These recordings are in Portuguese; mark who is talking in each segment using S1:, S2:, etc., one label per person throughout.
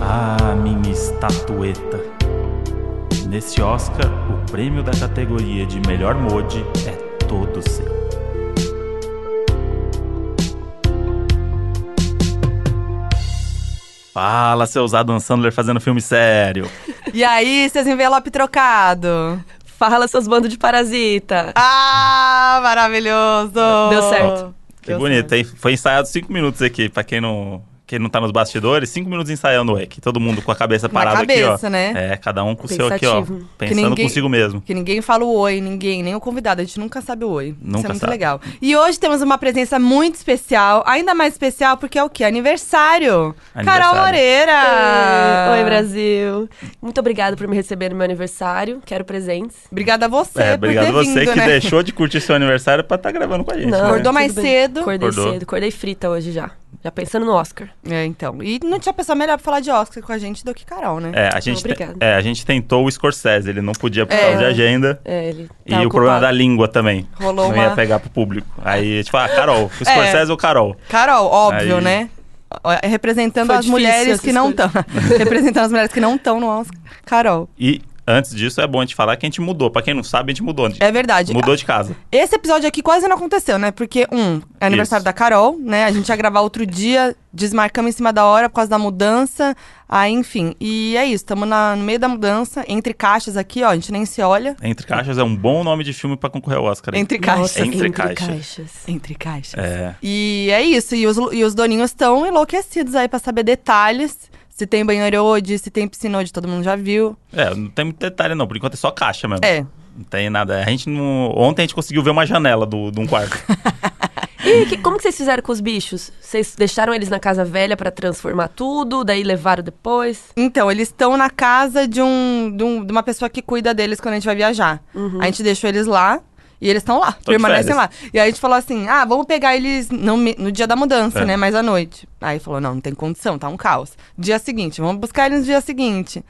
S1: Ah, Tatueta. Nesse Oscar, o prêmio da categoria de melhor mode é todo seu. Fala, seu usado Sandler fazendo filme sério.
S2: E aí, seus envelope trocado?
S3: Fala, seus bandos de parasita.
S2: Ah, maravilhoso!
S3: Deu certo.
S1: Que bonito, hein? Foi ensaiado cinco minutos aqui, pra quem não, quem não tá nos bastidores, cinco minutos ensaiando o EC. Todo mundo com a cabeça parada aqui,
S2: cabeça,
S1: ó.
S2: né?
S1: É, cada um com o seu aqui, ó.
S3: Pensativo.
S1: Pensando
S2: ninguém-
S1: consigo mesmo.
S2: Que ninguém fala o oi, ninguém, nem o convidado. A gente nunca sabe o oi. Isso
S1: Nunca
S2: é muito
S1: sabe.
S2: legal. E hoje temos uma presença muito especial, ainda mais especial porque é o quê? Aniversário!
S1: Aniversário.
S2: Carol
S1: Ah.
S2: Moreira!
S3: Oi, Brasil. Muito obrigada por me receber no meu aniversário. Quero presentes.
S2: Obrigada a você
S1: É,
S2: por
S1: obrigado
S2: ter
S1: você
S2: vindo,
S1: que
S2: né?
S1: deixou de curtir seu aniversário pra estar gravando com a gente.
S3: Não,
S1: né?
S2: Acordou
S3: tudo
S2: mais
S3: bem.
S2: cedo?
S3: Acordei
S1: Acordou.
S3: cedo. Acordei frita hoje já. Já pensando no Oscar.
S2: É, então. E não tinha pessoa melhor pra falar de Oscar com a gente do que Carol, né?
S1: É, a gente, te-
S3: Obrigada.
S1: é, a gente tentou o Scorsese, ele não podia por
S2: É.
S1: causa de agenda.
S3: É, ele tá
S1: E o problema da
S3: ocupado.
S1: língua também.
S2: Rolou
S1: não
S2: uma- É.
S1: ia pegar pro público. Aí, tipo, ah, Carol, o Scorsese ou Carol?
S2: Carol, óbvio,
S1: Aí-
S2: né? Ó, é Representando
S3: Foi
S2: as
S3: difícil
S2: mulheres que
S3: essas
S2: não estão. representando as mulheres que não estão no Oscar. Carol,
S1: E antes disso, é bom a gente falar que a gente mudou. Pra quem não sabe, a gente mudou. de-
S2: é verdade.
S1: Mudou de casa.
S2: Esse episódio aqui quase não aconteceu, né? Porque, um, é aniversário
S1: Isso.
S2: da Carol, né? A gente ia gravar outro dia, desmarcamos em cima da hora por causa da mudança. Aí, enfim. E é isso, estamos no meio da mudança, entre caixas aqui, ó, a gente nem se olha.
S1: Entre Caixas é um bom nome de filme pra concorrer ao Oscar. hein?
S2: Entre caixas.
S3: Nossa,
S1: Entre
S3: entre
S1: caixas.
S3: caixas.
S2: Entre caixas.
S1: É.
S2: E é isso, e os, e os doninhos estão enlouquecidos aí pra saber detalhes. Se tem banheiro hoje, se tem piscina hoje, todo mundo já viu.
S1: É, não tem muito detalhe, não. Por enquanto é só caixa mesmo.
S2: É,
S1: Não tem nada. A gente não. Ontem a gente conseguiu ver uma janela do- de um quarto.
S3: E que- como que vocês fizeram com os bichos? Vocês deixaram eles na casa velha pra transformar tudo, daí levaram depois?
S2: Então, eles estão na casa de, um, de, um- de uma pessoa que cuida deles quando a gente vai viajar.
S3: Uhum.
S2: A gente deixou eles lá e eles estão lá,
S1: de
S2: permanecem
S1: férias.
S2: lá. E aí a gente falou assim: ah, vamos pegar eles no, me- no dia da mudança,
S1: É.
S2: né? Mais à noite. Aí falou: não, não tem condição, tá um caos. Dia seguinte, vamos buscar eles no dia seguinte.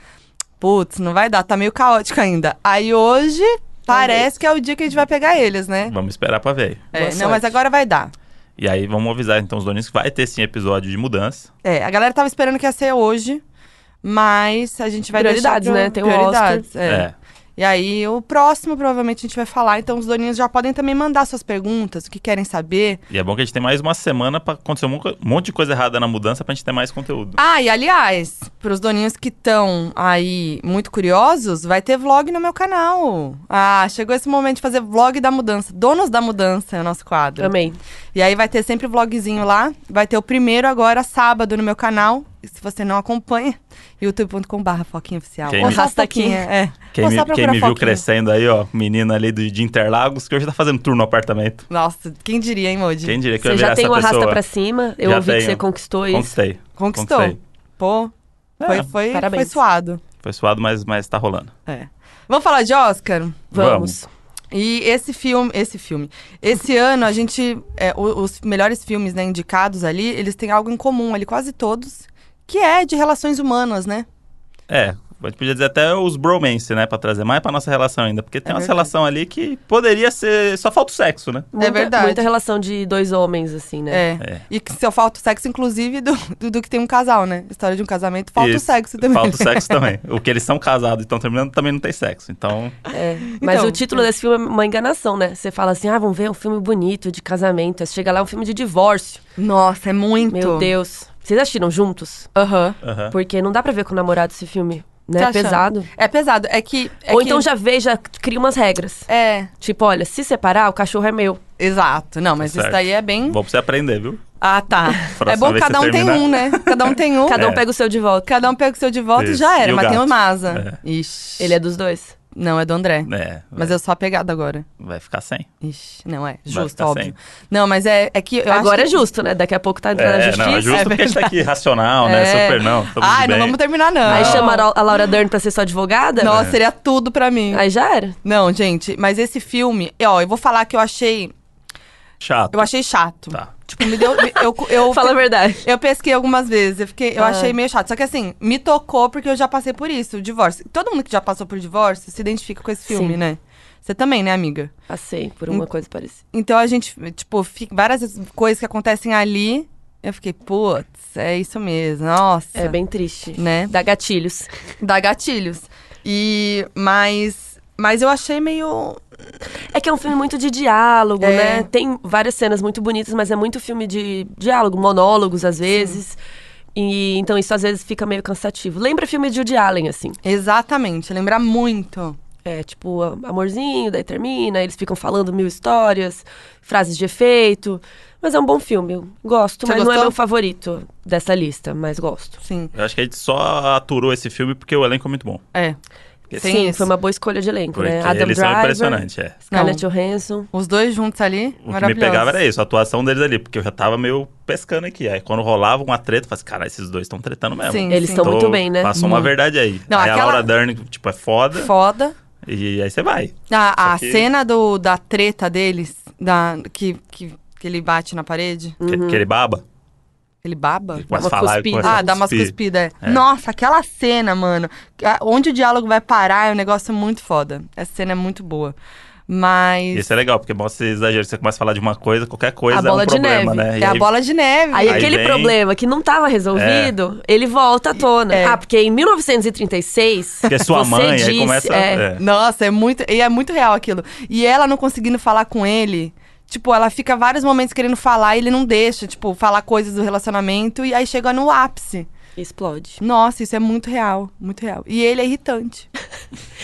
S2: Putz, não vai dar, tá meio caótico ainda. Aí hoje parece que é o dia que a gente vai pegar eles, né?
S1: vamos esperar pra ver.
S2: É,
S3: Boa
S2: não, mas
S3: sorte.
S2: agora vai dar.
S1: E aí vamos avisar então os doninhos que vai ter sim episódio de mudança.
S2: É, a galera tava esperando que ia ser hoje, mas a gente vai
S3: Prioridades,
S2: deixar pra-
S3: né? Tem o
S2: prioridades, é.
S1: É.
S2: E aí, o próximo provavelmente a gente vai falar, então os doninhos já podem também mandar suas perguntas, o que querem saber.
S1: E é bom que a gente tem mais uma semana pra acontecer um mon- um monte de coisa errada na mudança pra gente ter mais conteúdo.
S2: Ah, e aliás, pros doninhos que estão aí muito curiosos, vai ter vlog no meu canal. Ah, chegou esse momento de fazer vlog da mudança. Donos da mudança é o nosso quadro.
S3: Amém.
S2: E aí vai ter sempre vlogzinho lá. Vai ter o primeiro agora, sábado, no meu canal. E se você não acompanha, youtube.com.br Foquinha Oficial.
S1: Quem
S2: Ou
S1: me-
S2: só Foquinha, é.
S1: Quem
S2: Ou
S1: me,
S2: só
S1: quem me
S2: procura
S1: viu
S2: Foquinha.
S1: crescendo aí, ó, menina ali de, de Interlagos, que hoje tá fazendo tour no apartamento.
S2: Nossa, quem diria, hein, Moji?
S1: Quem diria que eu
S3: Você
S1: ia virar
S3: já tem o
S1: essa
S3: arrasta
S1: pessoa?
S3: pra cima? Eu
S1: Já
S3: ouvi que
S1: tenho.
S3: você conquistou isso.
S1: Conquistei.
S2: Conquistou.
S1: Conquistei. É,
S2: Pô, foi, foi, foi
S3: parabéns.
S2: suado.
S1: Foi suado, mas, mas tá rolando.
S2: É. Vamos falar de Oscar?
S3: Vamos.
S2: É E esse filme, esse filme, esse ano a gente, é, o- os melhores filmes né, indicados ali, eles têm algo em comum ali, quase todos, que é de relações humanas, né?
S1: É, a gente podia dizer até os bromance, né? Pra trazer mais pra nossa relação ainda. Porque tem uma
S2: verdade.
S1: relação ali que poderia ser. Só falta o sexo, né?
S2: É verdade.
S3: Muita relação de dois homens, assim, né?
S2: É. E que se eu falta o sexo, inclusive, do, do, do que tem um casal, né? História de um casamento, falta o
S1: Isso.
S2: sexo também.
S1: Falta o sexo também. O que eles são casados e estão terminando também não tem sexo. Então,
S3: É, mas
S2: Então,
S3: o título desse filme é uma enganação, né? Você fala assim, ah, vamos ver um filme bonito de casamento. Aí você chega lá, é um filme de divórcio.
S2: Nossa, é muito.
S3: Meu Deus. Vocês assistiram juntos?
S2: Aham.
S1: aham.
S3: Porque não dá pra ver com o namorado esse filme, né?
S2: Tá
S3: é pesado.
S2: É pesado. É que. é
S3: Ou
S2: que-
S3: então já vê, já cria umas regras.
S2: É,
S3: Tipo, olha, se separar, o cachorro é meu.
S2: exato. Não, mas isso
S1: Tá certo.
S2: daí é bem.
S1: Bom pra você aprender, viu?
S2: Ah, tá.
S1: Próxima
S2: é bom que
S1: vez
S2: cada
S1: você
S2: um tem
S1: terminar.
S2: um, né? Cada um tem um.
S3: Cada
S1: É.
S3: um pega o seu de volta.
S2: Cada um pega o seu de volta e
S1: Isso.
S2: já era,
S1: E o
S2: mas tem
S1: gato?
S2: o Maza. Ixi.
S3: Ele é dos dois.
S2: Não, é do André.
S1: É,
S2: Mas eu sou apegada agora.
S1: vai ficar sem.
S2: Ixi, não é.
S1: Vai
S2: Justo,
S1: ficar
S2: óbvio. Não, mas é, é que. Eu
S3: Agora é
S2: acho que...
S3: justo, né? Daqui a pouco tá entrando na
S1: É,
S3: justiça.
S1: não, é justo
S2: é
S1: porque a gente tá aqui racional, né?
S2: É.
S1: Super não. estamos
S2: Ai, não
S1: bem.
S2: vamos terminar, não.
S3: Aí chamaram a Laura Dern pra ser sua advogada?
S1: É.
S2: É. Ah.
S3: É.
S2: Nossa, seria tudo pra mim.
S3: Aí já era.
S2: Não, gente, mas esse filme, ó, eu vou falar que eu achei.
S1: Chato.
S2: Eu achei chato.
S1: Tá.
S2: Tipo, me deu. me- eu, eu,
S3: Fala a verdade.
S2: Eu pesquei algumas vezes, eu, fiquei, eu
S3: Ah.
S2: achei meio chato. Só que assim, me tocou porque eu já passei por isso, o divórcio. Todo mundo que já passou por divórcio se identifica com esse filme,
S3: Sim.
S2: né? Você também, né, amiga?
S3: Passei por uma coisa parecida.
S2: Então a gente, tipo, fica- várias coisas que acontecem ali Eu fiquei, putz, é isso mesmo. Nossa.
S3: É bem triste.
S2: Né?
S3: Dá gatilhos.
S2: Dá gatilhos. E mas mas eu achei meio
S3: É que é um filme muito de diálogo,
S2: É.
S3: né? Tem várias cenas muito bonitas, mas é muito filme de diálogo, monólogos às vezes. E então isso às vezes fica meio cansativo. Lembra filme de Woody Allen, assim.
S2: exatamente, lembra muito.
S3: É, tipo, a- amorzinho, daí termina, eles ficam falando mil histórias, frases de efeito. Mas é um bom filme, eu gosto,
S2: Você
S3: mas não é
S2: gostou?
S3: meu favorito dessa lista, mas gosto.
S2: Sim.
S1: Eu acho que a gente só aturou esse filme porque o elenco é muito bom.
S2: É.
S1: Porque
S2: Sim,
S3: Sim,
S2: isso.
S3: foi uma boa escolha de elenco,
S1: Porque
S3: né? Adam
S1: eles são
S3: Driver,
S1: impressionantes, é.
S3: Scarlett Johansson.
S2: Os dois juntos ali,
S1: O que me
S2: maravilhoso.
S1: pegava era isso, a atuação deles ali, porque eu já tava meio pescando aqui. Aí quando rolava uma treta, eu falava assim, cara, esses dois estão tretando mesmo.
S2: Sim,
S3: Eles
S2: sim.
S3: estão muito bem, né?
S1: Passou uma
S3: Muito.
S1: verdade aí.
S2: Não,
S1: aí a
S2: aquela-
S1: Laura Dern, tipo, é foda,
S2: foda.
S1: e aí você vai. Só
S2: A, Ah, a
S1: que-
S2: cena do, da treta deles, da, que, que, que ele bate na parede,
S1: Que-
S3: Uhum.
S1: Aquele baba,
S2: ele baba.
S1: ele começa a
S3: uma
S1: falar e
S3: cuspida.
S1: começa a
S2: Ah, dá umas
S1: cuspir.
S2: cuspidas.
S1: É.
S2: É. Nossa, aquela cena, mano. a- Onde o diálogo vai parar é um negócio muito foda. Essa cena é muito boa. Mas.
S1: Isso é legal, porque mostra esse exagero. Você começa a falar de uma coisa, qualquer coisa
S3: A
S1: é um
S3: bola de
S1: problema,
S3: neve.
S1: né? E
S2: é a
S1: aí-
S2: bola de neve.
S3: Aí,
S1: Aí
S3: aquele
S1: vem- É.
S3: problema que não estava resolvido, ele volta à tona.
S2: É.
S3: Ah, porque em 1936.
S1: Porque é sua
S3: você
S1: mãe,
S3: disse,
S1: aí começa...
S3: é,
S1: é.
S2: Nossa, é muito. E é muito real aquilo. E ela não conseguindo falar com ele. Tipo, ela fica vários momentos querendo falar e ele não deixa, tipo, falar coisas do relacionamento e aí chega no ápice.
S3: Explode.
S2: Nossa, isso é muito real, muito real. E ele é irritante.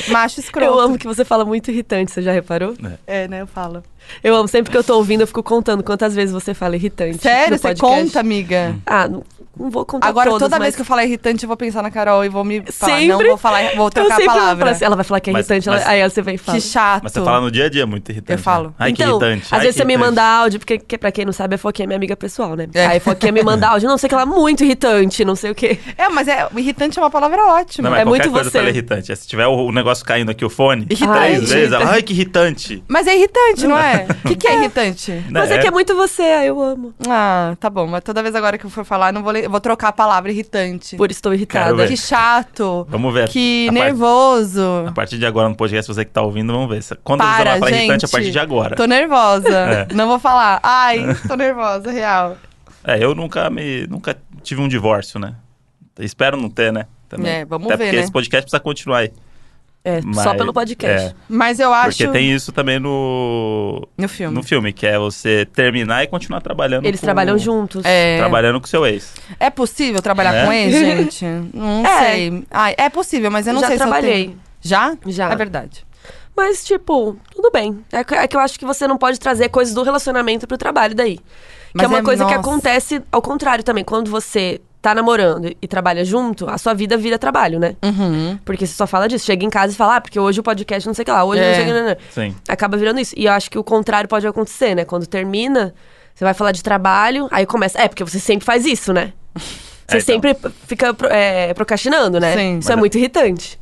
S2: Macho escroto.
S3: Eu amo que você fala muito irritante, você já reparou?
S2: É, né? Eu falo.
S3: Eu amo, sempre que eu tô ouvindo, eu fico contando quantas vezes você fala irritante.
S2: Sério,
S3: no
S2: você
S3: podcast.
S2: conta, amiga?
S3: Ah, não, não vou contar
S2: Agora,
S3: todas,
S2: toda
S3: mas
S2: vez que eu falar irritante, eu vou pensar na Carol e vou me falar.
S3: sempre,
S2: Não vou falar, vou
S3: eu
S2: trocar a
S3: sempre vou falar
S2: palavra.
S3: assim, ah, ela vai falar que é
S1: Mas-
S3: irritante,
S1: mas-
S3: ela- aí você vem e fala.
S2: Que chato.
S1: Mas você fala no dia a dia, é muito irritante.
S2: Eu
S1: né?
S2: falo.
S1: Ai, que
S3: então,
S1: irritante.
S3: às
S1: ai,
S3: vezes
S1: que
S3: você me
S1: irritante.
S3: manda áudio, porque que, pra quem não sabe, a Foquinha é minha amiga pessoal, né?
S2: É.
S3: Aí a Foquinha me manda áudio, não sei o que ela é muito irritante, não sei o quê.
S2: É, mas é, irritante é uma palavra
S1: Não,
S2: ótima.
S1: mas
S3: é
S1: qualquer
S3: muito
S1: coisa
S3: você.
S1: fala irritante. É, Se tiver o, o negócio caindo aqui, o fone,
S2: Irritante.
S1: três vezes, ela,
S3: Irritante.
S1: ai, que irritante.
S2: Mas é irritante, não é? O que, que é irritante?
S1: Né?
S3: Mas é que é muito você, ah, eu amo.
S2: Ah, tá bom. Mas toda vez agora que eu for falar, eu não vou, le- eu vou trocar a palavra irritante.
S3: Por estou irritada.
S1: Quero ver.
S2: Que chato.
S1: Vamos ver.
S2: Que
S1: A part-
S2: nervoso.
S1: A partir de agora no podcast, você que tá ouvindo, vamos ver. Se- Quando você
S2: Para,
S1: vai falar
S2: gente.
S1: irritante, é a partir de agora.
S2: Tô nervosa.
S1: É.
S2: Não vou falar. Ai, tô nervosa, real.
S1: É, eu nunca me. Nunca tive um divórcio, né? Espero não ter, né? Também.
S2: É, vamos
S1: Até
S2: ver,
S1: porque
S2: né?
S1: esse podcast precisa continuar aí.
S3: É, só
S1: Mas-
S3: pelo podcast.
S1: é,
S2: Mas eu acho.
S1: porque tem isso também no.
S2: No filme.
S1: No filme, que é você terminar e continuar trabalhando.
S3: Eles
S1: com-
S3: trabalham juntos.
S2: É.
S1: Trabalhando com seu ex.
S2: É possível trabalhar
S1: É?
S2: com ex, gente? Não
S3: É.
S2: sei. Ai, é possível, mas eu não
S3: Já
S2: sei se eu
S3: trabalhei.
S2: tenho. Já?
S3: Já.
S2: É verdade.
S3: Mas, tipo, tudo bem. É que, é que eu acho que você não pode trazer coisas do relacionamento pro trabalho daí.
S2: Mas
S3: que é uma
S2: é-
S3: coisa que
S2: nossa.
S3: acontece ao contrário também. Quando você tá namorando e trabalha junto, a sua vida vira trabalho, né?
S2: Uhum.
S3: Porque você só fala disso. Chega em casa e fala, ah, porque hoje o podcast não sei o que lá, hoje não
S2: É.
S3: sei o que. Não, não, não.
S1: Sim.
S3: Acaba virando isso. E eu acho que o contrário pode acontecer, né? Quando termina, você vai falar de trabalho, aí começa. É, porque você sempre faz isso, né? Você
S1: É, então.
S3: sempre fica pro- é, procrastinando, né?
S2: Sim.
S3: Isso
S1: Mas
S3: é
S1: é-
S3: muito irritante.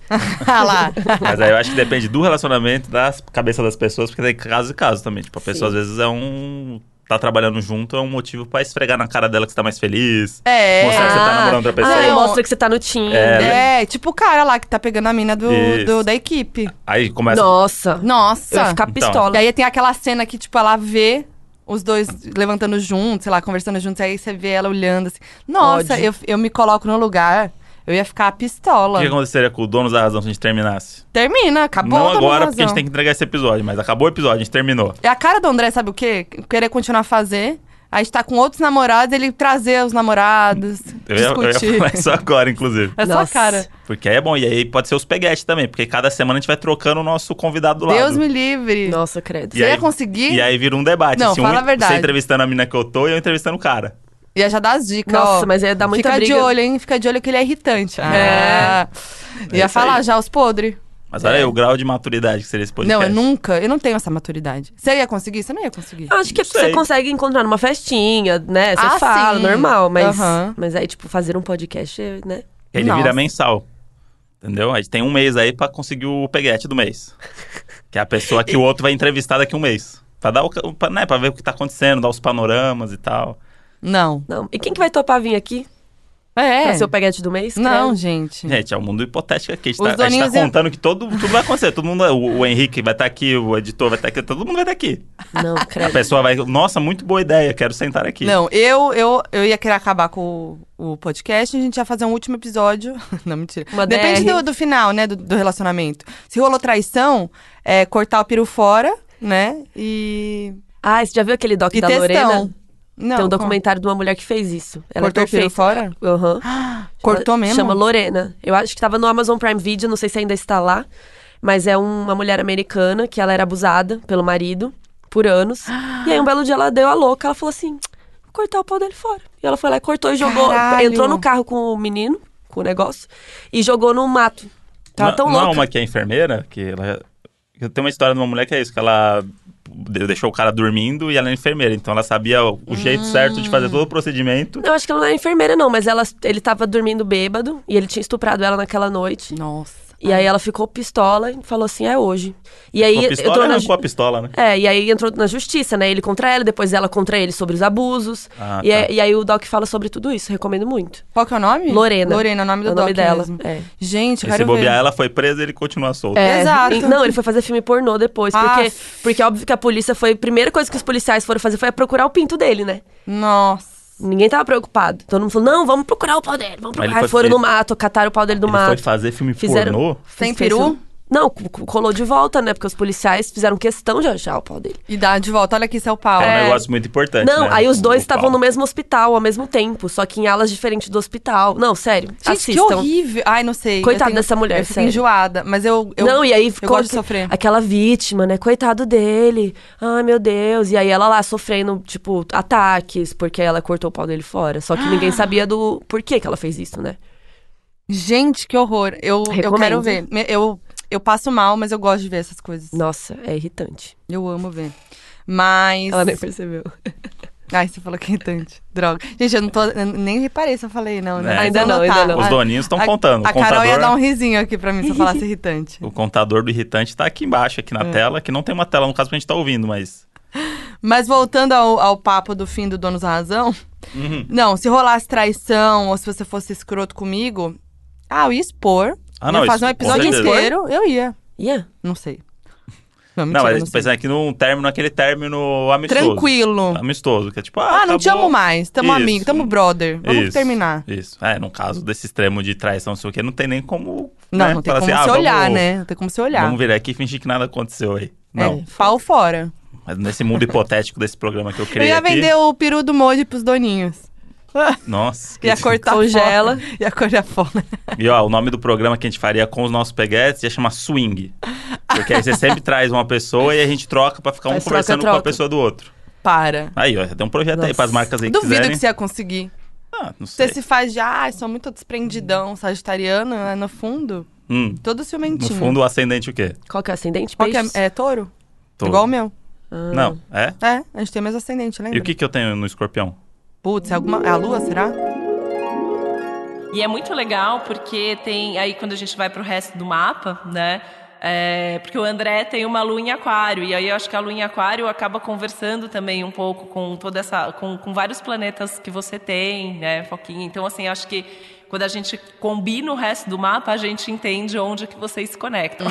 S2: Ah lá.
S1: Mas aí eu acho que depende do relacionamento, da cabeça das pessoas, porque tem caso e caso também. Tipo, a pessoa às vezes é um. tá trabalhando junto, é um motivo pra esfregar na cara dela que você tá mais feliz.
S2: É.
S1: Mostrar que você tá namorando outra pessoa. né?
S3: Aí
S2: Não.
S3: mostra que você tá no Tinder.
S2: É, tipo o cara lá que tá pegando a mina do,
S1: Isso.
S2: do- da equipe.
S1: Aí começa.
S3: Nossa. Eu
S2: Nossa.
S3: ia ficar
S1: Então.
S3: pistola.
S2: E aí tem aquela cena que, tipo, ela vê os dois levantando juntos, sei lá, conversando juntos, aí você vê ela olhando assim. Nossa,
S3: Ódio.
S2: eu, eu me coloco no lugar, eu ia ficar
S1: O
S2: pistola.
S1: que aconteceria com o dono da razão se a gente terminasse?
S2: Termina, acabou.
S1: Não
S2: tá bom,
S1: agora, porque a gente
S2: razão.
S1: tem que entregar esse episódio, mas acabou o episódio, a gente terminou.
S2: É a cara do André, sabe o quê? Querer continuar a fazer. Aí tá com outros namorados, ele trazer os namorados,
S1: Eu ia, eu ia
S2: discutir.
S1: falar isso agora, inclusive.
S2: É só a
S3: Nossa.
S2: cara.
S1: Porque aí é bom, e aí pode ser os peguetes também, porque cada semana a gente vai trocando o nosso convidado do lado.
S2: Deus me livre.
S3: Nossa, credo.
S1: E
S2: Você
S1: aí-
S2: ia conseguir?
S1: E aí vira um debate.
S2: Não,
S1: assim,
S2: fala
S1: um,
S2: a verdade.
S1: Você entrevistando a mina que eu tô e eu entrevistando o cara.
S2: Ia já dar as dicas,
S3: Nossa,
S2: ó.
S3: mas ia dar muita
S2: Fica de
S3: briga.
S2: olho, hein? Fica de olho que ele é irritante.
S3: É.
S2: Ah.
S1: É
S2: Ia
S1: isso
S2: falar
S1: aí.
S2: já os podres.
S1: Mas olha aí o grau de maturidade que seria esse podcast.
S2: É. Não, é eu nunca. Eu não tenho essa maturidade. Você ia conseguir? Você não ia conseguir.
S3: Eu acho que
S1: sei.
S3: você consegue encontrar numa festinha, né? Você
S2: Ah,
S3: fala,
S2: sim.
S3: normal, mas,
S2: Aham.
S3: mas aí, tipo, fazer um podcast, né?
S1: Que ele
S2: Nossa.
S1: vira mensal. Entendeu? A gente tem um mês aí pra conseguir o peguete do mês. Que é a pessoa que o outro vai entrevistar daqui a um mês. Pra, dar o, ca- pra, né, pra ver o que tá acontecendo, dar os panoramas e tal.
S2: Não.
S3: Não. E quem que vai topar vir aqui? Pra
S2: É.
S3: ser o peguete do mês?
S2: Não,
S3: credo.
S2: gente.
S1: Gente, é um mundo hipotético aqui. A gente, tá,
S2: Os
S1: a gente tá
S2: doninhos e-
S1: contando que todo, tudo vai acontecer. Todo mundo, o, o Henrique vai estar aqui, o editor vai estar aqui, todo mundo vai estar aqui.
S3: Não,
S1: A
S3: credo.
S1: pessoa vai. Nossa, muito boa ideia, quero sentar aqui.
S2: Não, eu, eu, eu ia querer acabar com o, o podcast, a gente ia fazer um último episódio. Não, mentira.
S3: Uma
S2: Depende
S3: DR.
S2: do, do final, né? Do, do relacionamento. Se rolou traição, é cortar o peru fora, né? E.
S3: Ah, você já viu aquele doc
S2: E
S3: da
S2: textão.
S3: Lorena?
S2: Não.
S3: Tem um
S2: como?
S3: documentário de uma mulher que fez isso. Ela
S2: Cortou
S3: é
S2: o peru
S3: perfeita.
S2: fora?
S3: Aham.
S2: Cortou
S3: Chama-
S2: mesmo?
S3: Chama Lorena. Eu acho que tava no Amazon Prime Video, não sei se ainda está lá. Mas é uma mulher americana que ela era abusada pelo marido por anos. E aí um belo dia ela deu a louca, ela falou assim: vou cortar o pau dele fora. E ela foi lá e cortou e jogou.
S2: Caralho.
S3: Entrou no carro com o menino, com o negócio, e jogou no mato.
S2: Tá
S3: Tava
S1: não,
S3: tão
S1: não é
S3: louca.
S1: uma que é enfermeira, que ela. é, Eu tenho uma história de uma mulher que é isso, que ela de- deixou o cara dormindo e ela é enfermeira. Então ela sabia o, o jeito
S2: Hum.
S1: certo de fazer todo o procedimento.
S3: Eu acho que ela não era enfermeira, não, mas ela, ele tava dormindo bêbado e ele tinha estuprado ela naquela noite.
S2: Nossa.
S3: E aí ela ficou pistola e falou assim: é hoje. E aí
S1: Com a pistola,
S3: entrou
S1: ela
S3: na
S1: arrancou a pistola, né?
S3: É, e aí entrou na justiça, né? Ele contra ela, depois ela contra ele sobre os abusos.
S1: Ah,
S3: e, é-
S1: tá.
S3: e aí o Doc fala sobre tudo isso, recomendo muito.
S2: Qual que é o nome?
S3: Lorena.
S2: Lorena, é o nome do
S3: É o nome
S2: doc
S3: dela,
S2: mesmo.
S3: é.
S2: Gente, eu
S1: E se
S2: quero
S1: bobear,
S2: ver.
S1: ela foi presa e ele continua solto.
S3: É,
S2: Exato.
S3: e- não, ele foi fazer filme pornô depois,
S2: Ah.
S3: porque, porque óbvio que a polícia foi. A primeira coisa que os policiais foram fazer foi procurar o pinto dele, né?
S2: Nossa.
S3: Ninguém tava preocupado. Todo mundo falou: não, vamos procurar o pau dele, vamos
S1: Mas ele
S3: procurar.
S1: foi-
S3: Aí Foram no mato, cataram o pau dele do
S1: Ele foi
S3: mato.
S1: fazer filme
S3: Fizeram-
S1: pornô.
S2: Sem
S3: Fez-
S2: peru?
S3: fez- Não, co- co- colou de volta, né? Porque os policiais fizeram questão de achar o pau dele.
S2: E dá de volta. Olha aqui, seu pau.
S1: É um
S3: É.
S1: negócio muito importante.
S3: Não,
S1: né?
S3: aí os
S1: O-
S3: dois
S1: o
S3: estavam
S1: pau.
S3: no mesmo hospital ao mesmo tempo, só que em alas diferentes do hospital. Não, sério,
S2: Gente, que
S3: assistam.
S2: horrível. Ai, não sei. eu
S3: Coitada
S2: tenho-
S3: dessa mulher,
S2: Eu fico
S3: sério.
S2: enjoada. Mas eu, eu,
S3: não, e aí
S2: eu
S3: ficou
S2: gosto de
S3: aque-
S2: sofrer.
S3: aquela vítima, né? Coitado dele. Ai, meu Deus. E aí ela lá sofrendo, tipo, ataques, porque ela cortou o pau dele fora. Só que ninguém sabia do porquê que ela fez isso, né?
S2: Gente, que horror. Eu, eu
S3: Recomendo.
S2: quero ver. Me- Eu, eu passo mal, mas eu gosto de ver essas coisas.
S3: Nossa, é irritante.
S2: Eu amo ver. Mas.
S3: Ela nem percebeu.
S2: Ai, você falou que é irritante. Droga. Gente, eu não tô. eu nem reparei se eu falei, não, né?
S1: É.
S2: Mas
S1: Ainda
S2: eu vou
S3: não, ainda
S2: anotar.
S3: não.
S1: Os
S2: Ai,
S1: doninhos estão
S2: a-
S1: contando. O
S2: A Carol ia
S1: contador-
S2: dar um risinho aqui pra mim se eu falasse irritante.
S1: O contador do irritante tá aqui embaixo, aqui na
S2: Hum.
S1: tela, que não tem uma tela, no caso, pra gente tá ouvindo, mas.
S2: Mas voltando ao, ao papo do fim do Donos da Razão.
S1: Uhum.
S2: Não, se rolasse traição ou se você fosse escroto comigo. Ah, eu ia expor.
S1: Ah, não,
S2: ia fazer um
S1: isso- com
S2: episódio
S1: certeza.
S2: inteiro, eu ia.
S3: Ian,
S2: Não sei.
S1: não,
S2: Não, mentira,
S1: mas é a
S2: eu
S1: gente
S2: sei.
S1: pensando aqui num término, aquele término amistoso.
S2: Tranquilo.
S1: Amistoso, que é tipo, ah,
S2: Ah, não
S1: acabou.
S2: te amo mais. Tamo
S1: Isso.
S2: amigo, tamo brother. Vamos
S1: Isso,
S2: terminar.
S1: Isso. É, no caso desse extremo de traição, não sei o que, não tem nem como.
S2: Não,
S1: né,
S2: não tem
S1: falar
S2: como
S1: assim,
S2: se
S1: ah,
S2: olhar,
S1: vamos,
S2: né? Não tem como se olhar.
S1: Vamos vir aqui e fingir que nada aconteceu aí. Não.
S2: É, pau fora.
S1: Mas nesse mundo hipotético desse programa que eu
S2: Eu
S1: criei.
S2: ia
S1: aqui,
S2: vender o peru do Moji pros doninhos.
S1: Nossa. que-
S2: Ia cortar
S3: Congela.
S2: fora. Ia cortar fora.
S1: E ó, o nome do programa que a gente faria com os nossos peguetes ia chamar Swing. Porque aí você sempre traz uma pessoa e a gente troca pra ficar um
S3: Faz troca,
S1: conversando com a
S3: troca.
S1: pessoa do outro.
S2: Para.
S1: Aí, ó, já tem um projeto aí
S3: Nossa.
S1: pras marcas aí que
S2: Duvido
S1: quiserem.
S2: que você ia conseguir.
S1: Ah, não sei.
S2: Você se faz de, ah, sou muito desprendidão, sagitariano, né? no fundo,
S1: Hum,
S2: todo
S1: no
S2: ciumentinho.
S1: fundo, o ascendente o quê?
S3: qual que é o ascendente?
S2: Qual que é?
S3: Peixes?
S2: É touro?
S1: Touro.
S2: Igual o meu.
S3: Ah.
S1: Não, é?
S2: É, a gente tem o mesmo ascendente, lembra?
S1: E o que que eu tenho no escorpião?
S2: Putz, é, alguma... é a lua, será?
S4: E é muito legal porque tem aí quando a gente vai pro resto do mapa, né? é, porque o André tem uma lua em aquário, e aí eu acho que a lua em aquário acaba conversando também um pouco com toda essa. com, com vários planetas que você tem, né, Foquinha? Então, assim, acho que quando a gente combina o resto do mapa, a gente entende onde que vocês se conectam.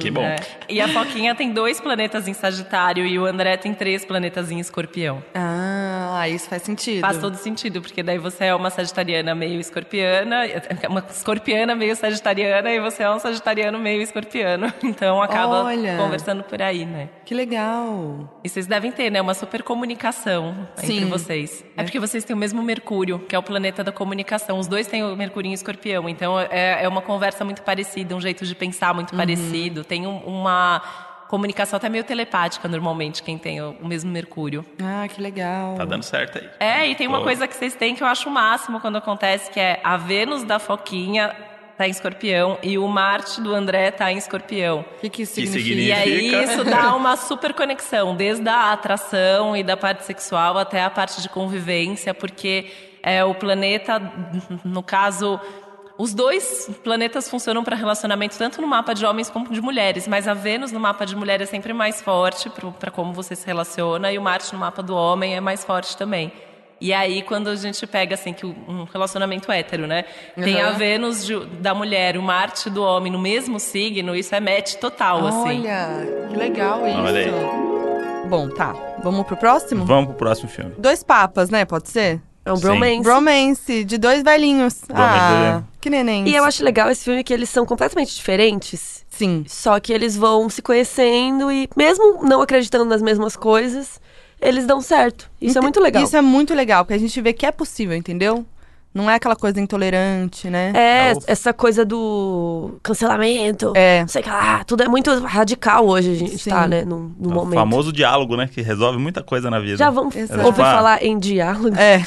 S1: que bom.
S4: né? E a Foquinha tem dois planetas em Sagitário e o André tem três planetas em escorpião.
S2: Ah, isso faz sentido.
S4: Faz todo sentido, porque daí você é uma sagitariana meio escorpiana, é uma escorpiana meio sagitariana e você é um sagitariano meio escorpiano. Então acaba
S2: Olha.
S4: conversando por aí, né?
S2: Que legal.
S4: E vocês devem ter, né? Uma super comunicação
S2: Sim.
S4: entre vocês. É porque vocês têm o mesmo Mercúrio, que é o planeta da comunicação. Os dois têm o Mercúrio em escorpião. Então é, é uma conversa muito parecida, um jeito de pensar muito
S2: Uhum.
S4: parecido. Tem um- uma comunicação até meio telepática, normalmente, quem tem o- o mesmo Mercúrio.
S2: Ah, que legal.
S1: Tá dando certo aí.
S4: É, e tem uma
S1: Tô-
S4: coisa que vocês têm que eu acho o máximo quando acontece, que é a Vênus da Foquinha tá em escorpião e o Marte do André tá em escorpião.
S2: O que, que isso
S1: Que
S2: significa?
S1: significa?
S4: E aí
S1: Significa.
S4: isso dá uma super conexão, desde a atração e da parte sexual até a parte de convivência, porque é o planeta, no caso, os dois planetas funcionam para relacionamento tanto no mapa de homens como de mulheres, mas a Vênus no mapa de mulher é sempre mais forte para como você se relaciona e o Marte no mapa do homem é mais forte também. E aí, quando a gente pega, assim, que um relacionamento hétero, né? Tem
S2: Uhum.
S4: a Vênus de- da mulher e o Marte do homem no mesmo signo, isso é match total, assim.
S2: Olha, que legal isso.
S1: Ah, Olha
S2: Bom, tá. Vamos pro próximo?
S1: Vamos pro próximo filme.
S2: Dois papas, né? Pode ser?
S3: É um
S1: Sim.
S3: bromance.
S2: Bromance, de dois velhinhos. ah,
S1: Bromance.
S2: que neném.
S3: E eu acho legal esse filme que eles são completamente diferentes.
S2: Sim.
S3: Só que eles vão se conhecendo e, mesmo não acreditando nas mesmas coisas, eles dão certo. Isso é
S2: Ente-
S3: muito legal.
S2: Isso é muito legal, porque a gente vê que é possível, entendeu? Não é aquela coisa intolerante, né?
S3: É,
S1: É o-
S3: essa coisa do cancelamento.
S2: É.
S3: Não sei o que lá. Tudo é muito radical hoje, a gente
S2: Sim.
S3: tá, né? Num, num
S1: É O
S3: momento.
S1: famoso diálogo, né? Que resolve muita coisa na vida.
S3: Já vamos
S2: Exato.
S3: ouvir
S1: Ah.
S3: falar em diálogo.
S2: É.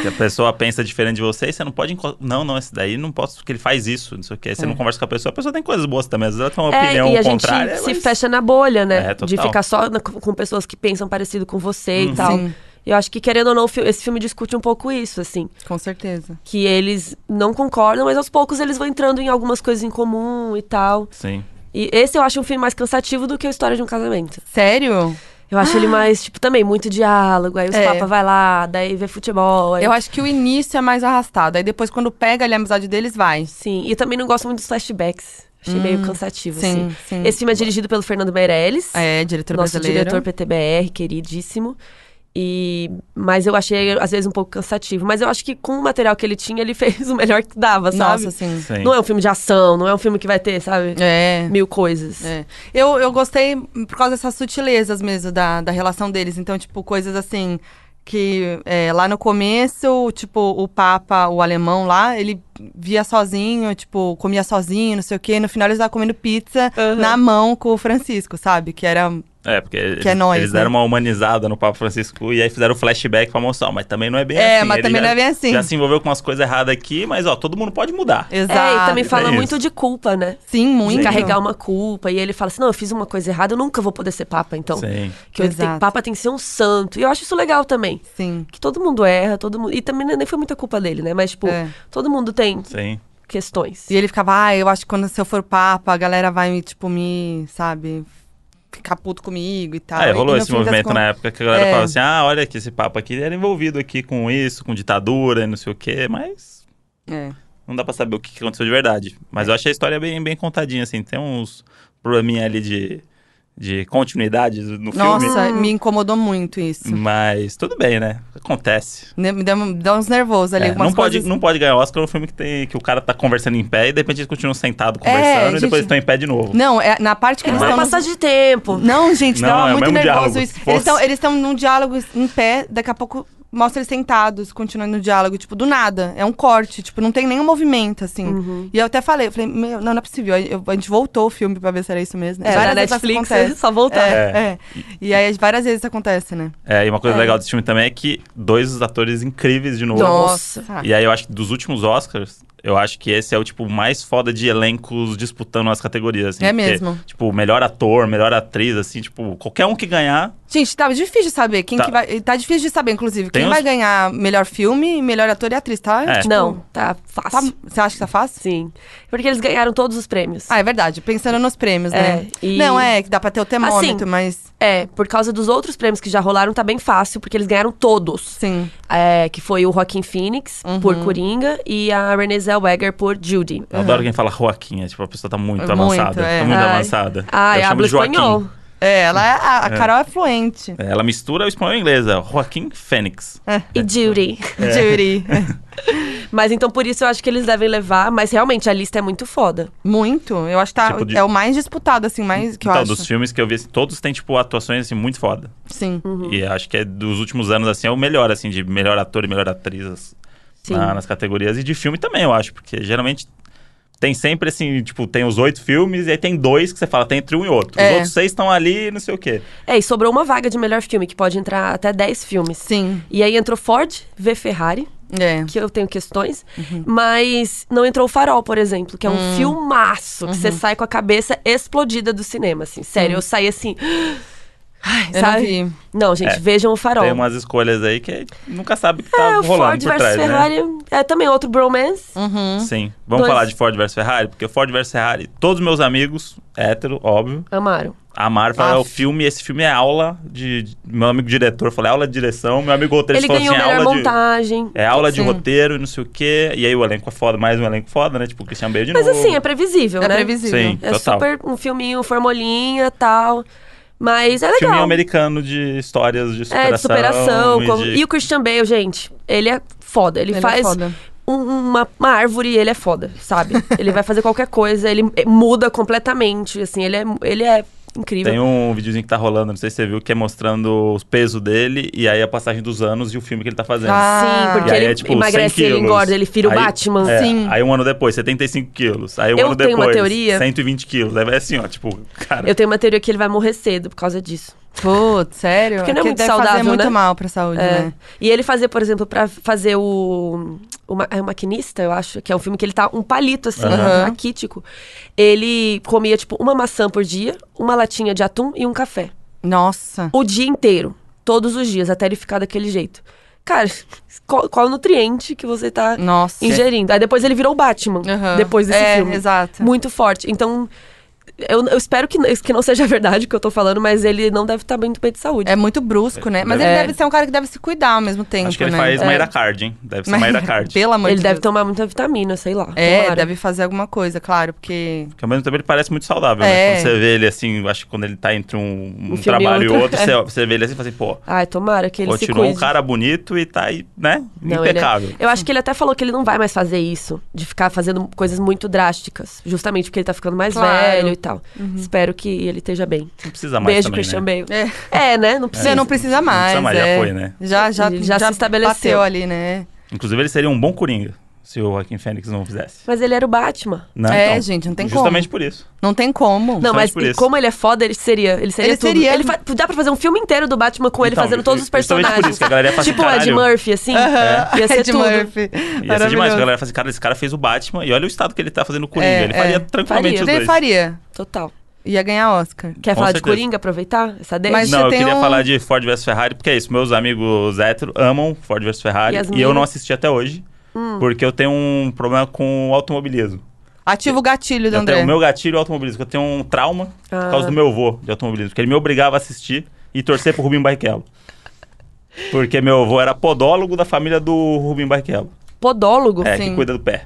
S1: Que a pessoa pensa diferente de você e você não pode. enco- Não, não, esse daí não posso, porque ele faz isso, não sei o quê. Aí você não conversa com a pessoa, a pessoa tem coisas boas também. Às vezes ela tem uma
S3: É,
S1: opinião
S3: e a gente
S1: contrária.
S3: se
S1: mas-
S3: fecha na bolha, né?
S1: É, total. Uhum.
S3: de ficar só na- com pessoas que pensam parecido com você e tal.
S2: Sim,
S3: Eu acho que, querendo ou não, o fi- esse filme discute um pouco isso, assim.
S2: com certeza.
S3: Que eles não concordam, mas aos poucos eles vão entrando em algumas coisas em comum e tal.
S1: Sim.
S3: E esse eu acho um filme mais cansativo do que a história de um casamento.
S2: Sério?
S3: Eu acho ele mais, tipo, também muito diálogo. Aí os
S2: Ah. É.
S3: papas vai lá, daí vê futebol. Aí...
S2: Eu acho que o início é mais arrastado. Aí depois, quando pega ali a amizade deles, vai.
S3: Sim, e eu também não gosto muito dos flashbacks. Achei meio cansativo,
S2: Hum, sim,
S3: assim.
S2: sim.
S3: Esse filme é dirigido pelo Fernando Meirelles.
S2: É, diretor
S3: nosso
S2: brasileiro.
S3: diretor PTBR, queridíssimo. E mas eu achei às vezes um pouco cansativo, mas eu acho que com o material que ele tinha, ele fez o melhor que dava, sabe?
S2: Nossa, sim.
S1: Sim.
S3: Não é um filme de ação, não é um filme que vai ter, sabe?
S2: É.
S3: Mil coisas.
S2: É. Eu, eu gostei por causa dessas sutilezas mesmo da, da relação deles. Então, tipo, coisas assim que é, lá no começo, tipo, o Papa, o alemão lá, ele via sozinho, tipo, comia sozinho, não sei o quê. E no final eles estavam comendo pizza
S3: Aham.
S2: na mão com o Francisco, sabe? Que era.
S1: É, porque eles,
S2: é nós,
S1: eles
S2: né?
S1: deram uma humanizada no Papa Francisco e aí fizeram o flashback pra mostrar, ó, mas também não é bem
S2: É,
S1: assim.
S2: mas
S1: Ele
S2: também
S1: já-
S2: não é bem assim.
S1: Já se envolveu com umas coisas erradas aqui, mas ó, todo mundo pode mudar.
S2: Exato.
S3: É, e também fala
S1: É isso.
S3: muito de culpa, né?
S2: Sim, muito.
S3: De carregar uma culpa. E ele fala assim: não, eu fiz uma coisa errada, eu nunca vou poder ser papa, então.
S1: Sim.
S3: Que eu tenho-
S2: Exato.
S3: papa tem que ser um santo. E eu acho isso legal também.
S2: Sim.
S3: Que todo mundo erra, todo mundo. E também nem foi muita culpa dele, né? Mas, tipo,
S2: É.
S3: todo mundo tem
S1: Sim.
S3: questões.
S2: E ele ficava, ah, eu acho que quando se eu for papa, a galera vai me, tipo, me, sabe, ficar puto comigo e tal.
S1: Ah, é,
S2: E
S1: rolou
S2: no
S1: esse
S2: fim das
S1: movimento
S2: contas-
S1: na época que a galera
S2: É.
S1: falava assim: ah, olha que esse Papa aqui ele era envolvido aqui com isso, com ditadura e não sei o quê, mas
S2: É.
S1: não dá pra saber o que que aconteceu de verdade. Mas eu achei a história bem, bem contadinha, assim. Tem uns probleminha ali de, de continuidade no filme. Hum.
S2: Nossa, me incomodou muito isso.
S1: Mas tudo bem, né? Acontece.
S2: Ne- Me deu, me deu uns nervosos ali,
S1: É,
S2: algumas
S1: não, pode,
S2: coisas.
S1: não pode ganhar Oscar um filme que, tem, que o cara tá conversando em pé e de repente eles continuam sentado conversando e
S2: É, gente-
S1: depois eles estão em pé de novo.
S2: Não, é, na parte que
S3: É
S2: eles
S3: uma
S2: estão...
S3: passagem de tempo.
S2: Não, gente,
S1: Não,
S2: dava
S1: é o
S2: muito
S1: mesmo
S2: nervoso
S1: diálogo,
S2: isso.
S1: se
S2: Eles
S1: fosse-
S2: estão eles tão num diálogo em pé, daqui a pouco mostra eles sentados, continuando o diálogo, tipo, do nada. É um corte, tipo, não tem nenhum movimento, assim.
S3: Uhum.
S2: E eu até falei, eu falei, meu, não, não é possível. Aí eu- a gente voltou o filme pra ver se era isso mesmo.
S3: É, na
S2: várias vezes
S3: Netflix,
S2: isso acontece.
S3: só voltar.
S2: É, é. E aí várias vezes isso acontece, né?
S1: É, e uma coisa
S3: É.
S1: legal desse filme também é que dois atores incríveis de novo.
S3: Nossa.
S1: E aí eu acho que dos últimos Oscars, eu acho que esse é o tipo mais foda de elencos disputando as categorias. assim,
S2: É
S1: porque,
S2: mesmo.
S1: tipo, melhor ator, melhor atriz, assim, tipo, qualquer um que ganhar.
S2: Gente, tá difícil saber quem
S1: Tá.
S2: que vai. Tá difícil de saber, inclusive,
S1: Tem
S2: quem
S1: uns-
S2: vai ganhar melhor filme, melhor ator e atriz, tá?
S1: É.
S3: Não, tá
S2: Tá-
S3: fácil.
S2: você acha que tá fácil?
S3: Sim. Porque eles ganharam todos os prêmios.
S2: Ah, é verdade. Pensando nos prêmios,
S3: É,
S2: né?
S3: e-
S2: Não, é que dá pra ter o termômetro,
S3: Assim.
S2: mas.
S3: É, por causa dos outros prêmios que já rolaram, tá bem fácil, porque eles ganharam todos.
S2: Sim.
S3: É, que foi o Joaquin Phoenix,
S1: Uhum.
S3: por Coringa, e a Renée Zellweger, por Judy.
S1: Eu adoro quem fala Joaquim, é, tipo, a pessoa tá muito,
S2: Muito,
S1: avançada.
S2: é.
S1: Tá muito
S3: Ai.
S1: avançada.
S3: Ah,
S1: eu
S3: e
S1: chamo
S3: habla
S1: de Joaquim.
S3: espanhol.
S2: É, ela é- a, a Carol é fluente.
S1: É, Ela mistura o espanhol e o inglês, é Joaquim Fênix.
S3: E Judy.
S1: É.
S2: Judy.
S3: Mas então por isso eu acho que eles devem levar, mas realmente a lista é muito foda.
S2: Muito. Eu acho que tá,
S1: Tipo de-
S2: é o mais disputado, assim, mais que eu
S1: então,
S2: acho.
S1: dos filmes que eu vi, assim, todos têm, tipo, atuações, assim, muito foda.
S2: Sim.
S3: Uhum.
S1: E acho que é dos últimos anos, assim, é o melhor, assim, de melhor ator e melhor atriz as-
S3: Sim.
S1: na- nas categorias. E de filme também, eu acho, porque geralmente tem sempre, assim, tipo, tem os oito filmes e aí tem dois que você fala, tem entre um e outro. Os
S2: É.
S1: outros seis estão ali, não sei o quê.
S3: É, e sobrou uma vaga de melhor filme, que pode entrar até 10 filmes.
S2: Sim.
S3: E aí entrou Ford v Ferrari,
S2: É.
S3: que eu tenho questões,
S1: Uhum.
S3: mas não entrou o Farol, por exemplo, que é um
S1: Hum. Uhum.
S3: filmaço que você sai com a cabeça explodida do cinema, assim. Sério, eu saí assim. Ai,
S2: Eu
S3: sabe?
S2: não vi.
S3: Não, gente,
S1: É.
S3: vejam o farol.
S1: Tem umas escolhas aí que nunca sabe o que
S3: É,
S1: tá
S3: o
S1: rolando
S3: Ford
S1: por
S3: versus
S1: trás, né?
S3: Ferrari é também outro bromance.
S2: Uhum.
S1: Sim. Vamos
S3: Dois.
S1: falar de Ford versus Ferrari? Porque Ford versus Ferrari, todos meus amigos, hétero, óbvio,
S3: Amaram.
S1: amaram. Falaram, é o
S2: Aff.
S1: filme, esse filme é aula de... de- Meu amigo diretor falou, é aula de direção. Meu amigo roteiro
S3: Ele
S1: falou assim,
S3: ganhou
S1: é
S3: melhor
S1: aula de...
S3: montagem.
S1: É aula de
S2: Sim.
S1: roteiro e não sei o quê. E aí o elenco é foda, mais um elenco foda, né? Tipo, o Christian Bale de
S3: Mas
S1: novo.
S3: assim, é previsível,
S2: É
S3: né?
S2: previsível.
S1: Sim,
S3: É
S1: total.
S3: super um filminho, formolinha tal. Mas é legal.
S1: Filminho americano de histórias de superação.
S3: É, de superação.
S1: e
S3: como-
S1: de-
S3: E o Christian Bale, gente, ele é foda. Ele,
S2: Ele é
S3: faz
S2: foda.
S3: um- uma, uma árvore e ele é foda, sabe? ele vai fazer qualquer coisa, ele muda completamente, assim, ele é, ele é incrível.
S1: Tem um videozinho que tá rolando, não sei se você viu, que é mostrando os pesos dele e aí a passagem dos anos e o filme que ele tá fazendo.
S2: Ah,
S3: Sim, porque
S1: E aí
S3: ele
S1: é, tipo, 100
S3: emagrece, ele
S1: quilos.
S3: engorda, ele vira o
S1: Aí-
S3: Batman.
S1: É,
S2: Sim.
S1: Aí um ano depois, 75 quilos. Aí um
S3: Eu
S1: ano
S3: tenho
S1: depois,
S3: uma teoria.
S1: 120 quilos. Aí vai assim, ó, tipo, cara.
S3: Eu tenho uma teoria que ele vai morrer cedo por causa disso.
S2: Putz, sério?
S3: Porque não é
S2: que
S3: muito
S2: deve
S3: saudável,
S2: fazer muito
S3: né?
S2: mal pra saúde,
S3: É.
S2: né?
S3: E ele fazer, por exemplo, pra fazer o. o Ma- é o Maquinista, eu acho, que é um filme que ele tá um palito, assim,
S2: Aham.
S3: raquítico. Ele comia, tipo, uma maçã por dia, uma latinha de atum e um café.
S2: Nossa.
S3: O dia inteiro. Todos os dias, até ele ficar daquele jeito. Cara, qual, qual o nutriente que você tá
S2: Nossa.
S3: ingerindo? Aí depois ele virou o Batman.
S2: Aham.
S3: Depois desse
S2: É,
S3: filme.
S2: exato.
S3: Muito forte. Então. Eu, eu espero que, n- que não seja verdade o que eu tô falando, mas ele não deve estar muito bem de saúde.
S2: É muito brusco, né? Mas
S3: É.
S2: ele deve ser um cara que deve se cuidar ao mesmo tempo,
S1: Acho que ele
S2: né?
S1: faz
S2: É.
S1: Mayra Card, hein? Deve ser Mayra Card.
S2: Pelo amor
S3: ele
S2: de
S3: deve
S2: Deus.
S3: tomar muita vitamina, sei lá.
S2: É,
S3: tomara.
S2: deve fazer alguma coisa, claro, porque...
S1: Porque ao mesmo tempo ele parece muito saudável,
S2: É.
S1: né? Quando você vê ele assim, acho que quando ele tá entre um, um
S3: Um filme
S1: trabalho
S3: e
S1: e
S3: outro.
S1: outro, você, você vê ele assim e fala assim, pô,
S3: Ai, tomara que ele se
S1: continuou
S3: cuide.
S1: um cara bonito e tá aí, né?
S3: Não, ele é-
S1: Impecável.
S3: Eu acho que ele até falou que ele não vai mais fazer isso, de ficar fazendo coisas muito drásticas, justamente porque ele tá ficando mais
S2: Claro. Uhum.
S3: velho e tal. Espero que ele esteja bem.
S1: Não precisa mais
S3: Beijo,
S1: também,
S3: Christian
S1: né?
S3: Bale.
S2: É.
S3: É, né? Não
S2: Você
S3: precisa.
S2: não precisa mais,
S1: mais, já
S2: é.
S1: foi, né?
S2: Já, já,
S3: Ele já se estabeleceu.
S2: bateu ali, né?
S1: Inclusive ele seria um bom Coringa, se o Joaquim Fênix não fizesse.
S3: Mas ele era o Batman.
S1: Não,
S2: É,
S1: então,
S2: gente, não tem
S1: Justamente por isso.
S2: Não tem como.
S3: Não, mas
S1: por isso.
S3: como ele é foda, ele seria. Ele seria
S2: Ele
S3: tudo.
S2: seria-
S3: Ele fa- Dá pra fazer um filme inteiro do Batman com ele
S1: Então,
S3: fazendo todos os
S1: justamente
S3: personagens.
S1: por isso que a galera ia falar assim,
S3: tipo o Ed
S1: "Caralho".
S3: Murphy, assim.
S2: Aham.
S3: Ia ser
S2: Ed
S3: tudo.
S2: Murphy.
S1: Ia ser demais.
S2: Maravilhoso.
S1: A galera fala assim, cara, esse cara fez o Batman e olha o estado que ele tá fazendo o Coringa.
S2: É,
S1: ele faria
S2: é.
S1: tranquilamente
S3: Faria.
S1: os
S2: Ele
S1: dois.
S2: faria.
S3: Total.
S2: Ia ganhar Oscar.
S3: Quer
S1: Com
S3: falar de
S1: certeza.
S3: Coringa, aproveitar essa deixa?
S2: Mas-
S1: Não,
S2: Você
S1: eu
S2: tem
S1: queria
S2: um-
S1: falar de Ford vs Ferrari, porque é isso. Meus amigos hétero amam Ford vs Ferrari.
S3: E as Hum.
S1: E eu não
S3: meninas?
S1: assisti até hoje, porque eu tenho um problema com o automobilismo.
S2: Ativa o gatilho do
S1: Eu tenho-
S2: André.
S1: o meu gatilho é o automobilismo, porque eu tenho um trauma
S3: Ah.
S1: por causa do meu avô de automobilismo, porque ele me obrigava a assistir e torcer pro Rubinho Barrichello. Porque meu avô era podólogo da família do Rubinho Barrichello,
S3: Podólogo
S1: é,
S2: Sim.
S1: que cuida do pé.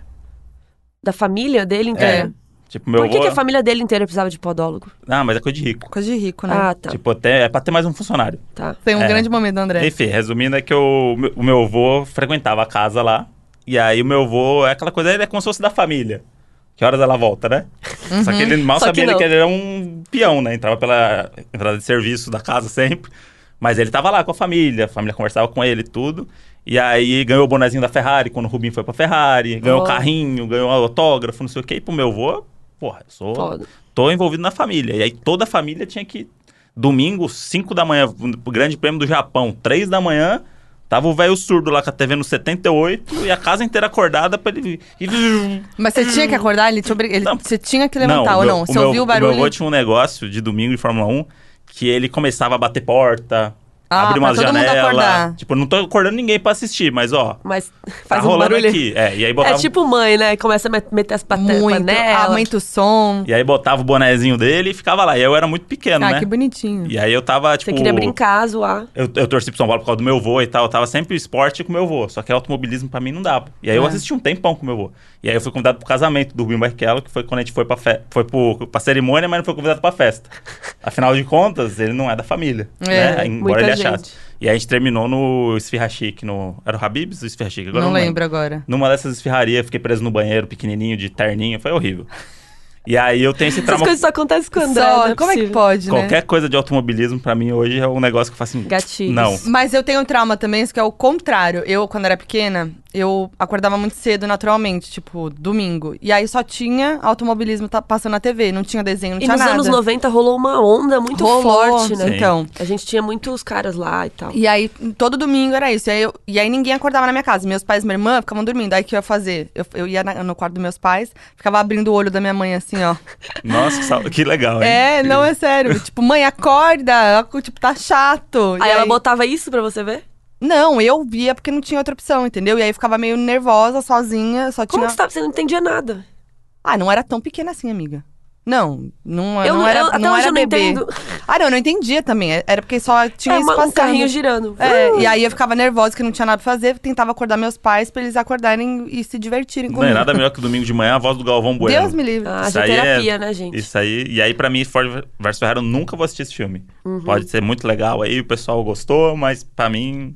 S3: da família dele inteira.
S1: Tipo, meu
S3: É. Por que,
S1: avô...
S3: que a família dele inteira precisava de podólogo?
S1: Ah, mas é coisa de rico.
S2: Coisa de rico, né?
S3: Ah, tá.
S1: Tipo, até, é pra ter mais um funcionário.
S3: tá.
S2: Tem um
S1: é.
S2: grande momento do André.
S1: Enfim, resumindo, é que eu- o meu avô frequentava a casa lá. E aí o meu avô é aquela coisa, ele é como se fosse da família. Que horas ela volta, né? Só que ele mal
S3: Uhum. Só que
S1: sabia ele
S3: não.
S1: que ele era um peão, né? Entrava pela entrada de serviço da casa sempre. Mas ele tava lá com a família, a família conversava com ele e tudo. E aí ganhou o bonezinho da Ferrari quando o Rubinho foi pra Ferrari, ganhou
S3: Ó.
S1: o carrinho, ganhou o autógrafo, não sei o quê. E pro meu avô, porra, eu sou
S3: Foda.
S1: tô envolvido na família. E aí toda a família tinha que. Domingo, 5 da manhã, o Grande Prêmio do Japão, 3 da manhã, tava o velho surdo lá com a TV no 78 e a casa inteira acordada pra ele. E...
S2: Mas você tinha que acordar, ele te obriga... ele-
S1: Não.
S2: Você tinha que levantar
S1: o
S2: ou
S1: meu-
S2: não?
S1: o
S2: Você
S1: meu-
S2: ouviu o barulho?
S1: meu avô tinha um negócio de domingo de Fórmula 1 que ele começava a bater porta,
S2: Ah,
S1: abrir
S2: pra
S1: umas
S2: todo mundo
S1: janelas.
S2: acordar.
S1: Tipo, não tô acordando ninguém pra assistir, mas ó,
S3: Mas
S1: tá
S3: faz um
S1: rolando
S3: barulho.
S1: aqui. É, e aí botava
S3: É tipo mãe, né? Começa a met- meter as patas
S2: Muito. Aumenta o som.
S1: E aí botava o bonezinho dele e ficava lá. E eu era muito pequeno,
S2: ah,
S1: né?
S2: que bonitinho.
S1: E aí eu tava, tipo.
S3: Você queria brincar, zoar.
S1: Eu, eu torci pro São Paulo por causa do meu vô e tal. Eu tava sempre esporte com meu vô. Só que automobilismo pra mim não dava. E aí eu
S2: É.
S1: assisti um tempão com meu vô. E aí eu fui convidado pro casamento do Rubinho Barrichello, que foi quando a gente foi pra, fe... foi pro... pra cerimônia, mas não foi convidado pra festa. Afinal de contas, ele não é da família.
S2: É,
S1: né?
S3: muita
S1: Embora ele achasse.
S3: gente.
S1: E aí a gente terminou no Esfirra Chique, no. Era o Habibs ou Esfirra Chique? Agora eu
S2: não
S1: não é. lembro.
S2: lembro agora.
S1: Numa dessas esfirrarias, fiquei preso no banheiro, pequenininho, de terninho. Foi horrível. E aí eu tenho esse
S3: Essas
S1: trauma.
S3: coisas só acontecem com o André.
S2: Só,
S3: não é
S2: como é que
S3: possível.
S2: pode, né?
S1: Qualquer coisa de automobilismo, pra mim, hoje é um negócio que eu faço assim.
S3: Gatilhos.
S1: Não.
S2: Mas eu tenho um trauma também, isso que é o contrário. Eu, quando era pequena, eu acordava muito cedo, naturalmente, tipo, domingo. E aí só tinha automobilismo ta- passando na TV, não tinha desenho, não
S3: E
S2: tinha
S3: nos
S2: nada.
S3: anos 90 rolou uma onda muito
S2: Rolou,
S3: forte, né?
S1: Sim.
S2: Então.
S3: A gente tinha muitos caras lá e tal.
S2: E aí, todo domingo era isso. E aí, eu- e aí ninguém acordava na minha casa. Meus pais e minha irmã ficavam dormindo. Aí o que eu ia fazer? Eu, eu ia na- no quarto dos meus pais, ficava abrindo o olho da minha mãe assim, ó.
S1: Nossa, que, sal- que legal, hein?
S2: é, não é sério. tipo, mãe, acorda. Ac- Tipo, tá chato. E
S3: Aí, ela botava isso pra você ver?
S2: Não, eu via porque não tinha outra opção, entendeu? E aí eu ficava meio nervosa, sozinha, só
S3: Como
S2: tinha.
S3: que você, tá... você não entendia nada?
S2: Ah, não era tão pequena assim, amiga. Não, não,
S3: Eu
S2: não
S3: não-
S2: era,
S3: eu- até
S2: não
S3: hoje
S2: era
S3: eu não
S2: bebê.
S3: entendo.
S2: Ah, não, eu não entendia também. É- Era porque só tinha
S3: é
S2: isso
S3: uma- um
S2: passando.
S3: carrinho girando.
S2: É, e aí eu ficava nervosa que não tinha nada pra fazer, tentava acordar meus pais pra eles acordarem e se divertirem
S1: Não
S2: comigo.
S1: é nada melhor que domingo de manhã a voz do Galvão Bueno.
S2: Deus me livre.
S3: Ah,
S1: Isso
S3: já
S1: aí é-
S3: terapia, né, gente?
S1: Isso aí. E aí, pra mim, Ford vs Ferrari, eu nunca vou assistir esse filme.
S2: Uhum.
S1: Pode ser muito legal aí, o pessoal gostou, mas pra mim.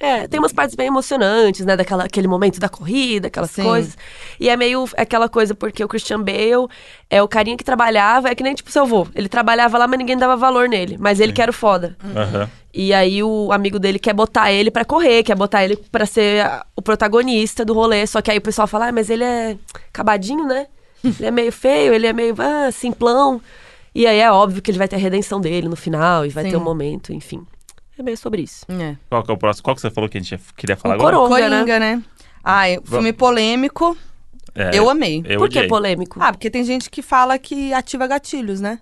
S3: É, tem umas partes bem emocionantes, né? Daquela, aquele momento da corrida, aquelas
S2: Sim.
S3: coisas. E é meio aquela coisa, porque o Christian Bale é o carinha que trabalhava, é que nem tipo seu avô. Ele trabalhava lá, mas ninguém dava valor nele. Mas ele que era o foda.
S1: aham.
S3: E aí o amigo dele quer botar ele pra correr, quer botar ele pra ser a- o protagonista do rolê. Só que aí o pessoal fala, ah, mas ele é acabadinho, né? Ele é meio feio, ele é meio ah, simplão. E aí é óbvio que ele vai ter a redenção dele no final e vai
S2: Sim.
S3: ter um momento, enfim. É meio sobre isso.
S2: É.
S1: Qual que é o próximo? Qual que você falou que a gente queria falar
S3: O
S1: agora?
S3: Coronga, né?
S2: Coringa, né? Ai, filme polêmico,
S1: É,
S2: eu amei.
S1: Eu
S3: Por que
S1: odiei.
S3: polêmico?
S2: Ah, porque tem gente que fala que ativa gatilhos, né?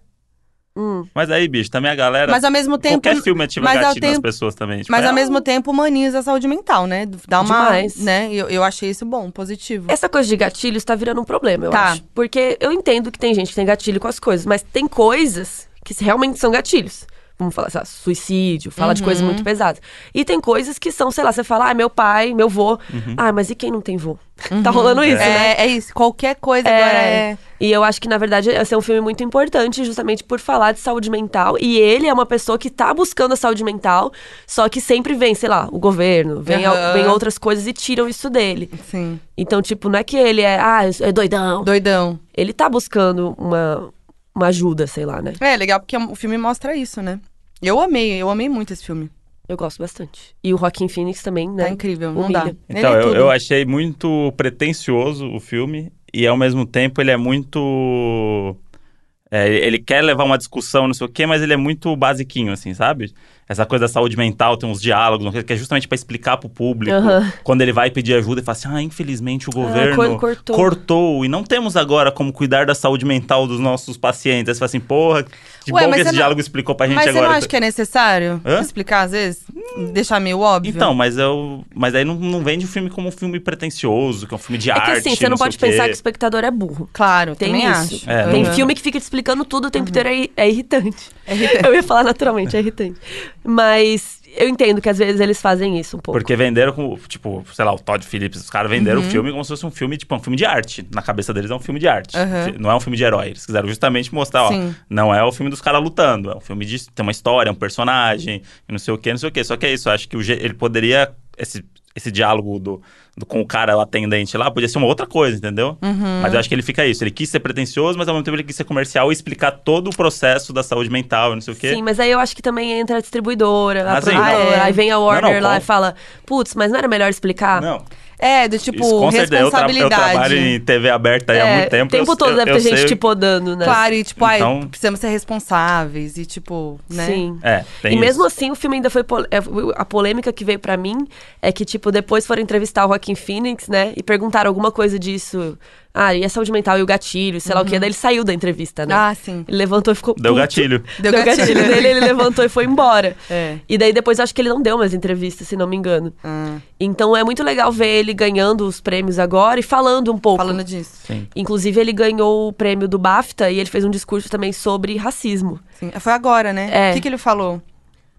S3: Hum.
S1: Mas aí, bicho, também a galera.
S2: Mas ao mesmo tempo.
S1: Qualquer filme ativa
S2: mas ao
S1: gatilho nas
S2: tempo-
S1: pessoas também. Tipo,
S2: Mas
S1: é,
S2: ao mesmo tempo humaniza a saúde mental, né? Dá uma.
S3: Demais.
S2: Né? Eu, eu achei isso bom, positivo.
S3: Essa coisa de gatilhos tá virando um problema, eu
S2: Tá.
S3: acho. Porque eu entendo que tem gente que tem gatilho com as coisas, mas tem coisas que realmente são gatilhos. Vamos falar, sei lá, suicídio, falar de
S2: Uhum.
S3: coisas muito pesadas. E tem coisas que são, sei lá, você fala, ah, meu pai, meu vô. Ah, mas e quem não tem vô? tá rolando isso, né?
S2: é, é isso. Qualquer coisa agora é.
S3: E eu acho que, na verdade, esse é um filme muito importante, justamente por falar de saúde mental. E ele é uma pessoa que tá buscando a saúde mental, só que sempre vem, sei lá, o governo, vem,
S2: Aham.
S3: al- vem outras coisas e tiram isso dele.
S2: Sim.
S3: Então, tipo, não é que ele é, ah, é doidão.
S2: Doidão.
S3: Ele tá buscando uma, uma ajuda, sei lá, né?
S2: É, legal porque o filme mostra isso, né? Eu amei, eu amei muito esse filme.
S3: Eu gosto bastante. E o Joaquim Phoenix também, né?
S2: Tá incrível, não
S3: Humilha.
S2: dá. Ele
S1: Então,
S2: é
S1: eu,
S2: tudo.
S1: eu achei muito pretencioso o filme. E ao mesmo tempo, ele é muito. é, ele quer levar uma discussão, não sei o quê, mas ele é muito basiquinho, assim, sabe? Essa coisa da saúde mental, tem uns diálogos, não sei o quê, que é justamente pra explicar pro público.
S3: Aham.
S1: Quando ele vai pedir ajuda e fala assim: ah, infelizmente o
S3: quando
S1: governo
S3: cortou."
S1: cortou, e não temos agora como cuidar da saúde mental dos nossos pacientes. Aí você fala assim: porra, que
S2: Ué,
S1: bom
S2: mas
S1: que
S2: você
S1: esse
S2: não-
S1: diálogo explicou pra gente
S2: Mas você
S1: agora.
S2: não acha que é necessário
S1: Hã?
S2: explicar às vezes? Deixar meio óbvio?
S1: Então, mas eu. Mas aí não, não vende o filme como um filme pretencioso, que é um filme de
S3: É que
S1: arte.
S3: assim, você não
S1: sei
S3: pode
S1: o quê.
S3: pensar que o espectador é burro.
S2: Claro,
S3: Tem
S2: também
S3: isso.
S2: acho. Uhum.
S1: É,
S3: Tem
S1: não-
S3: filme que fica te explicando tudo o tempo inteiro, é, é irritante.
S2: É irritante.
S3: Eu ia falar naturalmente, é irritante. Mas eu entendo que às vezes eles fazem isso um pouco. Uhum.
S1: Porque venderam com, tipo, sei lá, o Todd Phillips, os caras venderam o filme como se fosse um filme, tipo, um filme de arte. Na cabeça deles é um filme de arte.
S2: Uhum.
S1: Fi- Não é um filme de herói. Eles quiseram justamente mostrar,
S2: Sim.
S1: ó, não é o filme dos caras lutando, é um filme de. tem uma história, um personagem, e não sei o quê, não sei o quê. Só que é isso, eu acho que o je- ele poderia. Esse, esse diálogo do, do- com o cara o atendente lá podia ser uma outra coisa, entendeu?
S3: Uhum.
S1: Mas eu acho que ele fica isso. Ele quis ser pretencioso, mas ao mesmo tempo ele quis ser comercial e explicar todo o processo da saúde mental, e não sei o quê.
S3: Sim, mas aí eu acho que também entra a distribuidora, a
S1: Ah, sim,
S3: produtora,
S2: não.
S3: aí vem a Warner
S1: Não, não,
S3: lá
S1: com-
S3: e fala, putz, mas não era melhor explicar?
S1: Não.
S2: É, do tipo, responsabilidade.
S1: Eu, tra- eu trabalho em TV aberta aí é há muito tempo.
S3: O tempo
S1: eu-
S3: todo
S1: eu-
S3: É, deve
S1: eu
S3: ter gente
S1: sei-
S3: te podando, né?
S2: Claro, e tipo, ai,
S1: Então-
S2: precisamos ser responsáveis e tipo, né?
S3: Sim.
S1: É, tem
S3: e mesmo
S1: isso.
S3: assim, o filme ainda foi. pol- é, A polêmica que veio pra mim é que, tipo, depois foram entrevistar o Joaquim Phoenix, né? E perguntaram alguma coisa disso. Ah, e a saúde mental e o gatilho, sei lá o quê. Daí ele saiu da entrevista, né?
S2: Uhum. Ah, sim.
S3: Ele levantou e ficou.
S1: Deu
S3: puto.
S1: gatilho.
S2: Deu
S3: Deu,
S2: gatilho.
S3: gatilho, dele, ele levantou e foi embora.
S2: É.
S3: E daí depois eu acho que ele não deu mais entrevista, se não me engano.
S2: Ah,
S3: Então é muito legal ver ele ganhando os prêmios agora e falando um pouco.
S2: falando disso.
S1: Sim.
S3: Inclusive, ele ganhou o prêmio do BAFTA e ele fez um discurso também sobre racismo.
S2: Sim. Foi agora, né?
S3: É.
S2: O que, que ele falou?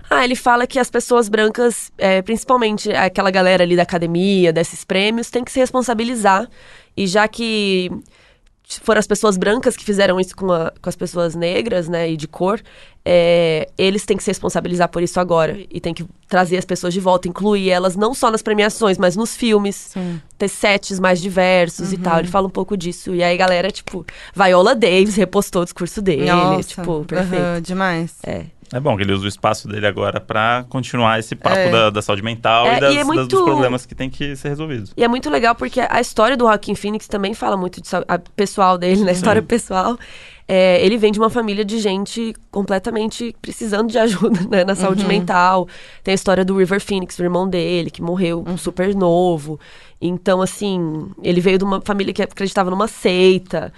S3: Ah, ele fala que as pessoas brancas, é, principalmente aquela galera ali da academia, desses prêmios, tem que se responsabilizar. E já que foram as pessoas brancas que fizeram isso com, a- com as pessoas negras, né, e de cor, é, eles têm que se responsabilizar por isso agora. E tem que trazer as pessoas de volta, incluir elas não só nas premiações, mas nos filmes. Ter sets mais diversos e tal. Ele fala um pouco disso. E aí a galera, tipo, Viola Davis repostou o discurso dele.
S2: Nossa,
S3: Tipo, perfeito.
S2: aham, demais.
S3: É.
S1: É bom que ele usa o espaço dele agora pra continuar esse papo
S2: É.
S1: da, da saúde mental
S3: É,
S1: e, das-
S3: e é
S1: das-
S3: muito-
S1: dos problemas que tem que ser resolvidos.
S3: E é muito legal porque a história do Joaquim Phoenix também fala muito de sau- a pessoal dele, né? História pessoal. É, ele vem de uma família de gente completamente precisando de ajuda, né? Na
S1: Uhum.
S3: saúde mental. Tem a história do River Phoenix, o irmão dele, que morreu
S1: Uhum.
S3: super novo. Então, assim, ele veio de uma família que acreditava numa seita.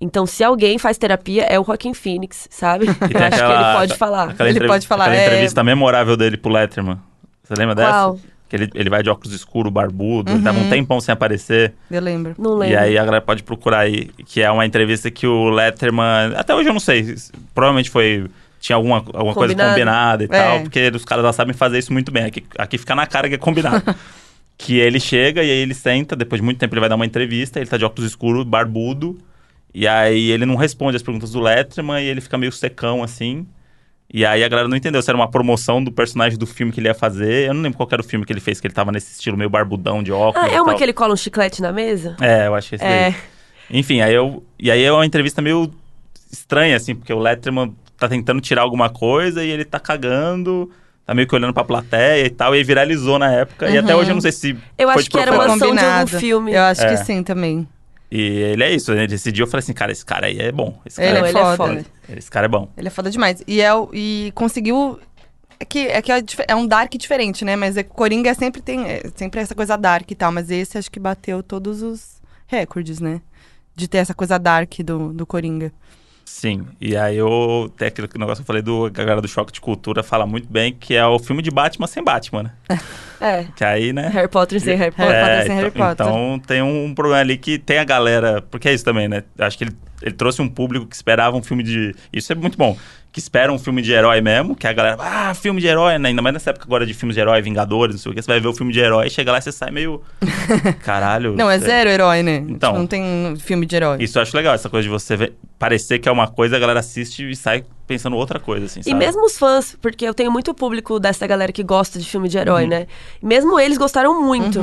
S3: Então, se alguém faz terapia, é o Joaquim Phoenix, sabe? Eu
S1: E tem
S3: acho que
S1: aquela-
S3: ele pode falar.
S1: aquela
S2: Ele
S1: entrevi-
S2: pode falar,
S1: Aquela
S2: é-
S1: entrevista memorável dele pro Letterman. Você lembra
S3: Qual? Uhum.
S1: dessa? Que ele, ele vai de óculos escuro, barbudo, ele tava um tempão sem aparecer.
S2: Eu lembro.
S3: Não lembro.
S1: E aí a galera pode procurar aí, que é uma entrevista que o Letterman. Até hoje eu não sei. se- Provavelmente foi. Tinha alguma, alguma coisa
S3: Combinado.
S1: combinada e
S2: É.
S1: tal, porque os caras lá sabem fazer isso muito bem. Aqui, aqui fica na cara que é combinado. que ele chega e aí ele senta, depois de muito tempo ele vai dar uma entrevista, ele tá de óculos escuros, barbudo, e aí ele não responde as perguntas do Letterman e ele fica meio secão assim. E aí a galera não entendeu se era uma promoção do personagem do filme que ele ia fazer. Eu não lembro qual que era o filme que ele fez, que ele tava nesse estilo meio barbudão de óculos.
S3: Ah,
S1: e
S3: é uma
S1: tal.
S3: que ele cola um chiclete na mesa?
S1: É, eu acho que é esse daí.
S3: É.
S1: Enfim, aí eu. E aí é uma entrevista meio estranha, assim, porque o Letterman tá tentando tirar alguma coisa e ele tá cagando, tá meio que olhando pra plateia e tal, e aí viralizou na época. E até hoje eu não sei se.
S3: Uhum. Eu
S1: foi
S3: acho
S1: de
S3: que era
S1: propósito.
S3: é
S2: Foi
S3: uma ação de algum
S2: combinado.
S3: filme.
S2: Eu acho
S1: É.
S2: que sim também.
S1: E ele é isso, né? Esse dia eu falei assim, cara, esse cara aí é bom. Esse cara,
S2: Ele,
S3: Não,
S2: é,
S3: ele é
S2: foda.
S3: foda.
S2: né?
S1: esse cara é bom.
S2: Ele é foda demais. E, é, o- e conseguiu. É que, é, que é, dif- é um dark diferente, né? Mas é, Coringa é sempre tem é sempre essa coisa dark e tal. Mas esse acho que bateu todos os recordes, né? De ter essa coisa dark do, do Coringa.
S1: Sim. E aí eu. Até aquele negócio que eu falei do. A galera do Choque de Cultura fala muito bem que é o filme de Batman sem Batman, né?
S3: É.
S1: Que aí, né?
S3: Harry Potter sem Harry Potter.
S2: Harry Potter sem
S1: então,
S2: Harry Potter.
S1: então tem um problema ali que tem a galera. Porque é isso também, né? Acho que ele, ele trouxe um público que esperava um filme de. Isso é muito bom. Que espera um filme de herói mesmo, que a galera. Ah, filme de herói, né? Ainda mais nessa época agora de filmes de herói, Vingadores, não sei o que. Você vai ver o filme de herói, chega lá e você sai meio. Caralho.
S2: Não, é
S1: você-
S2: zero herói, né?
S1: Então.
S2: Tipo, não tem filme de herói.
S1: Isso eu acho legal, essa coisa de você ver- parecer que é uma coisa, a galera assiste e sai pensando outra coisa, assim,
S3: E
S1: sabe?
S3: mesmo os fãs, porque eu tenho muito público dessa galera que gosta de filme de
S2: Uhum.
S3: herói, né? Mesmo eles gostaram muito.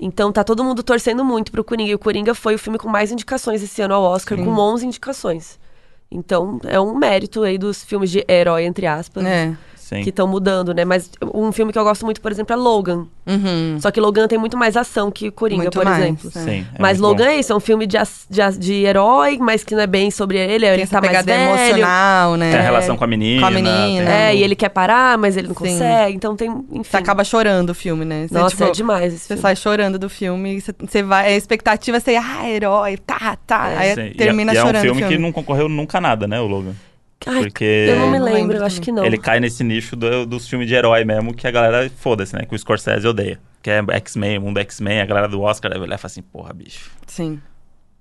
S3: Então tá todo mundo torcendo muito pro Coringa. E o Coringa foi o filme com mais indicações esse ano ao Oscar, com 11 indicações. Então é um mérito aí dos filmes de herói, entre aspas,
S2: É.
S1: Sim.
S3: que estão mudando, né? Mas um filme que eu gosto muito, por exemplo, é Logan.
S2: Uhum.
S3: Só que Logan tem muito mais ação que Coringa,
S2: Muito
S3: por
S2: mais.
S3: exemplo.
S2: É.
S1: Sim, é
S3: mas
S1: muito
S3: Logan
S1: bom.
S3: é isso, é um filme de, ac- de, ac- de herói, mas que não é bem sobre ele,
S2: Tem
S3: ele
S2: essa
S3: tá mais
S2: pegada
S3: velho.
S2: emocional, né?
S1: Tem a relação com a menina.
S2: Com a menina.
S1: tem-
S3: É, e ele quer parar, mas ele não
S2: Sim. Tá
S3: consegue. Então tem, enfim.
S2: Você acaba chorando o filme, né? Você,
S3: Nossa,
S2: tipo,
S3: é demais esse
S2: Você
S3: filme.
S2: sai chorando do filme, você, você vai, a expectativa é ser, ah, herói, tá, tá. aí
S1: Sim, e é-
S2: termina
S1: e é,
S2: chorando.
S1: um
S2: o
S1: filme, que não concorreu nunca a nada, né, o Logan?
S3: Ai,
S1: Porque
S3: eu não me
S2: Não
S3: lembro,
S2: lembro
S3: eu acho
S2: também.
S3: que não.
S1: ele cai nesse nicho do- dos filmes de herói mesmo, que a galera, foda-se, né? Que o Scorsese odeia. Que é X-Men, mundo X-Men, a galera do Oscar deve olhar e falar assim, porra, bicho,
S2: Sim.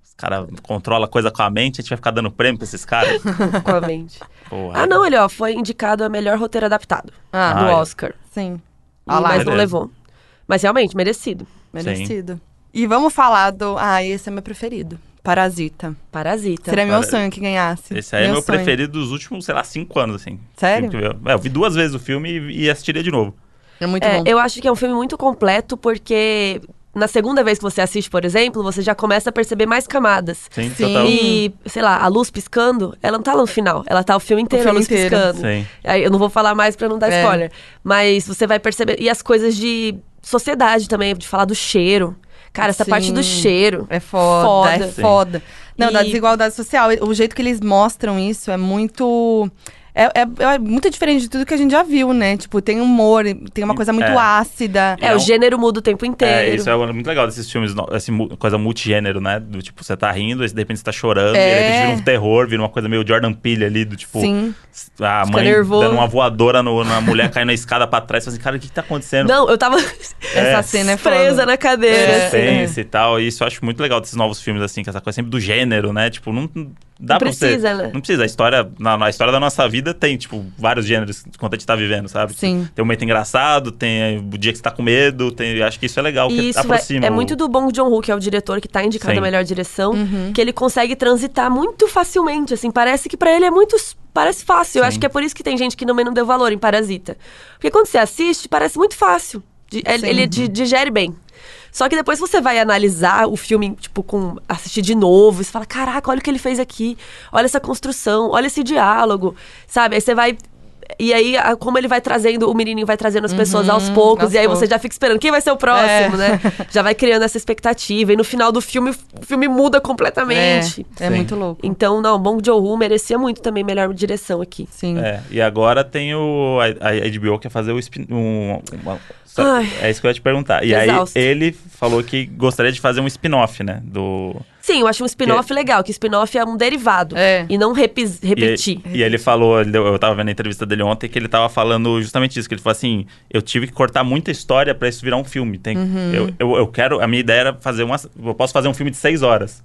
S1: os caras controlam coisa com a mente, a gente vai ficar dando prêmio pra esses caras?
S3: com a mente.
S1: Porra.
S3: Ah, não, ele ó, foi indicado a melhor roteiro adaptado
S2: Ah,
S1: Ah,
S3: do
S1: é.
S3: Oscar.
S2: sim. Ah lá,
S3: Mas não
S1: Beleza.
S3: levou. Mas realmente, merecido.
S2: merecido. E vamos falar do. Ah, esse é meu preferido. Parasita.
S3: Parasita.
S2: Seria meu
S1: Para-
S2: sonho que ganhasse.
S1: Esse aí é meu
S2: sonho.
S1: preferido dos últimos, sei lá, cinco anos, assim.
S2: Sério?
S1: Filme que eu- é, eu vi duas vezes o filme e, e assistiria de novo.
S2: É muito
S3: É,
S2: bom.
S3: eu acho que é um filme muito completo, porque na segunda vez que você assiste, por exemplo, você já começa a perceber mais camadas.
S1: Sim,
S2: Sim.
S1: total.
S3: E, sei lá, a luz piscando, ela não tá lá no final. Ela tá o filme inteiro,
S2: filme
S3: a luz
S2: inteiro.
S3: piscando.
S1: Sim.
S3: Aí eu não vou falar mais pra não dar
S2: É.
S3: spoiler. Mas você vai perceber. E as coisas de sociedade também, de falar do cheiro. Cara, essa
S2: Sim.
S3: parte do cheiro.
S2: É foda, é
S1: Sim.
S2: foda. Não, da
S3: E-
S2: desigualdade social, o jeito que eles mostram isso é muito. É, é- é muito diferente de tudo que a gente já viu, né? Tipo, tem humor, tem uma coisa muito
S1: É.
S2: ácida.
S3: É,
S1: É
S3: o
S1: um-
S3: gênero muda o tempo
S1: É,
S3: inteiro.
S1: isso é muito legal desses filmes, no- essa mu- coisa multigênero, né? Do tipo, você tá rindo, aí de repente você tá chorando, e de
S2: É.
S1: repente vira um terror, vira uma coisa meio Jordan Peele ali, do tipo,
S2: Sim.
S1: a
S3: Fica
S1: mãe
S3: nervoso.
S1: dando uma voadora no- na mulher caindo na escada pra trás, fala assim, cara, o que, que tá acontecendo?
S3: Não, eu tava
S2: Essa cena é foda.
S3: presa na cadeira.
S2: É.
S3: assim.
S1: Suspense e tal, e isso eu acho muito legal desses novos filmes, assim, que essa coisa sempre do gênero, né? Tipo, não, não dá
S3: Não
S1: pra
S3: precisa,
S1: você.
S3: né?
S1: Não precisa. A história, na, na história da nossa vida tem, tipo, vários gêneros enquanto a gente tá vivendo, sabe?
S2: Sim.
S1: Tem o momento engraçado, tem o dia que você tá com medo, tem, eu acho que isso é legal,
S3: E
S1: que
S3: isso vai-
S1: aproxima.
S3: é
S1: o-
S3: muito do Bong Joon-ho, que é o diretor que tá indicado
S1: Sim.
S3: a melhor direção,
S2: Uhum.
S3: que ele consegue transitar muito facilmente, assim, parece que pra ele é muito, s- parece fácil. Eu
S1: Sim.
S3: acho que é por isso que tem gente que também não deu valor em Parasita. Porque quando você assiste, parece muito fácil. Di- ele-
S2: Sim.
S3: ele di- digere bem. Só que depois você vai analisar o filme, tipo, com assistir de novo, e você fala, caraca, olha o que ele fez aqui, olha essa construção, olha esse diálogo, sabe? Aí você vai E aí, a- como ele vai trazendo, o menininho vai trazendo as pessoas aos poucos,
S2: Uhum. aos
S3: e aí você
S2: poucos.
S3: já fica esperando quem vai ser o próximo,
S2: É.
S3: né? Já vai criando essa expectativa. E no final do filme, o filme muda completamente.
S2: É, é
S1: Sim.
S2: muito louco.
S3: Então, não, Bong Joon-ho merecia muito também melhor direção aqui.
S2: Sim.
S1: É, e agora tem o. A, a HBO quer fazer o spin. Um, uma- só-
S3: Ai.
S1: é isso que eu ia te perguntar. E aí
S3: Exausto.
S1: ele falou que gostaria de fazer um spin-off, né? Do.
S3: Sim, eu acho um spin-off legal, que spin-off é um derivado.
S2: É.
S3: E não repis-
S1: E,
S3: repetir.
S1: e ele falou, ele deu- eu tava vendo a entrevista dele ontem, que ele tava falando justamente isso, que ele falou assim, eu tive que cortar muita história pra isso virar um filme. Tem,
S2: Uhum.
S1: eu, eu, eu quero, a minha ideia era fazer uma, eu posso fazer um filme de seis horas.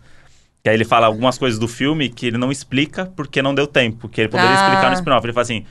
S1: Que aí ele fala algumas coisas do filme que ele não explica porque não deu tempo, que ele poderia
S2: Ah.
S1: explicar no spin-off. Ele fala assim,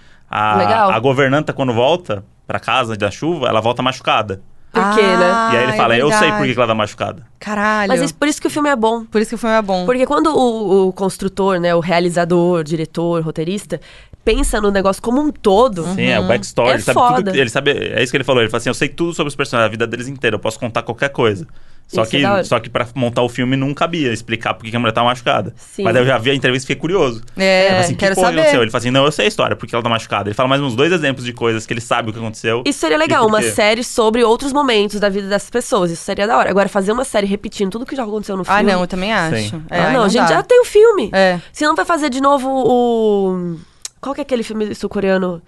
S3: Legal.
S1: a, a governanta quando volta pra casa da chuva, ela volta machucada.
S3: Por quê, né?
S2: Ah,
S1: e aí ele fala,
S2: é
S1: eu sei
S2: verdade.
S1: por que que ela tá machucada.
S2: Caralho.
S3: Mas é por isso que o filme é bom.
S2: Por isso que o filme é bom.
S3: Porque quando o, o construtor, né, o realizador, diretor, roteirista, pensa no negócio como um todo,
S1: Sim, é o backstory.
S3: É
S1: ele sabe
S3: foda.
S1: tudo. que- Ele sabe, é isso que ele falou. Ele fala assim: eu sei tudo sobre os personagens, a vida deles inteira, eu posso contar qualquer coisa. Só
S3: Isso é
S1: que,
S3: da hora.
S1: só que pra montar o filme não cabia explicar por que a mulher tá machucada.
S3: Sim.
S1: Mas aí eu já vi a entrevista e fiquei curioso.
S2: É,
S1: Eu falei assim, que
S2: quero
S1: foi que
S2: saber.
S1: aconteceu? Ele fala assim: não, eu sei a história, porque ela tá machucada. Ele fala mais uns dois exemplos de coisas que ele sabe o que aconteceu.
S3: Isso seria
S1: E
S3: legal,
S1: por
S3: uma
S1: quê?
S3: série sobre outros momentos da vida dessas pessoas. Isso seria da hora. Agora, fazer uma série repetindo tudo que já aconteceu no filme.
S2: Ah, não, eu também acho.
S1: Sim.
S2: É,
S3: ah,
S2: aí
S3: não, a gente
S2: dá.
S3: já tem o filme.
S2: É.
S3: Se não vai fazer de novo o. Qual que é aquele filme sul-coreano?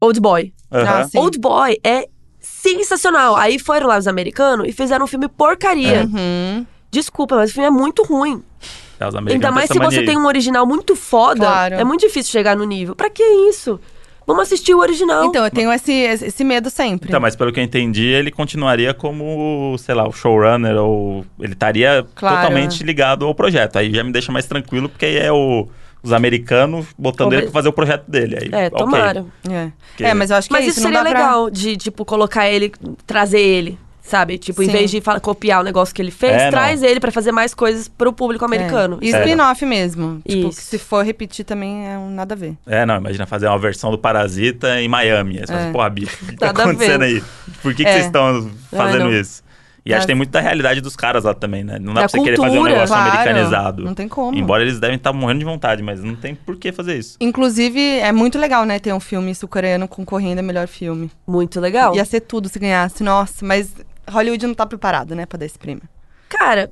S3: Old Boy.
S1: Aham.
S2: Ah, sim.
S3: Old Boy é sensacional. Aí foram lá os americanos e fizeram um filme porcaria.
S2: Uhum.
S3: Desculpa, mas o filme é muito ruim.
S1: É, os americanos
S3: Ainda
S1: têm
S3: mais
S1: essa
S3: se você
S1: mania
S3: tem
S1: aí.
S3: um original muito foda.
S2: Claro.
S3: É muito difícil chegar no nível. Pra que isso? Vamos assistir o original.
S2: Então, eu tenho esse, esse medo sempre.
S1: Então, mas pelo que eu entendi, ele continuaria como, sei lá, o showrunner, ou ele estaria
S2: Claro,
S1: totalmente ligado ao projeto. Aí já me deixa mais tranquilo, porque aí é o- os americanos botando
S3: Obe-
S1: ele pra fazer o projeto dele. Aí,
S3: é,
S1: ok.
S3: tomara.
S2: É.
S1: Que-
S2: É, mas eu acho que
S3: Mas
S2: é
S3: isso
S2: isso não
S3: seria
S2: dá pra-
S3: legal de, tipo, colocar ele, trazer ele, sabe? Tipo, em
S2: Sim.
S3: vez de fa- copiar o negócio que ele fez,
S1: É, não.
S3: traz ele pra fazer mais coisas pro público americano.
S2: É. E
S1: É.
S2: spin-off mesmo. Tipo,
S3: Isso.
S2: que se for repetir também é um nada a ver.
S1: É, não, imagina fazer uma versão do Parasita em Miami. Aí você fala assim, porra, bicho, o que tá
S3: Nada a
S1: acontecendo
S3: ver.
S1: aí? Por que, que
S2: É.
S1: vocês estão fazendo
S3: não.
S1: isso? E acho que
S2: Mas-
S1: tem muito da realidade dos caras lá também, né? Não dá
S3: Da
S1: pra você querer fazer um
S3: cultura,
S1: negócio
S2: É claro.
S1: americanizado.
S2: Não tem como.
S1: Embora eles devem estar morrendo de vontade, mas não tem por que fazer isso.
S2: Inclusive, é muito legal, né, ter um filme sul-coreano concorrendo a melhor filme.
S3: é Muito legal.
S2: Ia ser tudo se ganhasse, nossa, mas Hollywood não tá preparado, né, pra dar esse prêmio.
S3: Cara,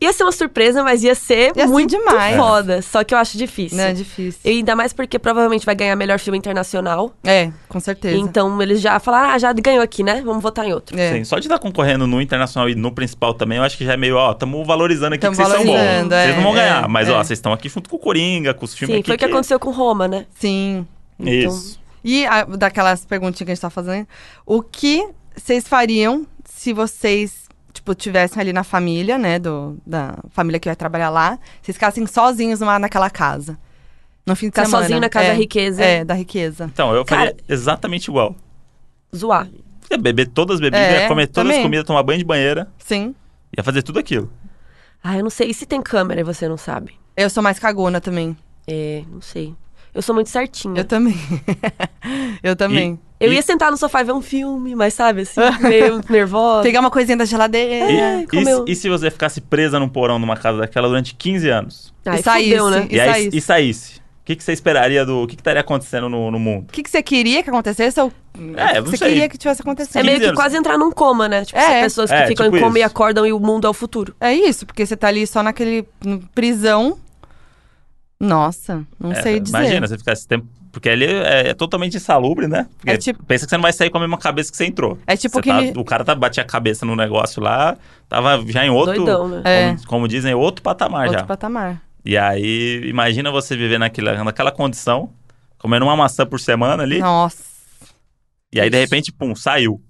S3: ia ser uma surpresa, mas ia ser
S2: Ia ser
S3: muito
S2: demais.
S3: foda. Só que eu acho difícil.
S2: Não é difícil.
S3: E ainda mais porque provavelmente vai ganhar melhor filme internacional.
S2: É, com certeza.
S3: Então eles já falaram, ah, já ganhou aqui, né? Vamos votar em outro.
S2: é.
S1: Sim, Assim, só de estar concorrendo no internacional e no principal também, eu acho que já é meio, ó, tamo valorizando aqui
S2: Tamo
S1: que vocês são bons.
S2: valorizando, é,
S1: vocês não vão
S2: é,
S1: ganhar, mas
S2: é.
S1: ó, vocês estão aqui junto com o Coringa, com os filmes
S3: Sim,
S1: aqui.
S3: foi o que é? aconteceu com Roma, né?
S2: Sim.
S3: então.
S1: Isso.
S2: E a- daquelas perguntinhas que a gente tá fazendo, o que vocês fariam se vocês, tipo, tivessem ali na família, né, do, da família que vai trabalhar lá, vocês ficassem sozinhos numa, naquela casa? No fim de
S3: Ficar
S2: semana.
S3: sozinho na casa
S2: é,
S3: da riqueza.
S2: É, da riqueza.
S1: Então, eu faria
S3: Cara-
S1: exatamente igual.
S3: Zoar.
S1: Ia beber todas as bebidas,
S2: É,
S1: ia comer todas
S2: também.
S1: as comidas, tomar banho de banheira,
S2: Sim.
S1: ia fazer tudo aquilo.
S3: Ah, eu não sei. E se tem câmera e você não sabe?
S2: Eu sou mais cagona também.
S3: É, não sei. Eu sou muito certinha.
S2: Eu também. eu também.
S3: Eu
S1: E-
S3: ia sentar no sofá e ver um filme, mas sabe, assim, meio nervosa.
S2: Pegar uma coisinha da geladeira.
S1: E,
S3: É,
S1: e
S3: como
S1: se-
S3: eu.
S1: e se você ficasse presa num porão numa casa daquela durante 15 anos?
S3: Ai,
S2: E saísse.
S3: fudeu, né?
S2: E
S1: E, aí,
S2: saísse.
S1: e saísse? O que, que você esperaria do. O que, que estaria acontecendo no, no mundo?
S2: O que, que você queria que acontecesse? Ou...
S1: É, não
S2: o que você
S1: sei.
S2: queria que tivesse acontecido?
S3: É meio que
S1: 15 anos.
S3: quase entrar num coma, né? Tipo,
S2: É,
S3: essas
S2: é.
S3: pessoas que
S1: É,
S3: ficam
S1: tipo
S3: em coma e
S1: isso.
S3: acordam e o mundo é o futuro.
S2: É isso, porque você tá ali só naquele no- prisão. Nossa, não
S1: É,
S2: sei dizer.
S1: Imagina, você ficasse esse tempo. Porque ali é, é totalmente insalubre, né? Porque
S2: É tipo-
S1: pensa que você não vai sair com a mesma cabeça que você entrou.
S2: É tipo
S1: Você
S2: que
S1: tá-
S2: me-
S1: O cara tá, batia a cabeça no negócio lá, tava já em outro.
S3: Doidão, né?
S1: Como,
S2: É.
S1: como dizem, outro patamar
S2: Outro
S1: já.
S2: patamar.
S1: E aí, imagina você viver naquela, naquela condição, comendo uma maçã por semana ali,
S2: Nossa.
S1: e aí de repente, pum, saiu.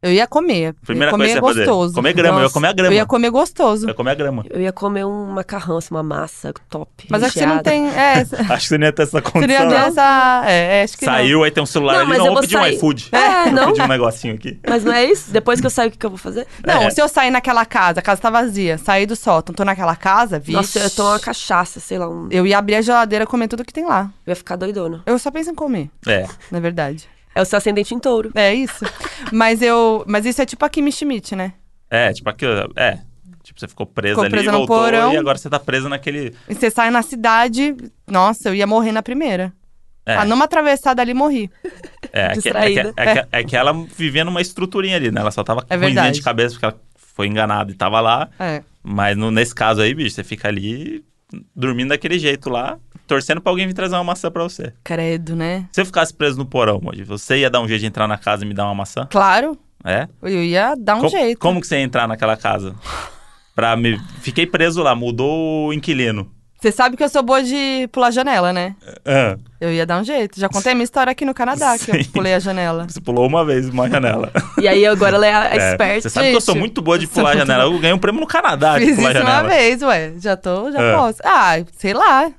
S2: Eu ia comer.
S1: Primeira
S2: eu ia comer
S1: coisa que você ia fazer.
S2: gostoso.
S1: Comer grama, eu ia comer a grama.
S2: Eu ia comer gostoso.
S1: Vai comer a grama.
S3: Eu ia comer um macarrão, assim, uma massa top.
S2: Mas acho que você não
S3: recheada.
S2: tem. É, você
S1: Acho que você não ia ter essa
S2: não
S1: condição.
S2: ia ter
S1: né?
S2: essa. É, é, acho que não.
S1: Saiu, aí tem um celular
S3: Não,
S1: ali,
S3: mas
S1: não,
S3: eu
S1: vou
S3: vou
S1: pedir um
S3: sair.
S1: iFood.
S3: É,
S1: Vou
S3: não.
S1: pedir um negocinho aqui.
S3: Mas não é isso? Depois que eu saio, o que que eu vou fazer?
S2: Não,
S1: É.
S2: se eu sair naquela casa, a casa tá vazia, saí do sótão, tô naquela casa, vixe.
S3: Nossa, eu ia tomar uma cachaça, sei lá. Um... Eu
S2: Eu ia abrir a geladeira comer tudo que tem lá.
S3: ia ficar doidona.
S2: Eu só penso em comer,
S1: É.
S2: na verdade.
S3: É o seu ascendente em touro.
S2: É isso. mas eu. Mas isso é tipo a Kimi Schmidt, né?
S1: É, tipo aqui, é. Tipo, você ficou presa
S2: Ficou
S1: ali,
S2: presa no
S1: voltou,
S2: porão.
S1: e agora você tá presa naquele...
S2: E você sai na cidade, nossa, eu ia morrer na primeira.
S1: É.
S2: Ah, numa atravessada ali morri.
S1: É, é que, é, que,
S3: Distraída.
S1: é, que, é que ela vivia numa estruturinha ali, né? Ela só tava
S2: É
S1: ruimzinha
S2: verdade.
S1: de cabeça porque ela foi enganada e tava lá.
S2: É.
S1: Mas no- nesse caso aí, bicho, você fica ali dormindo daquele jeito lá, torcendo pra alguém vir trazer uma maçã pra você.
S2: Credo, né?
S1: Se eu ficasse preso no porão, hoje, você ia dar um jeito de entrar na casa e me dar uma maçã?
S2: Claro,
S1: É?
S2: eu ia dar um
S1: Co-
S2: jeito.
S1: Como que você ia entrar naquela casa? Pra me... Fiquei preso lá, mudou o inquilino.
S2: Você sabe que eu sou boa de pular janela, né?
S1: Ah,
S2: Eu ia dar um jeito. Já contei a minha história aqui no Canadá, que
S1: Sim.
S2: eu pulei a janela.
S1: você pulou uma vez uma janela.
S3: E aí agora ela é a
S1: É,
S3: expert.
S1: Você sabe que eu sou
S2: Gente,
S1: muito boa de
S2: eu sou
S1: pular a
S2: é muito
S1: janela. Eu ganhei um prêmio no Canadá de
S2: Fiz
S1: pular a
S2: isso uma
S1: janela.
S2: vez, ué. Já tô, já
S1: É.
S2: posso. Ah, sei lá.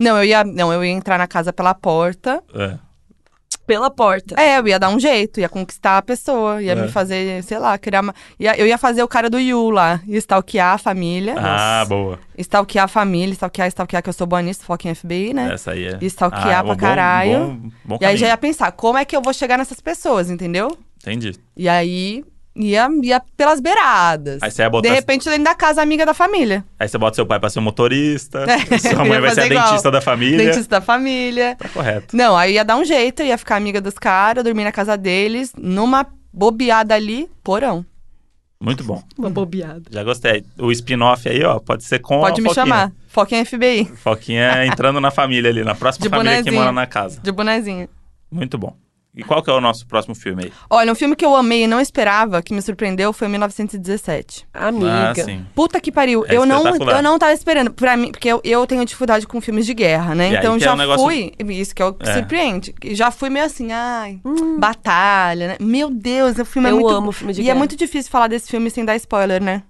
S2: Não, eu ia. Não, eu ia entrar na casa pela porta.
S1: É.
S3: Pela porta.
S2: É, eu ia dar um jeito, ia conquistar a pessoa, ia
S1: É.
S2: me fazer, sei lá, criar uma. ia- eu ia fazer o cara do Yu lá, ia stalkear a família.
S1: Ah, boa.
S2: Stalkear a família, stalkear, stalkear, que eu sou boa nisso, foca em FBI, né?
S1: Essa aí é.
S2: E stalkear
S1: é um
S2: pra
S1: bom-
S2: caralho.
S1: Bom, bom
S2: e aí já
S1: caminho.
S2: ia pensar, como é que eu vou chegar nessas pessoas, entendeu?
S1: Entendi.
S2: E aí ia, ia pelas beiradas.
S1: Aí você ia botar-
S2: De repente, dentro da casa amiga da família.
S1: Aí você bota seu pai pra ser um motorista,
S2: É,
S1: sua
S2: eu
S1: mãe
S2: ia
S1: vai ser a
S2: fazer igual.
S1: dentista da família.
S2: Dentista da família.
S1: Tá correto.
S2: Não, aí ia dar um jeito, ia ficar amiga dos caras, dormir na casa deles, numa bobeada ali, porão.
S1: Muito bom.
S3: Uma bobeada.
S1: Já gostei. O spin-off aí, ó, pode ser com
S2: Pode
S1: a
S2: me
S1: Foquinha.
S2: chamar. Foca em FBI,
S1: Foquinha entrando na família ali, na próxima
S2: De
S1: família que
S2: bonezinho.
S1: mora na casa.
S2: de bonezinho.
S1: Muito bom. E qual que é o nosso próximo filme aí?
S2: Olha, um filme que eu amei e não esperava, que me surpreendeu, foi 1917.
S3: Amiga.
S1: Ah, sim.
S2: Puta que pariu,
S1: É
S2: eu, não,
S1: espetacular.
S2: eu não tava esperando. Pra mim, porque eu, eu tenho dificuldade com filmes de guerra, né?
S1: E aí
S2: então eu
S1: que é
S2: já
S1: um negócio-
S2: fui. Isso que é o que
S1: É.
S2: surpreende. Já fui meio assim, ai, batalha, né? Meu Deus, o filme é
S3: Hum. Eu
S2: muito.
S3: amo filme de
S2: e é
S3: guerra.
S2: muito difícil falar desse filme sem dar spoiler, né?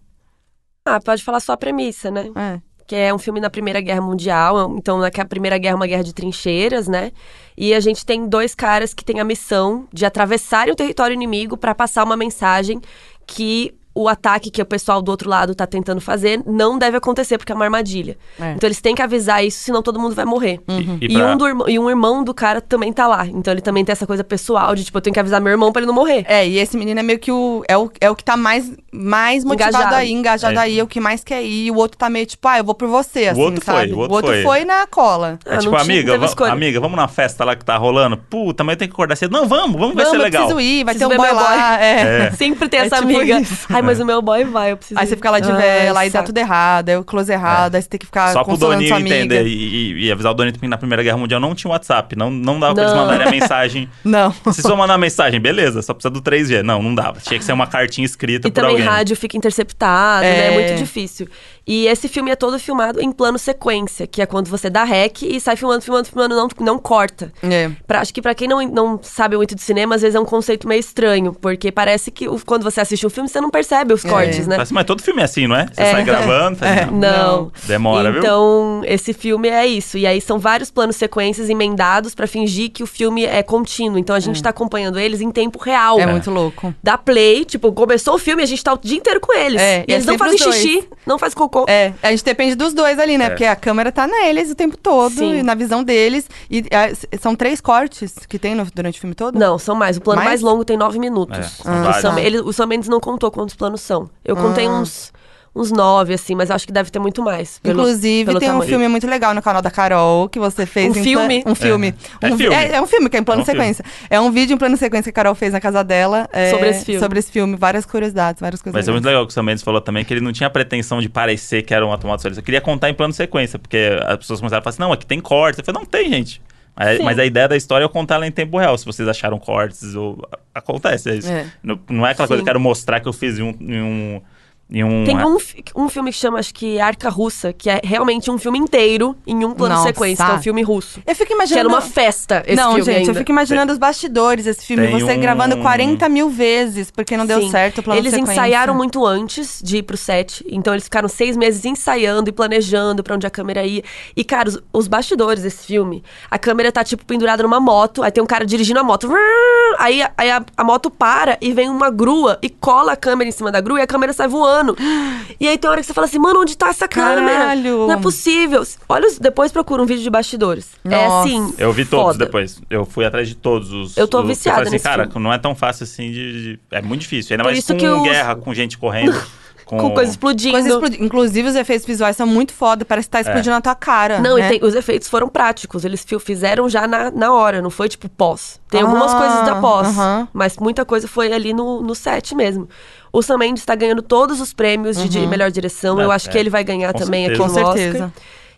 S3: Ah, pode falar só a premissa, né?
S2: É.
S3: que é um filme na Primeira Guerra Mundial. Então, na que a Primeira Guerra é uma guerra de trincheiras, né? E a gente tem dois caras que têm a missão de atravessarem o território inimigo para passar uma mensagem que o ataque que o pessoal do outro lado tá tentando fazer não deve acontecer, porque é uma armadilha.
S2: É. Uhum.
S3: Então, eles têm que avisar isso, senão todo mundo vai morrer.
S1: E,
S3: E,
S1: e pra-
S3: um do irmão- e um irmão do cara também tá lá. Então, ele também tem essa coisa pessoal de, tipo, eu tenho que avisar meu irmão pra ele não morrer.
S2: É, e esse menino é meio que o. É o, é o que tá mais, mais motivado
S3: Engajado.
S2: aí, engajado
S1: É.
S2: aí, é o que mais quer ir. E o outro tá meio tipo, ah, eu vou por você, assim,
S1: outro foi,
S2: sabe?
S1: o outro foi.
S2: na cola.
S1: É
S3: Ah,
S1: tipo,
S3: não tinha-
S1: amiga,
S3: não teve
S1: va-
S3: escolha.
S1: amiga, vamos na festa lá que tá rolando? Puta, mas eu tenho que acordar cedo. Não, vamos, vamos, vai
S2: Vamos,
S1: ser
S2: eu
S1: legal.
S2: preciso ir, vai
S3: Preciso
S2: ter um boy
S3: ver meu
S2: lá.
S3: boy.
S2: É.
S3: Sempre tem
S2: É
S3: essa
S2: tipo
S3: amiga.
S2: isso.
S3: Ai, mas o meu boy vai, eu preciso
S2: Aí você
S3: ir."
S2: fica lá de
S3: Ai,
S2: vela, aí dá
S3: saco.
S2: tudo errado, aí o close errado, aí você tem que ficar
S1: É. Só pro
S2: consolando
S1: Doninho
S2: sua amiga.
S1: entender e, e- e avisar o Doninho que na Primeira Guerra Mundial não tinha WhatsApp. Não, não dava pra eles
S3: Não.
S1: mandarem a mensagem.
S2: Não.
S1: Se só mandar mensagem, beleza, só precisa do 3G. Não, não dava. Tinha que ser uma cartinha escrita
S3: E
S1: por
S3: também
S1: alguém.
S3: rádio fica interceptado, né? É
S2: É.
S3: muito difícil. E esse filme é todo filmado em plano sequência, que é quando você dá rec e sai filmando, filmando, filmando, não, não corta.
S2: É.
S3: Pra- acho que pra quem não, não sabe muito de cinema, às vezes é um conceito meio estranho, porque parece que o- quando você assiste um filme, você não percebe os cortes, né?
S1: Mas, mas todo filme é assim, não é? Você sai gravando, faz, "Não,
S3: Não.
S1: Demora, viu?
S3: então, esse filme é isso. E aí são vários planos sequências emendados pra fingir que o filme é contínuo. Então a gente tá acompanhando eles em tempo real.
S2: É muito louco.
S3: Dá play, tipo, começou o filme e a gente tá o dia inteiro com eles.
S2: É,
S3: e
S2: e é
S3: eles não
S2: sempre
S3: fazem
S2: os dois.
S3: xixi, não fazem cocô.
S2: É, a gente depende dos dois ali, né?
S1: É.
S2: Porque a câmera tá neles o tempo todo,
S3: Sim.
S2: e na visão deles. E é, s- são três cortes que tem no- durante o filme todo?
S3: Não, são mais. O plano
S2: Mais?
S3: mais, longo tem nove minutos. Ah.
S1: É, são
S3: O
S1: vários.
S3: Sam-
S2: Tá.
S3: ele- o Sam Mendes não contou quantos planos são. Eu contei
S2: Ah.
S3: uns, uns nove, assim, mas eu acho que deve ter muito mais. pelo-
S2: Inclusive,
S3: pelo
S2: tem um
S3: tamanho.
S2: filme muito legal no canal da Carol que você fez.
S3: Um
S2: em
S3: filme?
S2: plan- Um filme.
S1: É. É
S2: Um vi-
S1: filme.
S2: é um filme que é em
S1: É
S2: plano
S1: um filme.
S2: sequência. É um vídeo em plano sequência que a Carol fez na casa dela. é,
S3: Sobre esse filme.
S2: Sobre esse filme. Várias curiosidades, várias coisas.
S1: Mas é muito
S2: legais.
S1: legal que o Sam Mendes falou também que ele não tinha pretensão de parecer que era um automato solista. Eu queria contar em plano sequência, porque as pessoas começaram a falar assim, não, aqui tem cortes. Eu falei, não tem, gente. Mas,
S3: Sim.
S1: mas a ideia da história é eu contar ela em tempo real. Se vocês acharam cortes, ou... acontece. É isso.
S2: É.
S1: Não, não é aquela coisa
S3: Sim.
S1: que eu quero mostrar que eu fiz em um... Em um, em um
S3: Tem um, fi- um filme que chama, acho que Arca Russa, que é realmente um filme inteiro em um plano
S2: Nossa.
S3: sequência, que é um filme russo.
S2: Eu fico
S3: Que
S2: imaginando.
S3: era uma festa esse
S2: não,
S3: filme
S2: gente, eu
S3: ainda.
S2: fico imaginando os bastidores esse filme.
S1: Tem
S2: Você
S1: um-
S2: gravando 40 mil vezes, porque não deu
S3: Sim.
S2: certo o plano
S3: Eles
S2: sequência.
S3: ensaiaram muito antes de ir pro set. Então eles ficaram seis meses ensaiando e planejando pra onde a câmera ia. E, cara, os, os bastidores desse filme, a câmera tá, tipo, pendurada numa moto. Aí tem um cara dirigindo a moto. Vrrr! Aí, aí a, a moto para e vem uma grua e cola a câmera em cima da grua e a câmera sai voando. E aí tem hora que você fala assim, mano, onde tá essa câmera?
S2: Caralho!
S3: Não é possível. Olha, os- depois procura um vídeo de bastidores. É
S2: Nossa.
S3: assim.
S1: Eu vi todos
S3: foda.
S1: depois. Eu fui atrás de todos os.
S3: Eu tô
S1: os-
S3: viciada
S1: Eu falei assim,
S3: nesse
S1: cara,
S3: filme.
S1: não é tão fácil assim de. de- É muito difícil. Ainda
S3: Por
S1: mais
S3: isso
S1: com
S3: que os-
S1: guerra, com gente correndo. com,
S3: Com coisa explodindo.
S2: Coisa explodi- Inclusive, os efeitos visuais são muito foda,
S1: É.
S2: parece que tá explodindo na tua cara.
S3: Não,
S2: né?
S3: e tem- os efeitos foram práticos. Eles fi- fizeram já na, na hora, não foi tipo pós. Tem algumas
S2: Ah,
S3: coisas da pós,
S2: aham.
S3: mas muita coisa foi ali no, no set mesmo. O Sam Mendes tá ganhando todos os prêmios de, de melhor direção.
S1: É,
S3: Eu acho
S1: é.
S3: que ele vai ganhar
S1: Com
S3: também
S1: certeza.
S3: aqui no
S2: Uhum. Com
S3: Oscar.
S2: certeza.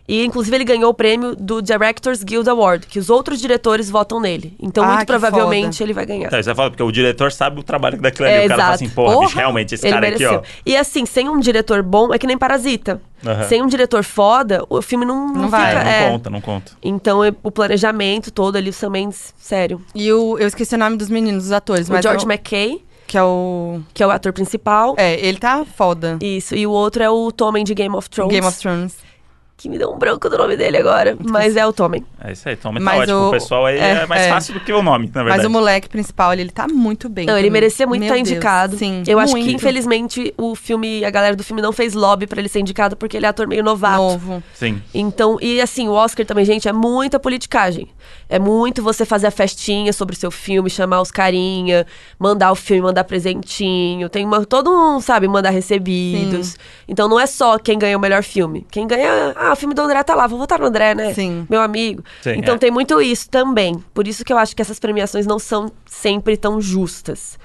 S3: E, inclusive, ele ganhou o prêmio do Directors Guild Award, que os outros diretores votam nele. Então,
S2: Ah,
S3: muito
S2: que
S3: provavelmente,
S2: foda.
S3: ele vai ganhar.
S1: Então, isso é foda, porque o diretor sabe o trabalho daquilo ali.
S3: É,
S1: o cara
S3: exato.
S1: fala assim, porra, bicho,
S3: Porra,
S1: realmente, esse
S3: ele
S1: cara aqui, ó.
S3: mereceu. E assim, sem um diretor bom, é que nem Parasita.
S1: Aham.
S3: Sem um diretor foda, o filme não, não,
S2: Não vai.
S3: fica-
S1: Ah, Não
S3: é.
S1: conta, não conta.
S3: Então, é- o planejamento todo ali, o Sam Mendes, sério.
S2: E o, eu esqueci o nome dos meninos, dos atores,
S3: o
S2: mas.
S3: George
S2: eu-
S3: McKay,
S2: Que é o.
S3: que é o ator principal.
S2: É, ele tá foda.
S3: Isso, e o outro é o Tommen de Game of Thrones.
S2: Game of Thrones.
S3: Que me deu um branco do nome dele agora, mas é o Tommen.
S1: É isso aí, toma tá
S2: Mas
S1: ótimo. O
S2: o-
S1: pessoal aí é,
S2: é,
S1: mais
S2: é.
S1: fácil do que o nome, na verdade.
S2: Mas o moleque principal, ele, ele tá muito bem.
S3: Não, ele
S2: também.
S3: merecia muito
S2: Meu
S3: estar
S2: Deus,
S3: indicado.
S2: Sim.
S3: Eu acho
S2: muito.
S3: que, infelizmente, o filme, a galera do filme não fez lobby pra ele ser indicado, porque ele é ator meio novato.
S2: Novo.
S1: Sim.
S3: Então, e assim, o Oscar também, gente, é muita politicagem. É muito você fazer a festinha sobre o seu filme, chamar os carinha, mandar o filme, mandar presentinho. Tem uma, todo um, sabe, mandar recebidos. Então não é só quem ganha o melhor filme. Quem ganha, ah, o filme do André tá lá, vou votar no André, né?
S2: Sim.
S3: Meu amigo.
S1: Sim,
S3: então
S1: é.
S3: tem muito isso também. Por isso que eu acho que essas premiações não são sempre tão justas.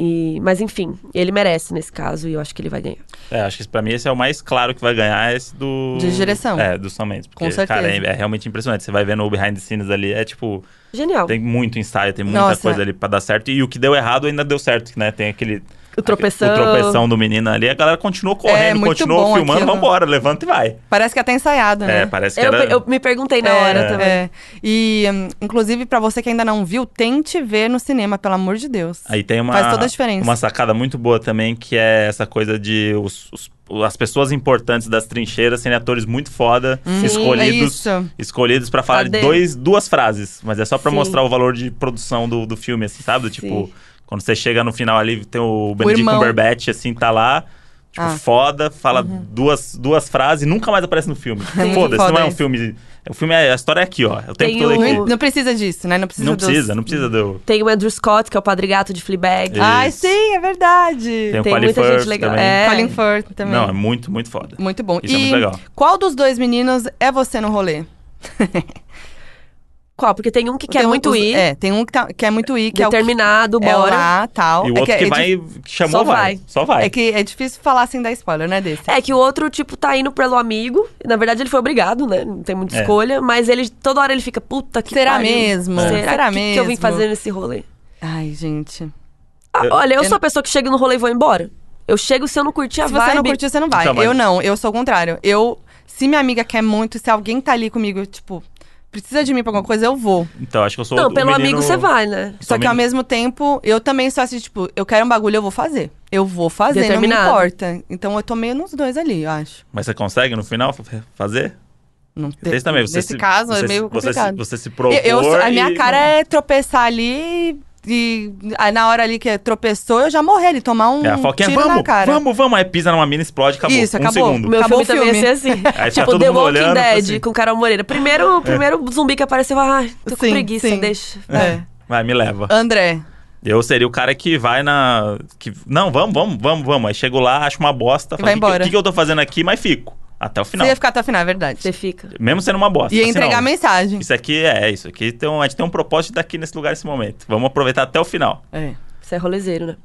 S3: E, mas enfim, ele merece nesse caso e eu acho que ele vai ganhar.
S1: É, acho que esse, pra mim esse é o mais claro que vai ganhar, é esse do...
S2: De direção.
S1: É, do Sam Mendes. Porque,
S2: Com certeza.
S1: cara, é, é realmente impressionante. Você vai vendo o behind the scenes ali, é tipo...
S3: Genial.
S1: Tem muito ensaio, tem muita
S2: Nossa.
S1: coisa ali pra dar certo. E o que deu errado ainda deu certo, né? Tem aquele...
S3: O tropeção.
S1: O tropeção do menino ali. A galera continuou
S2: É,
S1: correndo,
S2: muito
S1: continuou
S2: bom
S1: filmando.
S2: aquilo.
S1: Vambora, levanta e vai.
S2: Parece que é até ensaiado, né?
S1: É, parece que
S3: Eu,
S1: era...
S3: pe- eu me perguntei na
S2: É,
S3: hora
S2: é.
S3: também.
S2: E, hum, inclusive, pra você que ainda não viu, tente ver no cinema, pelo amor de Deus.
S1: Aí tem uma,
S2: Faz toda a diferença.
S1: uma sacada muito boa também, que é essa coisa de os- os- as pessoas importantes das trincheiras serem atores muito foda, escolhidos.
S2: é Uhum. isso.
S1: Escolhidos pra falar de
S3: Cadê?
S1: dois, duas frases, mas é só pra
S3: Sim.
S1: mostrar o valor de produção do, do filme, assim, sabe? Do Tipo,
S3: Sim.
S1: quando você chega no final ali, tem o Benedict
S2: irmão.
S1: Cumberbatch, assim, tá lá, tipo,
S2: Ah.
S1: foda, fala duas, duas frases e nunca mais aparece no filme.
S2: Sim,
S1: Foda-se, não
S2: foda
S1: é um
S2: isso.
S1: filme... O filme é... A história é aqui, ó. É o tempo
S3: Tem
S1: todo
S3: o-
S1: aqui.
S2: Não, não precisa disso, né? Não precisa
S1: Não
S2: dos-
S1: precisa, não precisa do...
S3: Tem o Andrew Scott, que é o padre gato de Fleabag.
S1: É.
S2: Ai,
S1: Isso.
S2: sim, é verdade.
S1: Tem o
S3: Tem
S1: Colin
S3: muita
S1: Firth
S3: gente legal.
S1: também.
S3: É.
S2: Colin Firth também.
S1: Não, é muito, muito foda.
S2: Muito bom.
S1: Isso é
S2: e
S1: muito legal.
S2: qual dos dois meninos é você no rolê?
S3: Qual? Porque tem um que quer
S2: Tem um-
S3: muito
S2: os-
S3: ir,
S2: É, tem um que, tá, que é muito ir, que
S3: determinado,
S2: é o... É o
S3: bora.
S2: lá, tal.
S1: E o
S2: é
S1: outro que,
S2: é di-
S1: vai, que chamou,
S3: só
S1: vai.
S3: vai.
S1: Só vai.
S2: É que é difícil falar sem dar spoiler, né, desse?
S3: É que o outro, tipo, tá indo pelo amigo. Na verdade, ele foi obrigado, né? Não tem muita
S1: É.
S3: escolha. Mas ele, toda hora ele fica, puta que
S2: Será
S3: pariu.
S2: mesmo?
S3: Será,
S2: Será
S3: que, que eu vim
S2: mesmo?
S3: fazer nesse rolê?
S2: Ai, gente.
S3: Ah,
S1: Eu-
S3: olha, eu,
S2: eu
S3: sou a pessoa que chega no rolê e vou embora. Eu chego se eu não curtir a
S2: Se
S3: vibe.
S2: você não curtiu, você não vai.
S1: Então, mas-
S2: Eu não, eu sou o contrário. Eu, se minha amiga quer muito, se alguém tá ali comigo, tipo, precisa de mim pra alguma coisa, eu vou.
S1: Então, acho que eu sou
S3: Não,
S1: o
S3: pelo
S1: menino-
S3: amigo você vai, né?
S2: Só que ao mesmo tempo, eu também sou assim, tipo, eu quero um bagulho, eu vou fazer. Eu vou fazer, não me
S3: Determinado.
S2: importa. Então eu tô meio nos dois ali, eu acho.
S1: Mas você consegue no final fa- fazer?
S2: Não
S1: Esse também. Você
S2: Nesse
S1: se-
S2: caso,
S1: você
S2: é
S1: se-
S2: meio
S1: você se-
S2: complicado.
S1: Você se propôs.
S2: Eu- eu sou- a minha
S1: e-
S2: cara é tropeçar ali e aí na hora ali que tropeçou, eu já morri ali, tomar um
S1: É, a foquinha,
S2: tiro na
S1: vamos,
S2: cara.
S1: vamos, vamos. Aí pisa numa mina, explode, acabou.
S2: Isso,
S1: um
S2: acabou.
S1: segundo.
S3: Meu
S2: Acabou
S3: filme,
S2: o
S3: também ia ser assim.
S1: Aí fica
S3: tipo,
S1: todo
S3: The
S1: mundo
S3: Walking
S1: olhando,
S3: Dead
S1: assim.
S3: com Carol Moreira. Primeiro, primeiro zumbi que apareceu, ai, tô com
S2: Sim,
S3: preguiça,
S2: sim.
S3: deixa.
S2: É.
S1: Vai, me leva.
S2: André,
S1: Eu seria o cara que vai na... Que... Não, vamos, vamos, vamos, vamos. Aí chego lá, acho uma bosta. falo, "Que que
S2: vai
S1: eu-
S2: embora."
S1: Que, que eu tô fazendo aqui? Mas fico. Até o final.
S2: você ia ficar até o final, é verdade.
S3: Você fica.
S1: Mesmo sendo uma bosta.
S2: Ia
S1: assim,
S2: entregar
S1: não.
S2: mensagem.
S1: Isso aqui é, isso aqui tem um, a gente tem um propósito daqui nesse lugar, nesse momento. Vamos aproveitar até o final.
S2: É.
S3: Você é rolezeiro, né?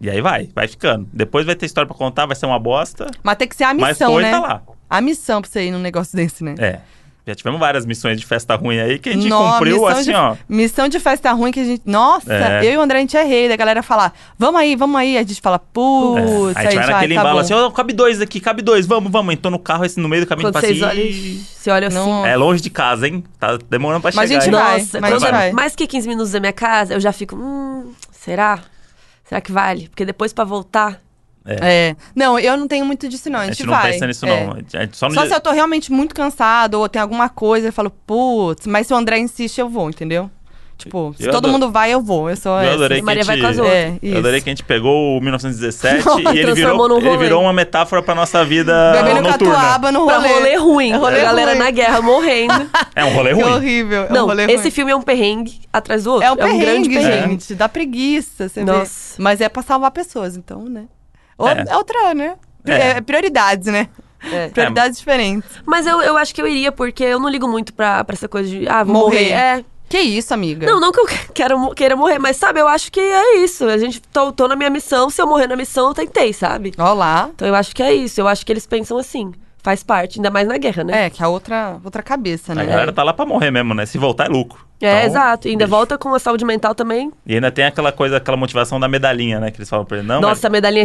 S1: E aí vai, vai ficando. Depois vai ter história pra contar, vai ser uma bosta.
S2: Mas tem que ser a
S1: mas
S2: missão,
S1: foi,
S2: né?
S1: tá lá.
S2: A missão pra você ir num negócio desse, né?
S1: É. Já tivemos várias missões de festa ruim aí que a gente
S2: Nó,
S1: cumpriu
S2: missão
S1: assim,
S2: de-
S1: ó.
S2: Missão de festa ruim que a gente. Nossa,
S1: É.
S2: eu e o André a gente é rei. Da galera falar, vamos aí, vamos aí. A gente fala,
S1: É.
S2: putz,
S1: Aí a gente vai
S2: já
S1: naquele
S2: tá
S1: embalo
S2: bom.
S1: assim, ó, cabe dois aqui, cabe dois, vamos, vamos. Entrou no carro, esse no meio do caminho
S3: Quando
S1: passa
S3: vocês
S1: assim.
S3: olham, você olha assim.
S2: Não.
S1: É longe de casa, hein? Tá demorando pra
S2: Mas a
S1: chegar.
S2: gente
S1: hein?
S2: vai,
S3: Nossa,
S2: mas
S3: quando
S2: vai.
S3: mais que 15 minutos da minha casa, eu já fico, hum, será? Será que vale? Porque depois pra voltar,
S2: É. Não, eu não tenho muito disso, não. A
S1: A
S2: gente,
S1: gente não
S2: vai.
S1: pensa nisso,
S2: É.
S1: não. A gente só no
S2: Só
S1: dia-
S2: se eu tô realmente muito cansado ou tem alguma coisa, eu falo, putz, mas se o André insiste, eu vou, entendeu? Tipo, se
S1: Eu
S2: todo
S1: adoro-
S2: mundo vai, eu vou. Eu sou
S1: Eu
S2: essa.
S1: adorei
S3: E Maria
S1: que a
S3: vai
S1: gente...
S3: com as outras.
S2: É,
S1: Eu
S2: isso.
S1: adorei que a gente pegou o 1917 e ele
S3: transformou
S1: virou,
S3: num
S1: ele
S3: rolê.
S1: virou uma metáfora pra nossa vida
S2: Bebendo
S1: noturna.
S2: catuaba no
S3: pra
S2: rolê.
S3: rolê ruim.
S2: É rolê
S3: a galera
S2: ruim.
S3: na guerra morrendo.
S1: É um rolê
S2: Que
S1: ruim.
S2: horrível. é um
S3: não,
S2: rolê
S3: esse
S2: ruim.
S3: filme é um perrengue atrás do outro.
S2: É um perrengue,
S3: grande perrengue.
S2: gente. Dá preguiça, você vê.
S3: Nossa.
S2: Mas é pra salvar pessoas, então, né? Ou-
S1: É.
S2: é outra, né?
S1: É.
S2: é, prioridades, né?
S3: É.
S2: Prioridades diferentes.
S3: Mas eu, eu acho que eu iria, porque eu não ligo muito pra, pra essa coisa de. Ah, vou morrer.
S2: Morrer.
S3: É.
S2: Que isso, amiga?
S3: Não, não que eu quero, mo- queira morrer, mas sabe, eu acho que é isso. A gente tô, tô na minha missão, se eu morrer na missão, eu tentei, sabe?
S2: Ó lá.
S3: Então eu acho que é isso. Eu acho que eles pensam assim. Faz parte, ainda mais na guerra, né?
S2: É, que é outra, outra cabeça,
S1: A
S2: né?
S1: galera tá lá pra morrer mesmo, né? Se voltar é lucro. Então,
S3: exato. E ainda
S1: bicho.
S3: volta com a saúde mental também.
S1: E ainda tem aquela coisa, aquela motivação da medalhinha, né? Que eles falam pra ele, não,
S3: Nossa, a medalhinha é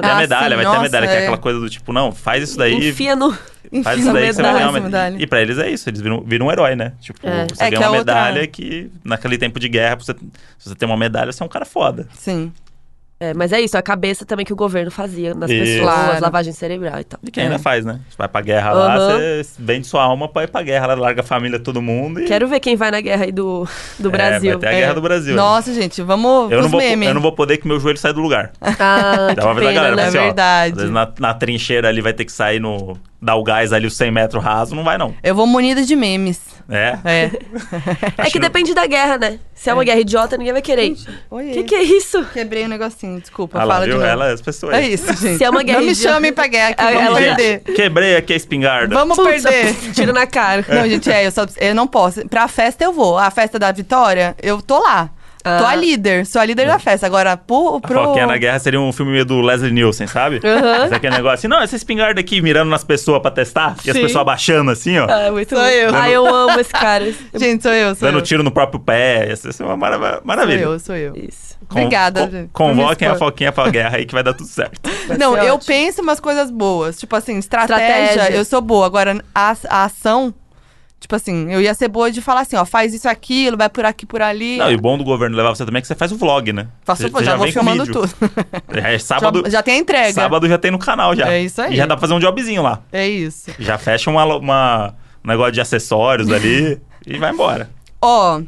S1: vai, vai ter
S2: Ah,
S1: a medalha,
S2: sim,
S1: vai ter
S2: nossa,
S1: a medalha. Que é
S2: é.
S1: aquela coisa do tipo, não, faz isso daí,
S3: Enfia no.
S1: faz
S2: Enfim,
S1: isso daí que você vai ganhar
S2: medalha,
S1: uma medalha.
S2: medalha.
S1: E pra eles é isso, eles viram, viram um herói, né? Tipo,
S3: É.
S1: você
S2: É,
S1: ganha
S2: que
S1: uma
S2: é outra-
S1: medalha que naquele tempo de guerra, pra você- se você tem uma medalha, você é um cara foda.
S2: Sim.
S3: É, mas é isso, a cabeça também que o governo fazia nas
S1: Isso.
S3: pessoas,
S2: Claro.
S3: lavagem cerebral e tal.
S1: E que ainda faz, né? Você vai pra guerra lá,
S3: Aham.
S1: você vende sua alma pra ir pra guerra, lá larga a família, todo mundo e...
S3: Quero ver quem vai na guerra aí do, do
S1: É,
S3: Brasil.
S1: vai ter a guerra do Brasil. né?
S2: Nossa, gente, vamos
S1: Eu
S2: pros
S1: não, vou,
S2: memes.
S1: eu não vou poder que meu joelho sai do lugar.
S3: Ah,
S1: Dá pra
S3: que
S1: avisar a
S3: pena,
S1: galera.
S3: né?
S1: assim, ó,
S2: verdade.
S1: às vezes na, na trincheira ali vai ter que sair no. dar o gás ali, os 100 metros raso, não vai não.
S2: Eu vou munida de memes.
S1: É.
S2: É.
S3: É que depende da guerra, né? Se é uma guerra idiota, ninguém vai querer.
S2: Oiê.
S3: Que que é isso?
S2: Quebrei o negocinho, desculpa.
S1: Ah lá,
S2: fala de
S1: viu?
S2: novo.
S1: Ela, as pessoas.
S2: É isso, gente.
S3: Se é uma guerra
S2: Não me
S3: idiota.
S2: chamem pra guerra, que
S3: Ah,
S2: vamos
S3: ela-
S2: perder.
S1: Quebrei aqui a espingarda.
S2: Vamos
S3: Putz,
S2: perder.
S3: Tiro na cara.
S2: Não, gente, é, eu só eu não posso. Pra festa eu vou. A festa da Vitória, eu tô lá. Tô
S3: Ah.
S2: a líder, sou a líder da festa. Agora, pro.
S1: A
S2: pro...
S1: Uhum. Foquinha na Guerra seria um filme meio do Leslie Nielsen, sabe? Mas aquele negócio assim, não, essa espingarda aqui mirando nas pessoas pra testar, e as
S3: Sim.
S1: pessoas abaixando assim, ó,
S3: Ah, muito
S2: Sou
S3: bom.
S2: eu.
S3: Ah, eu amo esse cara.
S2: Gente, sou eu, sou
S1: dando
S2: eu.
S1: tiro no próprio pé. Ia ser uma mara-
S2: Sou
S1: maravilha.
S2: eu, sou eu.
S3: Isso.
S1: Con-
S2: Obrigada,
S1: con-
S2: gente, por me
S1: Convoquem a
S2: expor.
S1: Foquinha pra guerra aí que vai dar tudo certo.
S2: Não,
S3: ser
S2: eu
S3: ótimo.
S2: penso umas coisas boas. Tipo assim, estratégia,
S3: Estratégia.
S2: eu sou boa. Agora, a, a ação, tipo assim, eu ia ser boa de falar assim, ó, faz isso, aquilo, vai por aqui, por ali.
S1: Não, e o bom do governo levar você também é que você faz o vlog, né?
S2: Faço-
S1: Você-
S2: já,
S1: você
S2: vou
S1: vem com
S2: filmando
S1: vídeo.
S2: tudo.
S1: É, sábado,
S2: já, já tem a entrega.
S1: Sábado já tem no canal já.
S2: É isso aí.
S1: E já dá pra fazer um jobzinho lá.
S2: É isso.
S1: Já fecha uma, uma- um negócio de acessórios ali e vai embora.
S2: Ó,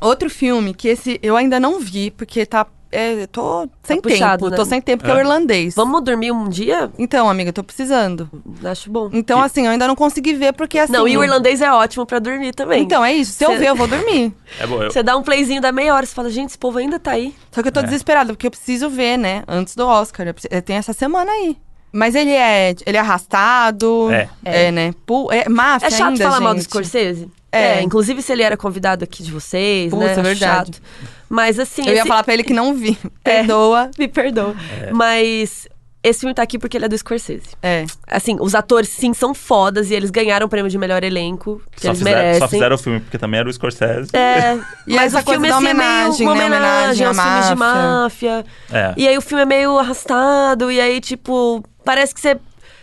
S2: outro filme que esse eu ainda não vi, porque tá. É, eu tô sem tempo.
S3: puxado, né?
S2: Tô sem tempo, porque é
S1: É.
S2: o irlandês.
S3: Vamos dormir um dia?
S2: Então, amiga, eu tô precisando.
S3: Acho bom.
S2: Então, assim, eu ainda não consegui ver, porque assim.
S3: Não, e o irlandês é ótimo pra dormir também.
S2: Então, é isso. Se
S3: Cê-
S2: eu ver, eu vou dormir.
S1: É bom. Eu,
S3: Você dá um playzinho da meia hora, você fala, gente, esse povo ainda tá aí.
S2: Só que eu tô
S1: É.
S2: desesperada, porque eu preciso ver, né? Antes do Oscar. Eu preciso- Tem essa semana aí. Mas ele é. Ele é arrastado.
S1: É.
S2: É, né? Pu- É máfia
S3: É chato
S2: ainda,
S3: falar mal do
S2: gente.
S3: Scorsese?
S2: É.
S3: inclusive se ele era convidado aqui de vocês,
S2: Putz,
S3: né?
S2: é
S3: Acho
S2: verdade.
S3: Chato. Mas assim,
S2: Eu ia
S3: esse-
S2: falar pra ele que não vi.
S3: É.
S2: Perdoa.
S3: me perdoa.
S1: É.
S3: Mas esse filme tá aqui porque ele é do Scorsese.
S2: É.
S3: Assim, os atores sim são fodas e eles ganharam o prêmio de melhor elenco, que
S1: só,
S3: eles
S1: fizeram,
S3: merecem.
S1: só fizeram o filme, porque também era o Scorsese.
S3: É,
S2: E
S3: mas
S2: essa
S3: o
S2: coisa
S3: filme
S2: da
S3: assim, é meio
S2: homenagem,
S3: uma
S2: né? Homenagem
S3: homenagem
S2: à
S3: aos filmes de máfia.
S1: É.
S3: E aí o filme é meio arrastado, e aí, tipo, parece que você.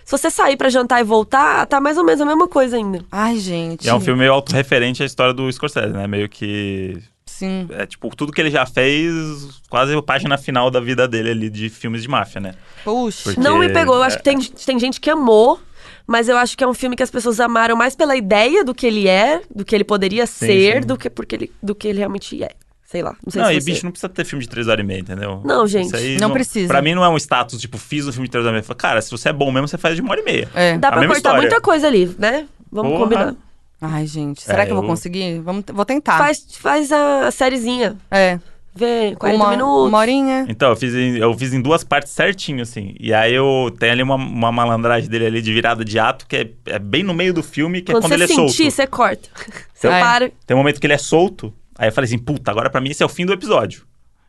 S3: Se você sair pra jantar e voltar, tá mais ou menos a mesma coisa ainda.
S2: Ai, gente.
S1: E é um filme meio autorreferente à história do Scorsese, né? Meio que.
S2: Sim.
S1: É tipo, tudo que ele já fez, quase a página final da vida dele ali de filmes de máfia, né?
S2: Puxa.
S1: Porque-
S3: Não me pegou. Eu acho
S1: é.
S3: que tem, tem gente que amou, mas eu acho que é um filme que as pessoas amaram mais pela ideia do que ele é, do que ele poderia
S1: Sim,
S3: ser,
S1: sim.
S3: do que porque ele, do que ele realmente é. Sei lá. Não sei
S1: Não,
S3: se
S1: e
S3: você...
S1: bicho, não precisa ter filme de três horas e meia, entendeu?
S3: Não, gente,
S2: não precisa.
S1: Pra mim não é um status, tipo, fiz um filme de três horas e meia. Fala, Cara, se você é bom mesmo, você faz de uma hora e meia.
S2: É.
S3: Dá
S1: a
S3: pra
S1: mesma
S3: cortar
S1: história.
S3: muita coisa ali, né? Vamos
S1: Porra.
S3: combinar.
S2: Ai, gente. Será
S1: É,
S2: que eu vou
S1: eu-
S2: conseguir? Vamos, t- vou tentar.
S3: Faz, faz a sériezinha.
S2: É.
S3: Vê, 40
S2: uma,
S3: minutos.
S2: Uma horinha.
S1: Então, eu fiz, em, eu fiz em duas partes certinho, assim. E aí eu tenho ali uma, uma malandragem dele ali de virada de ato, que é, é bem no meio do filme, que
S3: Quando,
S1: é quando ele
S3: você
S1: é
S3: sentir,
S1: solto.
S3: você corta. Você
S2: É.
S3: para.
S1: Tem um momento que ele é solto, aí eu falei assim, puta, agora pra mim esse é o fim do episódio.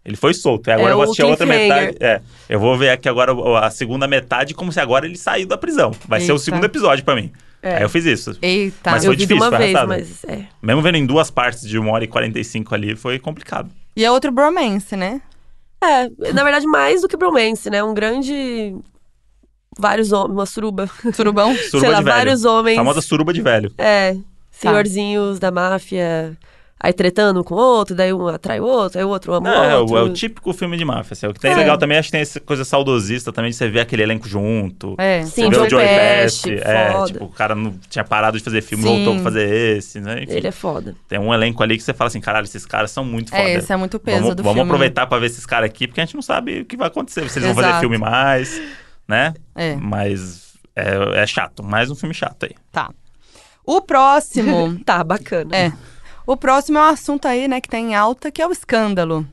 S1: Ele foi solto. Aí agora
S3: É
S1: eu
S3: o
S1: vou assistir a outra
S3: cliffhanger.
S1: metade. É, eu vou ver aqui agora o- a segunda metade, como se agora ele saiu da prisão. Vai ser o
S2: Eita.
S1: segundo episódio pra mim.
S3: É.
S1: Aí eu fiz isso.
S2: Eita.
S1: Mas
S3: eu
S1: foi
S3: vi de
S1: difícil,
S3: uma
S1: foi
S3: vez,
S1: arrastado.
S3: mas é.
S1: Mesmo vendo em duas partes de 1 hora e 45 ali, foi complicado.
S2: E é outro bromance, né?
S3: É, na verdade, mais do que bromance, né? Um grande. Vários homens, uma suruba.
S2: Surubão.
S1: Suruba
S3: Sei lá,
S1: de velho.
S3: vários homens.
S1: Famosa suruba de velho.
S3: É,
S2: Tá.
S3: senhorzinhos da máfia. Aí tretando com o outro, daí um atrai o outro, aí o outro ama
S1: É,
S3: o
S1: é
S3: outro.
S1: o, é o típico filme de máfia. Assim, o que tem
S3: É.
S1: legal também, acho que tem essa coisa saudosista também, de você ver aquele elenco junto.
S2: É.
S1: você
S3: Sim,
S1: vê o
S3: Joey
S1: Joey
S3: Pesci,
S1: Pest.
S3: foda.
S1: É, tipo, o cara não tinha parado de fazer filme,
S2: Sim.
S1: voltou pra fazer esse, né? Enfim,
S3: Ele é foda.
S1: Tem um elenco ali que você fala assim, caralho, esses caras são muito foda.
S2: É, esse é muito peso
S1: vamos,
S2: do
S1: vamos
S2: filme.
S1: aproveitar pra ver esses caras aqui, porque a gente não sabe o que vai acontecer. Se eles vão fazer
S2: Exato.
S1: filme mais, né?
S2: É.
S1: Mas é, é chato. Mais um filme chato aí.
S2: Tá. O próximo.
S3: Tá, bacana.
S2: é. O próximo é um assunto aí, né, que tá em alta, que é o escândalo.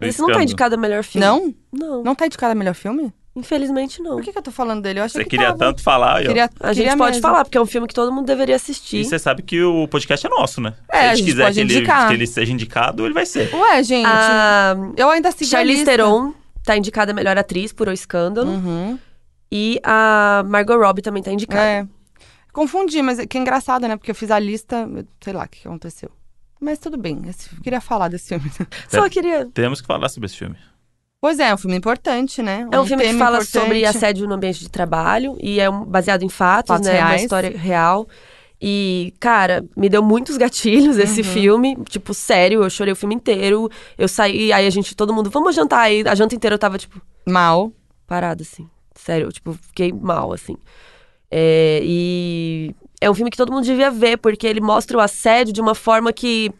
S3: Esse não tá
S1: Escândalo.
S3: indicado a melhor filme.
S2: Não?
S3: Não.
S2: Não tá indicado a melhor filme?
S3: Infelizmente, não.
S2: Por que, que eu tô falando dele? Eu achei
S1: Você
S2: é que
S1: queria
S2: tava.
S1: tanto falar, aí, ó.
S2: Queria,
S3: A gente
S2: queria
S3: pode
S2: mesmo.
S3: falar, porque é um filme que todo mundo
S1: E
S3: deveria assistir.
S1: você sabe que o podcast é nosso, né?
S2: É,
S1: Se
S2: a gente
S1: quiser
S2: pode
S1: que ele,
S2: indicar.
S1: que ele seja indicado, ele vai ser.
S2: Ué, gente,
S3: A
S2: eu ainda sigo a
S3: Ah, Charlize
S2: lista.
S3: Theron tá indicada a melhor atriz por O Escândalo.
S2: Uhum.
S3: E a Margot Robbie também tá indicada.
S2: É. Confundi, mas é que é engraçado, né? Porque eu fiz a lista, sei lá o que que aconteceu. Mas tudo bem, esse- eu queria falar desse filme.
S3: Só queria...
S1: Temos que falar sobre esse filme.
S2: Pois é, é um filme importante, né?
S3: É um filme que
S2: tema
S3: fala
S2: importante.
S3: sobre assédio no ambiente de trabalho. E é um- baseado em fatos,
S2: Fatos
S3: né? Uma
S2: reais.
S3: história real. E, cara, me deu muitos gatilhos
S2: Uhum.
S3: esse filme. Tipo, sério, eu chorei o filme inteiro. Eu saí, aí a gente, todo mundo, vamos jantar. Aí a janta inteira eu tava, tipo...
S2: Mal.
S3: parada, assim. Sério, eu, tipo, fiquei mal, assim. É, e é um filme que todo mundo devia ver, porque ele mostra o assédio de uma forma que.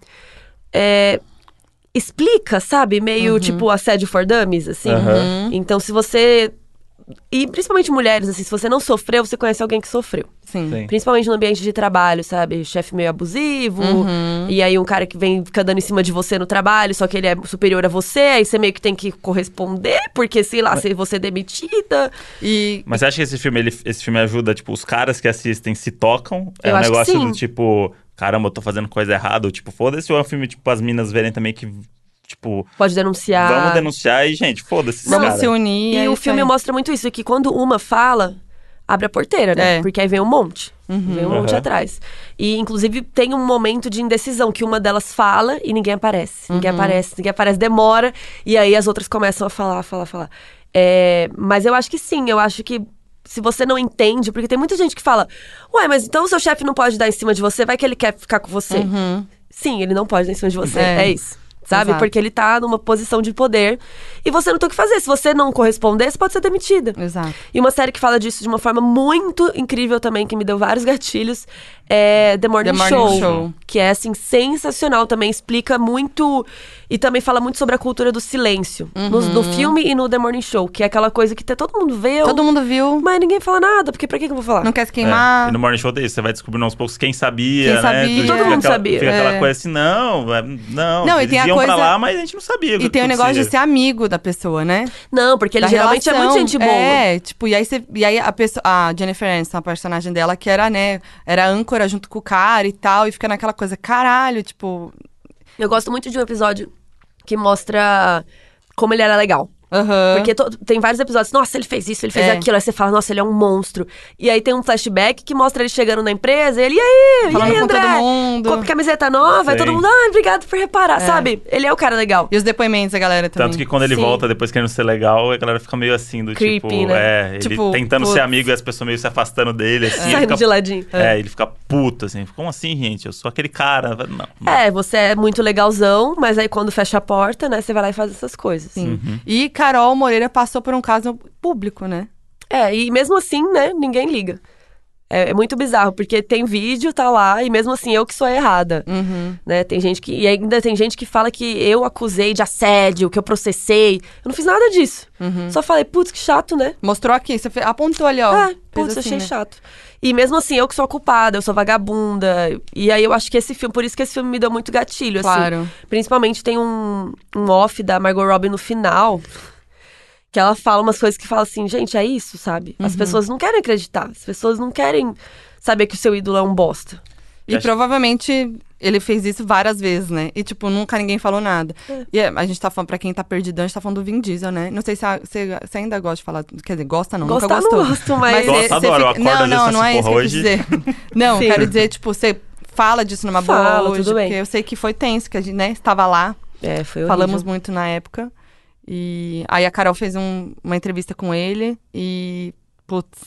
S3: é, explica, sabe? Meio
S2: Uhum.
S3: tipo assédio for dummies, assim.
S1: Aham.
S3: Então, se você. E principalmente mulheres, assim, se você não sofreu, você conhece alguém que sofreu.
S2: Sim.
S1: Sim.
S3: Principalmente no ambiente de trabalho, sabe? Chefe meio abusivo.
S2: Uhum. Hum.
S3: E aí um cara que vem fica dando em cima de você no trabalho, só que ele é superior a você, aí você meio que tem que corresponder, porque, sei lá, se você é demitida.
S2: E
S1: Mas você acha que esse filme, ele- esse filme ajuda, tipo, os caras que assistem se tocam? É
S3: Eu
S1: um
S3: acho que
S1: negócio
S3: sim.
S1: do tipo, caramba, eu tô fazendo coisa errada, ou tipo, foda-se, ou é um filme, tipo, as minas verem também que, tipo,
S3: Pode denunciar.
S1: vamos denunciar e, gente, foda-se. esses
S2: vamos
S1: caras.
S2: se unir.
S3: E
S2: é
S3: o
S2: isso
S3: filme
S2: aí.
S3: mostra muito isso, que quando uma fala, abre a porteira, né?
S2: É.
S3: Porque aí vem um monte. Vem um monte
S1: Uhum.
S3: atrás. E, inclusive, tem um momento de indecisão, que uma delas fala e ninguém aparece.
S2: Uhum.
S3: Ninguém aparece, ninguém aparece, demora. E aí as outras começam a falar, falar, falar. É, mas eu acho que sim, eu acho que. Se você não entende, porque tem muita gente que fala, ué, mas então o seu chefe não pode dar em cima de você, vai que ele quer ficar com você. Sim, ele não pode dar em cima de você. É,
S2: Uhum. É.
S3: isso. Sabe?
S2: Exato.
S3: Porque ele tá numa posição de poder e você não tem o que fazer. Se você não corresponder, você pode ser demitida.
S2: Exato.
S3: E uma série que fala disso de uma forma muito incrível também, que me deu vários gatilhos, é The Morning,
S2: The Morning Show.
S3: Que é, assim, sensacional também. Explica muito e também fala muito sobre a cultura do silêncio. Nos-
S2: Uhum.
S3: No, filme e no The Morning Show, que é aquela coisa que até todo mundo vê,
S2: Todo mundo viu,
S3: mas ninguém fala nada, porque pra que que eu vou falar?
S2: não quer se
S1: É,
S2: queimar.
S1: E no Morning Show tem isso, você vai descobrindo aos poucos quem sabia,
S2: Quem
S1: né?
S2: sabia.
S1: Do-
S2: Todo
S1: fica
S3: mundo
S1: aquela-
S3: sabia.
S1: Fica aquela
S2: É.
S1: coisa assim, não, é- não,
S2: Não, e
S1: eles
S2: tem a
S1: iam pra
S2: coisa-
S1: lá, mas a gente não sabia.
S2: E tem o negócio de
S1: acontecia.
S2: ser amigo da pessoa, né?
S3: Não, porque ele
S2: da
S3: geralmente é
S2: relação.
S3: muito gente boa.
S2: É, tipo, e aí, você- e aí a, pessoa, a Jennifer Aniston, a personagem dela, que era, né, era âncora junto com o cara e tal, e fica naquela coisa, caralho, tipo,
S3: Eu gosto muito de um episódio que mostra como ele era legal.
S2: aham.
S3: Porque to- tem vários episódios, nossa, ele fez isso, ele fez
S2: É.
S3: aquilo. Aí você fala, nossa, ele é um monstro. E aí tem um flashback que mostra ele chegando na empresa, e ele, e aí?
S2: Falando
S3: e aí,
S2: com
S3: André?
S2: todo mundo.
S3: Com a camiseta nova, aí
S1: Sim.
S3: todo mundo, ah, obrigado por reparar, sabe? Ele é o cara legal.
S2: E os depoimentos da galera também.
S1: Tanto que quando ele
S3: Sim.
S1: volta, depois querendo ser legal, a galera fica meio assim, do
S3: Creepy,
S1: tipo,
S3: né?
S1: é,
S2: Tipo,
S1: ele tentando ser
S2: putz.
S1: amigo e as pessoas meio se afastando dele, assim. ele
S3: Saindo
S1: fica-
S3: de ladinho.
S1: É, ele fica puto, assim. Como assim, gente? Eu sou aquele cara. Não, não.
S3: É, você é muito legalzão, mas aí quando fecha a porta, né, você vai lá e faz essas coisas.
S2: Sim.
S1: Uhum.
S2: E Carol Moreira passou por um caso público, né?
S3: É, e mesmo assim, né, ninguém liga. É, é muito bizarro, porque tem vídeo, tá lá, e mesmo assim eu que sou a errada. Né? Tem gente que. E ainda tem gente que fala que eu acusei de assédio, que eu processei. Eu não fiz nada disso. Só falei, putz, que chato, né?
S2: Mostrou aqui, você fe- apontou ali, Uhum. ó.
S3: Ah,
S2: Fez
S3: putz,
S2: assim,
S3: achei
S2: né?
S3: chato. E mesmo assim, eu que sou a culpada, eu sou vagabunda. E aí eu acho que esse filme, por isso que esse filme me deu muito gatilho,
S2: Claro.
S3: assim. Principalmente tem um, um off da Margot Robbie no final. Que ela fala umas coisas que fala assim, gente, é isso, sabe?
S2: Uhum.
S3: As pessoas não querem acreditar, as pessoas não querem saber que o seu ídolo é um bosta.
S2: E
S1: Acho-
S2: provavelmente ele fez isso várias vezes, né? E, tipo, nunca ninguém falou nada. E é, a gente tá falando, pra quem tá perdido, a gente tá falando do Vin Diesel, né? Não sei se, a- se, se ainda gosta de falar. Quer dizer, gosta não,
S3: Gostar
S2: nunca gostou. é,
S3: não gosto, mas. é.
S1: Gosto,
S2: cê- cê
S1: adoro, eu acordo
S2: Não,
S1: às vezes
S2: não,
S1: e
S2: não é
S1: faço,
S2: isso que
S1: "Porra,
S2: eu quis dizer. Não,
S3: Sim.
S2: quero dizer, tipo, você fala disso numa boa
S3: Fala,
S2: hoje.
S3: tudo bem.
S2: Porque eu sei que foi tenso, que a gente, né, estava lá.
S3: É, foi horrível.
S2: Falamos muito na época. E aí a Carol fez um- uma entrevista com ele e. Putz,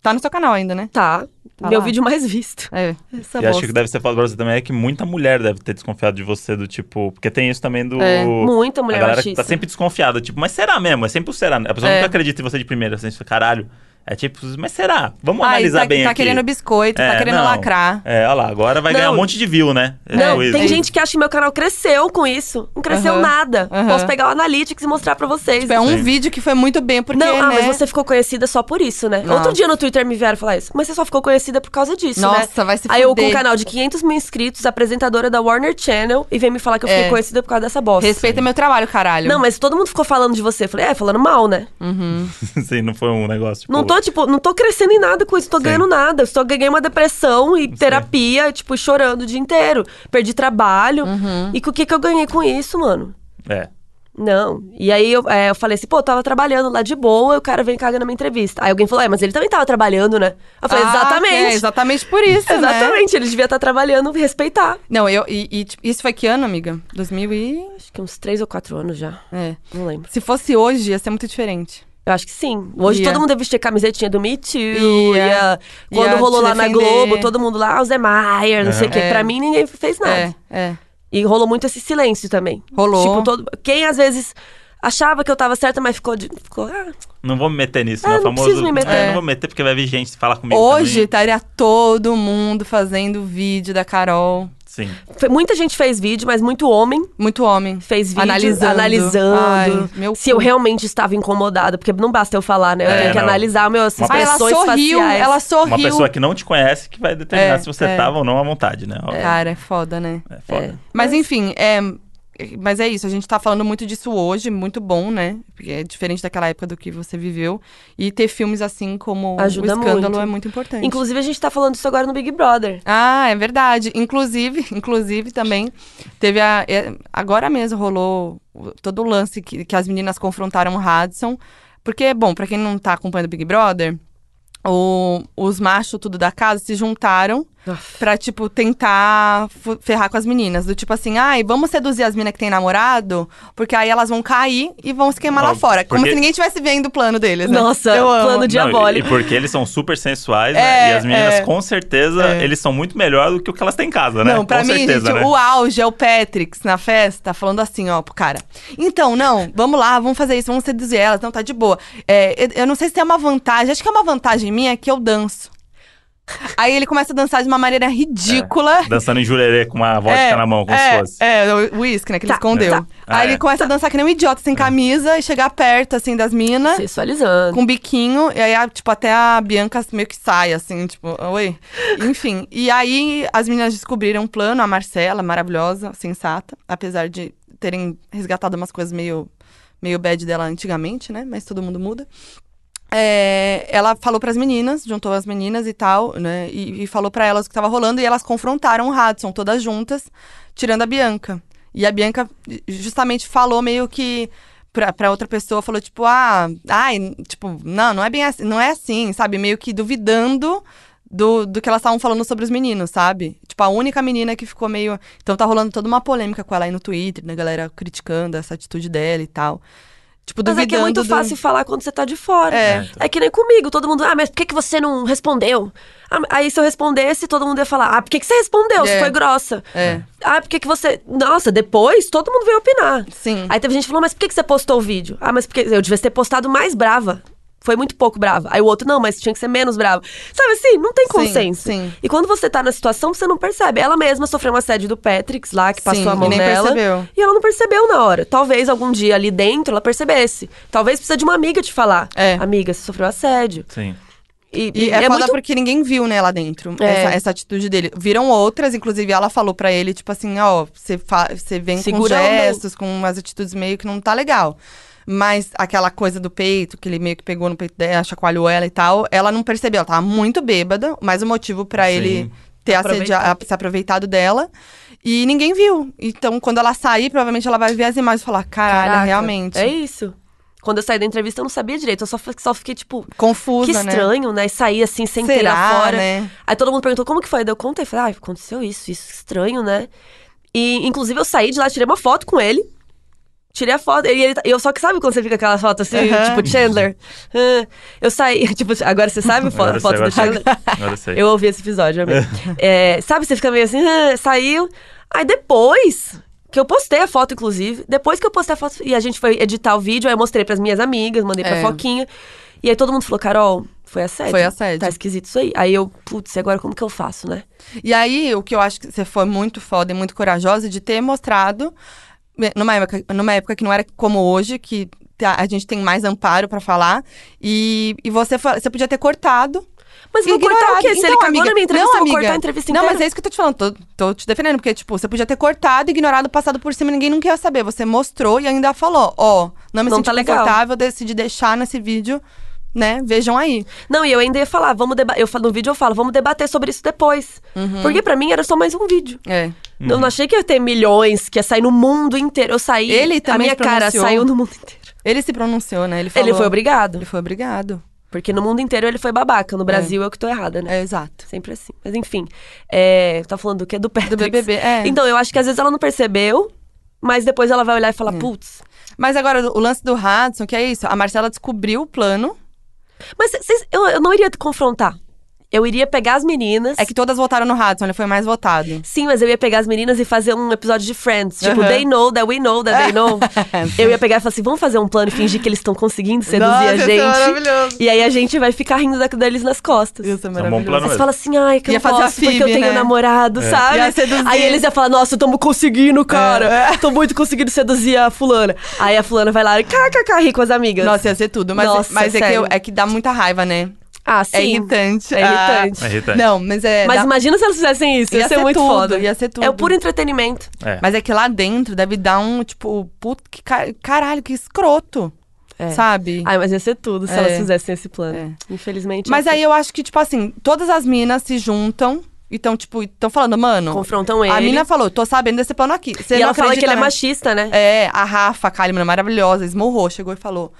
S2: tá no seu canal ainda, né?
S3: Tá,
S2: Tá
S3: meu
S2: lá.
S3: vídeo mais visto.
S2: É.
S3: Essa
S1: E acho
S3: bosta.
S1: que deve ser falado pra você também é que muita mulher deve ter desconfiado de você, do tipo. Porque tem isso também do.
S2: É,
S3: Muita
S1: A
S3: mulher
S1: galera
S3: machista.
S1: tá sempre desconfiada, tipo, mas será mesmo? É sempre o será. né? A pessoa
S2: É.
S1: nunca acredita em você de primeira, assim, você fala, caralho, É tipo, mas será? Vamos
S2: Ai,
S1: analisar
S2: tá,
S1: bem
S2: tá
S1: aqui.
S2: querendo biscoito, tá
S1: É,
S2: querendo
S1: não.
S2: lacrar.
S1: É, olha lá, agora vai
S3: Não.
S1: ganhar um monte de view, né? É,
S3: Não,
S1: o Isa.
S3: tem gente que acha que meu canal cresceu com isso. Não cresceu
S2: Aham,
S3: nada.
S2: aham.
S3: Posso pegar o Analytics e mostrar pra vocês.
S2: Tipo, é um
S1: Sim.
S2: vídeo que foi muito bem, porque,
S3: não, ah,
S2: né?
S3: mas você ficou conhecida só por isso, né?
S2: Não.
S3: Outro dia no Twitter me vieram falar isso. Mas você só ficou conhecida por causa disso, né?
S2: Nossa, vai se
S3: Aí eu com um
S2: fuder.
S3: canal de 500 mil inscritos, apresentadora da Warner Channel, e vem me falar que eu fiquei
S2: É.
S3: conhecida por causa dessa bosta.
S2: Respeita meu trabalho, caralho.
S3: Não, mas todo mundo ficou falando de você. Eu falei, é, falando mal, né?
S1: Sim, não foi um negócio, tipo...
S3: Não tô, tipo, não tô crescendo em nada com isso, não tô
S1: Sim.
S3: ganhando nada. Eu só ganhei uma depressão e terapia, tipo, chorando o dia inteiro. Perdi trabalho. E com o que que eu ganhei com isso, mano?
S1: É.
S3: Não. E aí eu, é, eu falei assim, pô, eu tava trabalhando lá de boa, e o cara vem cagando na minha entrevista. Aí alguém falou, é, mas ele também tava trabalhando, né? Eu falei,
S2: Ah,
S3: exatamente.
S2: É exatamente por isso, né?
S3: Exatamente, ele devia estar trabalhando, respeitar.
S2: Não, eu... E, e, tipo, isso foi que ano, amiga? 2000 e...
S3: Acho que uns três ou quatro anos já.
S2: É.
S3: Não lembro.
S2: Se fosse hoje, ia ser muito diferente.
S3: Eu acho que sim. Hoje
S2: Ia.
S3: todo mundo deve vestir camisetinha do Me Too.
S2: Ia.
S3: ia- Quando
S2: Ia
S3: rolou
S2: te
S3: lá na
S2: defender.
S3: Globo, todo mundo lá, ah, o Zé Maier, não sei o quê.
S2: É.
S3: Pra mim, ninguém fez nada.
S2: É, é.
S3: E rolou muito esse silêncio também.
S2: Rolou.
S3: Tipo, todo... quem às vezes achava que eu tava certa, mas ficou... de- ficou ah,
S1: Não vou me meter nisso,
S3: Ah,
S1: né? O
S3: não
S1: famoso...
S3: preciso me meter.
S1: É, não vou me meter porque vai vir gente falar comigo
S2: Hoje
S1: também.
S2: estaria todo mundo fazendo vídeo da Carol.
S1: Sim.
S3: Foi- Muita gente fez vídeo, mas muito homem
S2: Muito homem.
S3: fez vídeo
S2: Analisando.
S3: analisando
S2: Ai, meu
S3: se eu
S2: cu.
S3: realmente estava incomodada, porque não basta eu falar, né? Eu
S1: É,
S3: tenho que
S1: não.
S3: analisar meu, as
S1: Uma
S2: Ah, ela
S3: expressões
S2: sorriu,
S3: faciais.
S2: ela sorriu.
S1: Uma pessoa que não te conhece que vai determinar
S2: É,
S1: se você
S2: é.
S1: tava ou não à vontade, né? Ó,
S2: Cara, é foda, né?
S1: É foda.
S2: Mas enfim, é. Mas é isso, a gente tá falando muito disso hoje, muito bom, né? Porque é diferente daquela época do que você viveu. E ter filmes assim como
S3: Ajuda
S2: o escândalo
S3: muito.
S2: é muito importante.
S3: Inclusive, a gente tá falando isso agora no Big Brother.
S2: Ah, é verdade. Inclusive, inclusive também teve a. é, agora mesmo rolou o- todo o lance que, que as meninas confrontaram o Hudson. Porque, bom, pra quem não tá acompanhando o Big Brother, o- os machos tudo da casa se juntaram pra, tipo, tentar fu- ferrar com as meninas. Do tipo assim, ai, vamos seduzir as meninas que têm namorado, porque aí elas vão cair e vão se queimar lá
S1: Ó,
S2: fora. Como
S1: porque-
S2: se ninguém tivesse vendo o plano deles, né?
S3: Nossa,
S2: eu amo.
S3: plano
S1: Não, e, e
S3: diabólico.
S1: porque eles são super sensuais,
S2: É,
S1: né? E as meninas,
S2: é.
S1: com certeza,
S2: É.
S1: eles são muito melhor do que o que elas têm em casa, né?
S2: Não, pra
S1: com
S2: mim,
S1: certeza,
S2: gente,
S1: né?
S2: o auge é o Patrix na festa, falando assim, ó, pro cara. Então, não, vamos lá, vamos fazer isso, vamos seduzir elas, não, tá de boa. É, eu, eu não sei se é uma vantagem, acho que é uma vantagem minha que eu danço. Aí ele começa a dançar de uma maneira ridícula.
S1: Dançando em jurerê com uma vodka na mão, É. como
S2: é,
S1: se fosse.
S2: É, o uísque, né, que ele
S3: Tá,
S2: escondeu.
S3: tá.
S1: Ah,
S2: Aí
S1: é.
S2: ele começa a dançar que nem um idiota, sem camisa, e chegar perto, assim, das minas.
S3: Sexualizando.
S2: Com biquinho, e aí, a- tipo, até a Bianca meio que sai, assim, tipo, oi. Enfim, e aí as meninas descobriram um plano, a Marcela, maravilhosa, sensata, apesar de terem resgatado umas coisas meio, meio bad dela antigamente, né? Mas todo mundo muda. É, ela falou pras meninas, juntou as meninas e tal, né? E, e falou pra elas o que tava rolando e elas confrontaram o Hudson todas juntas, tirando a Bianca. E a Bianca ju- justamente falou meio que pra, pra outra pessoa, falou tipo, ah, ai, tipo, não, não é bem assim, não é assim, sabe? Meio que duvidando do, do que elas estavam falando sobre os meninos, sabe? Tipo, a única menina que ficou meio. Então tá rolando toda uma polêmica com ela aí no Twitter, né? Galera criticando essa atitude dela e tal. Tipo,
S3: Mas
S2: duvidando.
S3: é que é muito
S2: do-
S3: fácil falar quando você tá de fora.
S2: É.
S3: É que nem comigo, todo mundo, ah, mas por que, que você não respondeu? Ah, aí se eu respondesse, todo mundo ia falar, ah, por que, que você respondeu? Você
S2: É.
S3: foi grossa.
S2: É.
S3: Ah, por que, que você. Nossa, depois todo mundo veio opinar.
S2: Sim.
S3: Aí teve gente que falou, mas por que, que você postou o vídeo? Ah, mas porque eu devia ter postado mais brava. Foi muito pouco brava. Aí o outro, não, mas tinha que ser menos brava. Sabe assim? Não tem
S2: Sim,
S3: consenso.
S2: sim.
S3: E quando você tá na situação, você não percebe. Ela mesma sofreu um assédio do Patrix lá, que passou
S2: Sim,
S3: a
S2: e
S3: mão
S2: nem
S3: nela.
S2: percebeu.
S3: E ela não percebeu na hora. Talvez algum dia ali dentro ela percebesse. Talvez precisa de uma amiga te falar.
S2: É.
S3: Amiga, você sofreu assédio.
S1: Sim.
S3: E,
S2: E
S3: e
S2: é,
S3: é
S2: foda
S3: muito
S2: porque ninguém viu, né, lá dentro,
S3: É.
S2: essa, essa atitude dele. Viram outras, inclusive ela falou pra ele, tipo assim, ó, você fa- você vem
S3: Segura
S2: com
S3: a onda aí.
S2: gestos, com umas atitudes meio que não tá legal. Mas aquela coisa do peito, que ele meio que pegou no peito dela, chacoalhou ela e tal, ela não percebeu, ela tava muito bêbada, mas o motivo pra
S1: Sim.
S2: ele ter
S3: Aproveitar.
S2: assediado, se aproveitado dela. E ninguém viu. Então, quando ela sair, provavelmente ela vai ver as imagens e falar, caralho,
S3: Caraca,
S2: realmente.
S3: É isso. Quando eu saí da entrevista, eu não sabia direito. Eu só, fi- só fiquei, tipo,
S2: Confusa,
S3: que estranho, né? E saí assim, sem ter
S2: Será,
S3: lá fora.
S2: né?
S3: Aí todo mundo perguntou como que foi. Daí eu contei. Falei, ah, aconteceu isso, isso, estranho, né? E, inclusive, eu saí de lá, tirei uma foto com ele. Tirei a foto. E ele, tá- eu só que sabe quando você fica aquela foto assim,
S2: Aham.
S3: tipo, Chandler. Ah, eu saí, tipo, agora você sabe a foto,
S1: Agora eu sei, agora
S3: foto do
S1: eu sei.
S3: Chandler?
S1: Agora eu sei.
S3: Eu ouvi esse episódio, eu amei. É, sabe, você fica meio assim, "Ah", saiu. Aí depois que eu postei a foto, inclusive, depois que eu postei a foto e a gente foi editar o vídeo, aí eu mostrei pras minhas amigas, mandei pra
S2: É.
S3: Foquinha. E aí todo mundo falou, Carol, Foi assédio.
S2: Foi assédio.
S3: Tá esquisito isso aí. Aí eu, putz, e agora como que eu faço, né?
S2: E aí, o que eu acho que você foi muito foda e muito corajosa de ter mostrado, eh, numa época, numa época que não era como hoje, que tá- a gente tem mais amparo pra falar, e, e você, fa- você podia ter cortado.
S3: Mas eu vou
S2: ignorado.
S3: cortar o quê? Se ele
S2: Então,
S3: cagou na minha entrevista,
S2: não,
S3: eu vou
S2: amiga.
S3: cortar a entrevista
S2: Não,
S3: inteira.
S2: mas é isso que eu tô te falando. Tô, tô te defendendo, porque, tipo, você podia ter cortado, ignorado, passado por cima, ninguém não quer saber. Você mostrou e ainda falou: ó, não me
S3: Não
S2: senti
S3: tá legal.
S2: confortável, decidi deixar nesse vídeo, né? Vejam aí.
S3: Não, e eu ainda ia falar, vamos debater. Eu falo- no vídeo eu falo, vamos debater sobre isso depois.
S2: Uhum.
S3: Porque pra mim era só mais um vídeo.
S2: É.
S3: Eu não achei que ia ter milhões, que ia sair no mundo inteiro. Eu saí,
S2: Ele
S3: a
S2: também
S3: minha cara
S2: pronunciou.
S3: saiu no mundo inteiro.
S2: Ele se pronunciou, né? Ele falou.
S3: Ele foi
S2: Ele
S3: obrigado.
S2: foi obrigado.
S3: Porque no mundo inteiro ele foi babaca. No Brasil eu que tô errada, né?
S2: É, exato.
S3: Sempre assim. Mas enfim, é, tá falando do quê? Do Patrick.
S2: Do BBB, é.
S3: Então, eu acho que às vezes ela não percebeu, mas depois ela vai olhar e falar,
S2: É.
S3: putz.
S2: Mas agora, o lance do Hudson, que é isso. A Marcela descobriu o plano.
S3: Mas vocês- eu, eu não iria te confrontar. Eu iria pegar as meninas.
S2: É que todas votaram no Hudson, ele foi mais votado.
S3: Sim, mas eu ia pegar as meninas e fazer um episódio de Friends. Tipo,
S2: Aham. É.
S3: they know that we know that they know. eu ia pegar e falar assim, vamos fazer um plano e fingir que eles estão conseguindo seduzir
S2: Nossa,
S3: a
S2: isso é
S3: gente.
S2: maravilhoso.
S3: E aí a gente vai ficar rindo da, deles nas costas.
S2: Isso
S1: Isso é
S2: é
S1: um bom
S2: maravilhoso.
S1: plano
S3: Aí você
S1: mesmo.
S3: fala assim, ai, que eu
S2: Ia
S3: não
S2: fazer a
S3: posso porque eu
S2: Phoebe,
S3: tenho
S2: né?
S3: namorado, sabe?
S2: Ia seduzir.
S3: Aí eles iam falar, nossa, tamo
S2: É.
S3: conseguindo, cara. Tô muito conseguindo seduzir a fulana. Aí a fulana vai lá e kkk, ri com as amigas.
S2: Nossa, ia ser tudo. Mas,
S3: Nossa,
S2: mas é, que
S3: sério.
S2: eu- é que dá muita raiva, né?
S3: ah, sim.
S2: É irritante.
S3: É
S2: Ah,
S3: irritante.
S1: É irritante.
S2: Não, mas é.
S3: Mas
S2: dá-
S3: imagina se elas fizessem isso, ia,
S2: Ia
S3: ser,
S2: ser
S3: muito
S2: tudo,
S3: foda.
S2: ia ser tudo.
S3: É o puro entretenimento.
S1: É.
S2: mas é que lá dentro deve dar um, tipo, puto, que ca- caralho, que escroto.
S3: É.
S2: Sabe?
S3: Ai, mas ia ser tudo se
S2: É.
S3: elas fizessem esse plano.
S2: É.
S3: Infelizmente.
S2: Mas
S3: ia ser.
S2: aí eu acho que, tipo assim, todas as minas se juntam e estão, tipo, estão falando, mano.
S3: Confrontam ele.
S2: A mina falou, tô sabendo desse plano aqui. Você
S3: e
S2: não
S3: ela fala que
S2: acredita,
S3: ele é
S2: né?
S3: machista, né?
S2: É, a Rafa, a Kalimann, maravilhosa, esmurrou, chegou e falou.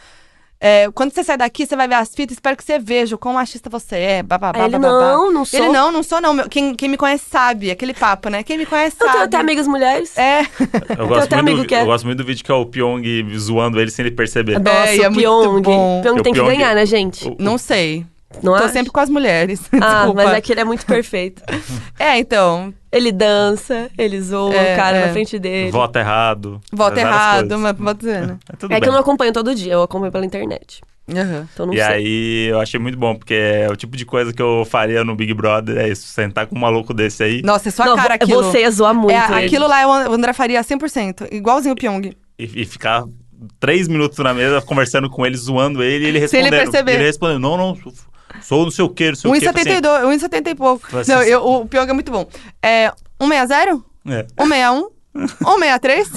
S2: é, quando você sai daqui, você vai ver as fitas, espero que você veja o quão machista você é. Babá,
S3: Aí ele, "Não, não sou."
S2: Ele não, não sou, não. Meu- Quem, quem me conhece sabe, aquele papo, né? Quem me conhece
S3: Eu
S2: sabe.
S3: tenho até amigas mulheres.
S2: É.
S1: Eu
S3: Tem
S1: gosto,
S3: até
S1: muito
S3: amigo
S1: do,
S3: que é.
S1: eu gosto muito do vídeo que é o Pyong zoando ele sem ele perceber.
S3: Nossa,
S2: É, e é
S3: o
S2: muito
S3: Pyong.
S2: bom.
S3: Pyong
S1: O
S3: tem que
S1: Pyong-
S3: ganhar, né, gente?
S1: O-
S2: Não sei.
S3: Não
S2: Tô
S3: acha?
S2: sempre com as mulheres.
S3: Ah,
S2: Desculpa.
S3: mas é que ele é muito perfeito.
S2: É, então.
S3: Ele dança, ele zoa
S2: É,
S3: o cara
S2: é.
S3: na frente dele.
S1: Vota errado.
S2: Voto
S1: faz várias
S2: errado,
S1: coisas.
S2: mas pode dizer, né?
S1: É, tudo
S3: É
S1: bem.
S3: que eu não acompanho todo dia, eu acompanho pela internet.
S2: Aham.
S3: Então não
S1: E
S3: sei.
S1: aí eu achei muito bom, porque é o tipo de coisa que eu faria no Big Brother, é isso, sentar com um maluco desse aí
S2: Nossa, é só
S3: não,
S2: a cara
S3: vo-
S2: aquilo.
S3: você ia zoar muito.
S2: é,
S3: ele.
S2: aquilo lá é o And- o André Faria 100%, igualzinho o Pyong.
S1: e, e ficar três minutos na mesa conversando com ele, zoando ele, e ele
S2: Se ele
S1: respondendo.
S2: perceber.
S1: ele respondendo, não, não, sou, sou não sei o quê, não sei o quê. tipo assim,
S2: 1,72, 1,70 e pouco.
S1: Fala assim,
S2: Não, eu, o Pyong é muito bom. É, 1,60?
S1: é.
S2: 161? 163?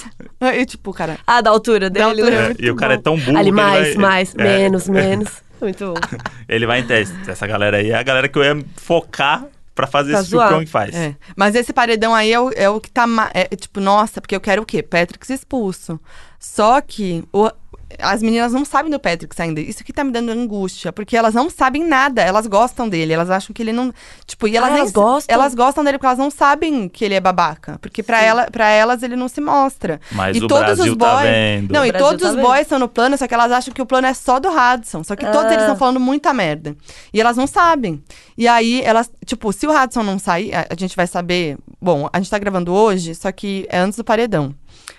S2: E tipo, cara.
S3: Ah, da altura dele.
S2: Da altura,
S1: É,
S3: né?
S1: e o cara é tão burro que ele
S3: Ali, mais,
S1: vai-
S3: mais,
S1: é.
S3: menos, menos. Muito bom.
S1: Ele vai em teste. Essa galera aí é a galera que eu ia focar pra fazer
S3: Pra
S1: isso que o
S3: zoar.
S1: Pyong faz.
S2: É. Mas esse paredão aí é o, é o que tá. ma- É, é tipo, nossa, porque eu quero o quê? Patrick expulso. Só que o- as meninas não sabem do Patrick ainda. Isso que tá me dando angústia, porque elas não sabem nada. Elas gostam dele, elas acham que ele não. Tipo, e elas,
S3: Ah,
S2: nem
S3: elas
S2: se-
S3: gostam?
S2: Elas gostam dele porque elas não sabem que ele é babaca. Porque pra, ela, pra elas ele não se mostra.
S1: Mas
S2: e
S1: o
S2: todos
S1: Brasil
S2: os boys.
S1: tá vendo.
S2: Não,
S3: O
S2: e
S3: Brasil
S2: todos
S3: tá
S2: os
S3: vendo.
S2: boys estão no plano, só que elas acham que o plano é só do Hudson. Só que todos
S3: Ah.
S2: eles estão falando muita merda. E elas não sabem. E aí, elas, tipo, se o Hudson não sair, a, a gente vai saber. Bom, a gente tá gravando hoje, só que é antes do paredão.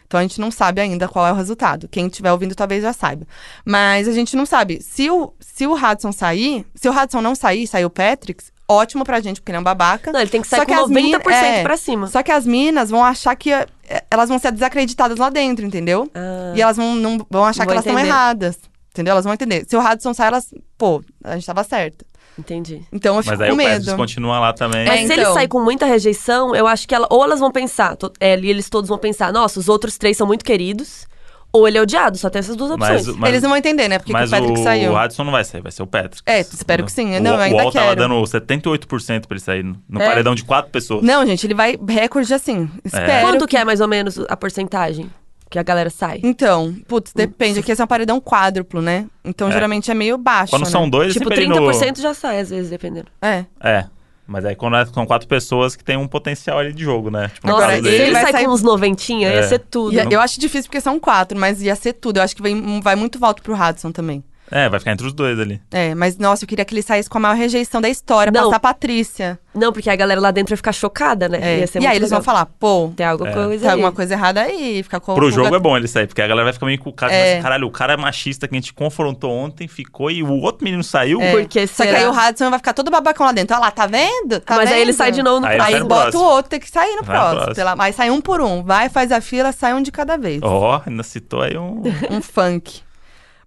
S2: Então a gente não sabe ainda qual é o resultado. Quem estiver ouvindo talvez já saiba. Mas a gente não sabe. Se o, se o Hudson sair, se o Hudson não sair, sair o Patrick, ótimo pra gente, porque ele é um babaca.
S3: Não, ele tem que sair
S2: Só
S3: com
S2: as min-
S3: 90%
S2: é.
S3: pra cima.
S2: Só que as minas vão achar que é, elas vão ser desacreditadas lá dentro, entendeu?
S3: Ah.
S2: E elas vão, não, vão achar
S3: Vão
S2: que elas estão
S3: entender.
S2: erradas. Entendeu? Elas vão entender. Se o Radisson sai, elas. Pô, a gente tava certa.
S3: Entendi.
S2: Então eu fico
S1: Mas aí
S2: com
S1: o Patrick
S2: medo.
S1: continua lá também.
S3: Mas se ele
S2: então.
S3: sair com muita rejeição, eu acho que ela, ou elas vão pensar, to- é, e eles todos vão pensar, nossa, os outros três são muito queridos, ou ele é odiado, só tem essas duas opções.
S1: Mas- mas-
S2: Eles não vão entender, né? Porque que
S1: Mas
S2: o Patrick
S1: o,
S2: saiu.
S1: o Hudson não vai sair, vai ser o Patrick.
S2: É, espero que sim.
S1: O-
S2: Não, eu ainda
S1: o Wall tava
S2: quero.
S1: dando 78% pra ele sair no, no
S3: É?
S1: paredão de quatro pessoas.
S2: Não, gente, ele vai recorde assim. Espero.
S3: Quanto que é mais ou menos a porcentagem que a galera sai?
S2: Então, putz, depende. Aqui esse é um paredão quádruplo, né? Então
S1: É.
S2: geralmente é meio baixo.
S1: Quando
S2: né?
S1: são dois,
S3: tipo,
S1: sempre ele
S3: 30% já sai, às vezes, dependendo.
S2: É.
S1: No... É. Mas aí quando é- são quatro pessoas que tem um potencial ali de jogo, né? Tipo, no
S3: Nossa,
S2: Agora,
S1: caso
S3: se
S1: dele-
S3: ele
S2: ele vai
S3: sai
S2: sair-
S3: com uns noventinha,
S1: É.
S3: ia ser tudo.
S2: Ia- eu acho difícil porque são quatro, mas ia ser tudo. Eu acho que vem- vai muito voto pro Radisson também.
S1: É, vai ficar entre os dois ali.
S2: É, mas nossa, eu queria que ele saísse com a maior rejeição da história,
S3: Não.
S2: passar a Patrícia.
S3: Não, porque a galera lá dentro ia ficar chocada, né?
S2: É.
S3: Ia ser
S2: E
S3: muito
S2: aí eles
S3: legal.
S2: vão falar, pô,
S3: Tem
S1: É.
S3: alguma coisa
S2: tem
S3: aí.
S2: alguma coisa errada aí, fica com
S1: Pro
S2: com-
S1: jogo é bom ele sair, porque a galera vai ficar meio com o cara,
S2: É.
S1: mas, caralho, o cara machista que a gente confrontou ontem ficou e o outro menino saiu.
S2: É.
S3: Porque
S2: Só que
S3: será?
S2: aí o Hudson vai ficar todo babacão lá dentro. Olha lá, tá vendo? Tá
S3: Mas aí ele
S2: vendo?
S3: sai de novo no
S1: né? Aí ele
S2: Aí
S1: sai
S3: próximo.
S1: no
S2: bota
S1: próximo.
S2: o outro, tem que sair no
S1: Vai no
S2: próximo.
S1: próximo.
S2: sei lá. Mas sai um por um. Vai, faz a fila, sai um de cada vez.
S1: Ó, ainda citou aí um.
S2: Um funk.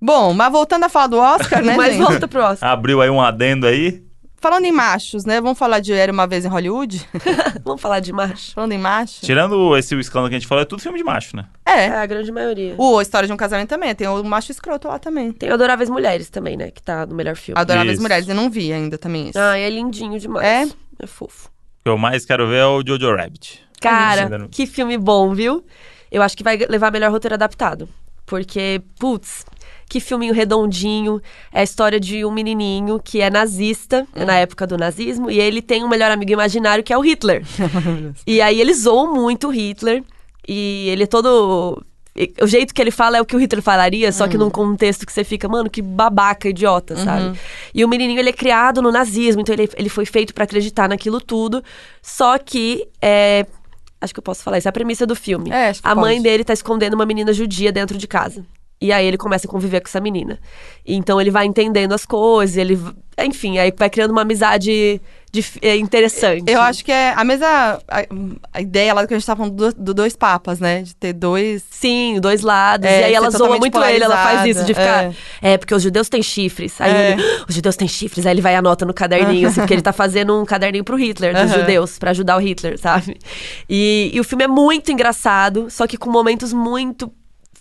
S2: Bom, mas voltando a falar do Oscar, né,
S3: Mas
S2: gente?
S3: volta pro Oscar.
S1: Abriu aí um adendo aí.
S2: Falando em machos, né? Vamos falar de Era Uma Vez em Hollywood?
S3: Vamos falar de macho?
S2: Falando em macho?
S1: Tirando esse escândalo que a gente falou, é tudo filme de macho, né?
S3: É,
S2: É.
S3: a grande maioria.
S2: O A História de um Casamento também. Tem o Macho Escroto lá também.
S3: Tem Adoráveis Mulheres também, né? Que tá no melhor filme.
S2: Adoráveis
S1: Isso.
S2: Mulheres. Eu não vi ainda também isso.
S3: Ah, é lindinho demais.
S2: É?
S3: É fofo.
S1: O que eu mais quero ver é o Jojo Rabbit. ainda
S3: Cara,
S1: não-
S3: que filme bom, viu? Eu acho que vai levar melhor roteiro adaptado. Porque, putz, que filminho redondinho. É a história de um menininho que é nazista,
S1: Hum.
S3: é na época do nazismo, e ele tem um melhor amigo imaginário que é o Hitler. e aí eles zoam muito o Hitler, e ele é todo. e- O jeito que ele fala é o que o Hitler falaria, só
S2: Hum.
S3: que num contexto que você fica, mano, que babaca, idiota,
S2: Uhum.
S3: sabe? E o menininho, ele é criado no nazismo, então ele, ele foi feito pra acreditar naquilo tudo. Só que, é, acho que eu posso falar isso, é a premissa do filme.
S2: É, acho que
S3: a mãe
S2: pode.
S3: dele tá escondendo uma menina judia dentro de casa. E aí ele começa a conviver com essa menina. Então ele vai entendendo as coisas, ele. v- Enfim, aí vai criando uma amizade dif- é, interessante.
S2: Eu acho que é a mesma a, a ideia lá do que a gente tava falando do, do Dois Papas, né? De ter dois.
S3: Sim, dois lados.
S2: É,
S3: e aí
S2: ser
S3: ela zoa
S2: totalmente
S3: muito ele, ela faz
S2: polarizada,
S3: isso, de ficar. É, porque os judeus têm chifres. Aí
S2: É.
S3: ele. "Ah, Os judeus têm chifres. Aí ele vai e anota no caderninho, assim, porque ele tá fazendo um caderninho pro Hitler, dos
S2: Aham.
S3: judeus, pra ajudar o Hitler, sabe? E, e o filme é muito engraçado, só que com momentos muito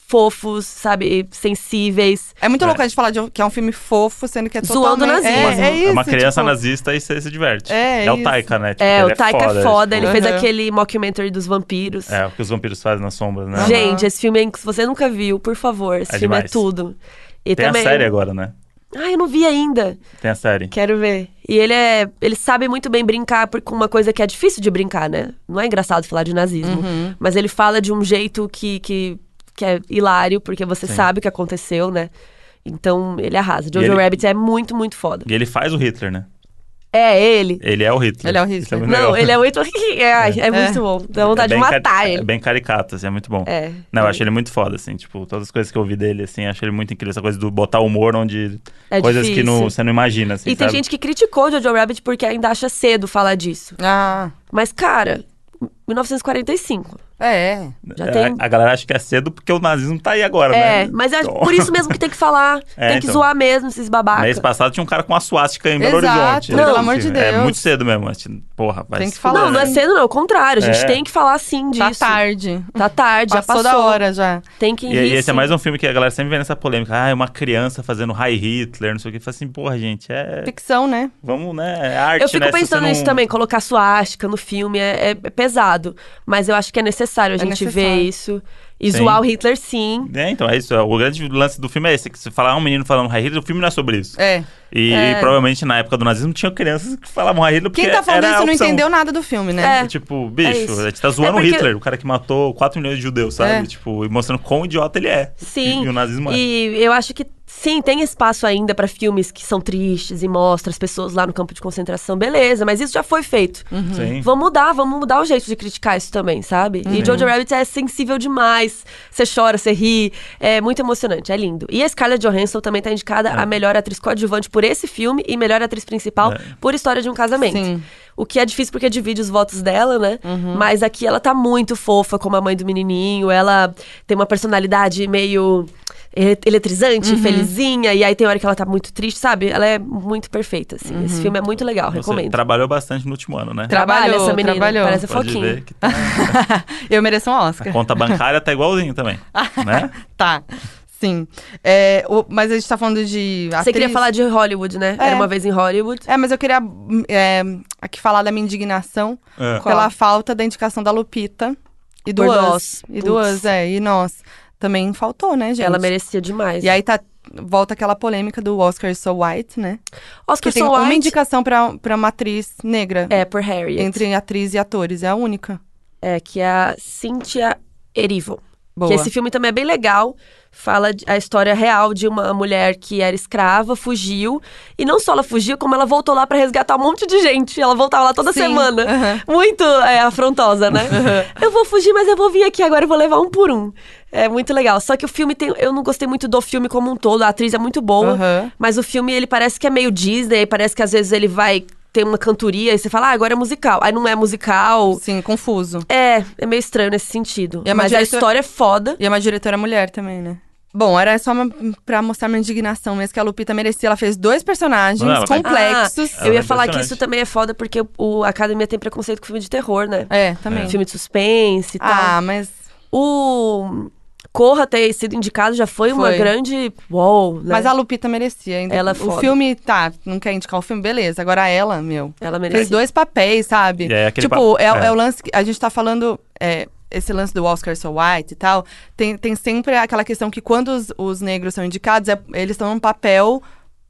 S3: fofos, sabe? Sensíveis.
S2: É muito louco a gente falar de, que é um filme fofo, sendo que é
S3: Zoando
S2: totalmente...
S3: nazismo.
S2: É, é isso.
S1: é uma criança
S2: tipo,
S1: nazista e você se diverte.
S2: É,
S1: o
S2: isso.
S1: Taika, né? Tipo,
S3: É,
S1: ele
S3: o Taika é foda, ele
S1: tipo,
S3: fez
S2: Aham.
S3: aquele mockumentary dos vampiros.
S1: É, o que os vampiros fazem nas sombras, né?
S3: Gente, esse filme, é- se você nunca viu, por favor, esse
S1: É
S3: filme é
S1: demais.
S3: tudo. E
S1: Tem
S3: também...
S1: a série agora, né?
S3: Ah, eu não vi ainda.
S1: Tem a série.
S3: Quero ver. E ele é. Ele sabe muito bem brincar por, com uma coisa que é difícil de brincar, né? Não é engraçado falar de nazismo.
S1: Uhum.
S3: Mas ele fala de um jeito que, que, que é hilário, porque você sabe o que aconteceu, né? Então ele arrasa. Jojo
S1: ele-
S3: Rabbit é muito, muito foda.
S1: E ele faz o Hitler, né?
S3: É ele.
S1: Ele é o Hitler.
S2: Ele é o Hitler.
S1: Isso muito
S3: Não,
S1: legal.
S3: ele é muito. é, ai, é muito bom. Dá vontade
S1: É
S3: de
S1: bem
S3: matar
S1: cari- É
S3: ele.
S1: bem caricato, assim, é muito bom.
S3: É.
S1: Não, eu acho ele muito foda, assim, tipo, todas as coisas que eu ouvi dele, assim, acho ele muito incrível. Essa coisa do botar humor onde.
S3: É
S1: coisas que não,
S3: difícil.
S1: você não imagina, assim.
S3: E tem
S1: sabe?
S3: gente que criticou Jojo Rabbit porque ainda acha cedo falar disso.
S2: Ah,
S3: Mas, cara, 1945.
S2: é.
S3: Já
S1: É,
S3: tem-
S1: A galera acha que é cedo porque o nazismo tá aí agora, né?
S3: É, mas é
S1: Então-
S3: por isso mesmo que tem que falar.
S1: É,
S3: tem que
S1: então.
S3: zoar mesmo esses babacas.
S1: Mês passado tinha um cara com a suástica em Belo
S2: Exato,
S1: Horizonte.
S2: pelo
S1: Assim,
S2: amor de
S1: É
S2: Deus.
S1: muito cedo mesmo. assim, Porra, vai
S2: Tem
S1: se
S2: que
S1: fuder,
S2: falar,
S3: Não, não é
S1: né?
S3: cedo, não. É o contrário. A gente
S1: É.
S3: tem que falar sim disso.
S2: Tá tarde.
S3: Tá tarde, já
S2: passou,
S3: passou.
S2: da hora já.
S3: Tem que
S1: E,
S3: rir.
S1: e esse é
S3: sim.
S1: mais um filme que a galera sempre vê nessa polêmica. Ah, é uma criança fazendo High Hitler, não sei o que. Fala assim, porra, gente, é.
S2: Ficção, né?
S1: Vamos, né? É arte,
S3: Eu fico
S1: né? Se
S3: pensando
S1: você
S3: nisso
S1: não-
S3: também, colocar suástica no filme é, é pesado. Mas eu acho que é necessário a
S2: É
S3: gente ver
S2: necessário.
S3: isso. E
S1: Sim.
S3: zoar o Hitler, sim.
S1: É, então, é isso. O grande lance do filme é esse. Que se falar ah, um menino falando High Hitler, o filme não é sobre isso.
S2: É.
S1: E,
S3: É.
S1: e provavelmente na época do nazismo tinha crianças que falavam High Hitler porque
S2: Quem tá falando
S1: era a
S2: isso não
S1: opção.
S2: entendeu nada do filme, né?
S3: É.
S1: Tipo,
S3: É
S1: bicho,
S3: isso.
S1: a gente tá zoando
S3: É porque-
S1: o Hitler, o cara que matou 4 milhões de judeus, sabe?
S2: É.
S1: Tipo, e mostrando quão idiota ele é.
S3: Sim.
S1: E, e o nazismo é.
S3: E eu acho que sim, tem espaço ainda pra filmes que são tristes e mostram as pessoas lá no campo de concentração. Beleza, mas isso já foi feito.
S2: Uhum.
S1: Sim. Uhum.
S3: Vamos mudar, vamos mudar o jeito de criticar isso também, sabe? E Jojo Rabbit é sensível demais. Você chora, você ri. É muito emocionante, é lindo. E a Scarlett Johansson também tá indicada
S1: É.
S3: a melhor atriz coadjuvante por esse filme e melhor atriz principal por História de um Casamento.
S2: Sim.
S3: O que é difícil porque divide os votos dela, né? Mas aqui ela tá muito fofa como a mãe do menininho. Ela tem uma personalidade meio ele- eletrizante, felizinha. E aí tem hora que ela tá muito triste, sabe? Ela é muito perfeita, assim. Esse filme é muito legal,
S1: Você
S3: recomendo.
S1: trabalhou bastante no último ano, né?
S3: Trabalha
S2: Trabalhou,
S3: essa menina,
S2: trabalhou.
S3: parece
S1: Pode
S3: foquinha.
S1: ver que tá-
S2: Eu mereço um Oscar.
S1: a conta bancária tá igualzinho também, né?
S2: Tá. Sim. É, o- mas a gente tá falando de.
S3: Você
S2: atriz.
S3: queria falar de Hollywood, né?
S2: É.
S3: Era uma vez em Hollywood.
S2: É, mas eu queria é, aqui falar da minha indignação
S1: É.
S2: pela falta da indicação da Lupita e do
S3: Por
S2: Us.
S3: nós.
S2: E do
S3: Putz.
S2: Us, é. E nós. Também faltou, né, gente?
S3: Ela merecia demais.
S2: E aí tá, volta aquela polêmica do Oscar So White, né?
S3: Oscar
S2: Que tem
S3: So
S2: uma
S3: White
S2: indicação pra, pra uma atriz negra.
S3: é por Harriet.
S2: Entre atriz e atores, é a única.
S3: É, que é a Cynthia Erivo.
S2: Boa.
S3: Que esse filme também é bem legal. Fala de- a história real de uma mulher que era escrava, fugiu. E não só ela fugiu, como ela voltou lá pra resgatar um monte de gente. Ela voltava lá toda
S2: Sim,
S3: semana.
S2: aham.
S3: Muito é, afrontosa, né? Eu vou fugir, mas eu vou vir aqui agora e vou levar um por um. É muito legal. Só que o filme tem. Eu não gostei muito do filme como um todo. A atriz é muito boa.
S2: Aham.
S3: Mas o filme, ele parece que é meio Disney. Parece que às vezes ele vai. Tem uma cantoria e você fala, ah, agora é musical. Aí não é musical.
S2: Sim, confuso.
S3: É, é meio estranho nesse sentido.
S2: E é uma
S3: mas
S2: diretora-
S3: a história é foda.
S2: E é uma diretora mulher também, né? Bom, era só uma, hum, pra mostrar minha indignação mesmo, que a Lupita merecia. Ela fez dois personagens
S1: Não, ela vai-
S2: complexos.
S3: Ah, eu
S1: Ela
S3: ia
S1: é
S3: falar que
S1: impressionante.
S3: isso também é foda, porque o- o Academia tem preconceito com filme de terror, né?
S2: É, também.
S3: Filme de suspense e
S1: É.
S2: Ah, mas
S3: tal. O Corra ter sido indicado já foi, uma
S2: Foi.
S3: grande. Uou, né?
S2: Mas a Lupita merecia ainda.
S3: Ela é
S2: O
S3: foda.
S2: filme, tá, não quer indicar o filme, beleza. Agora ela, meu.
S3: Ela
S2: Fez
S3: merecia.
S2: dois papéis, sabe?
S1: É, aquele
S2: tipo,
S1: pa-
S2: é,
S1: é.
S2: é o lance que a gente tá falando. é, esse lance do Oscar So White e tal, tem, tem sempre aquela questão que quando os, os negros são indicados, é- eles estão num papel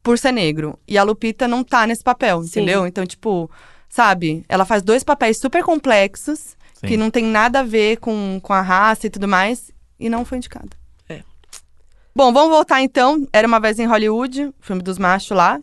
S2: por ser negro. E a Lupita não tá nesse papel,
S3: Sim.
S2: entendeu? Então, tipo, sabe? Ela faz dois papéis super complexos,
S1: Sim.
S2: que não tem nada a ver com, com a raça e tudo mais, e não foi indicada.
S3: É.
S2: Bom, vamos voltar então. Era uma vez em Hollywood, filme dos machos lá.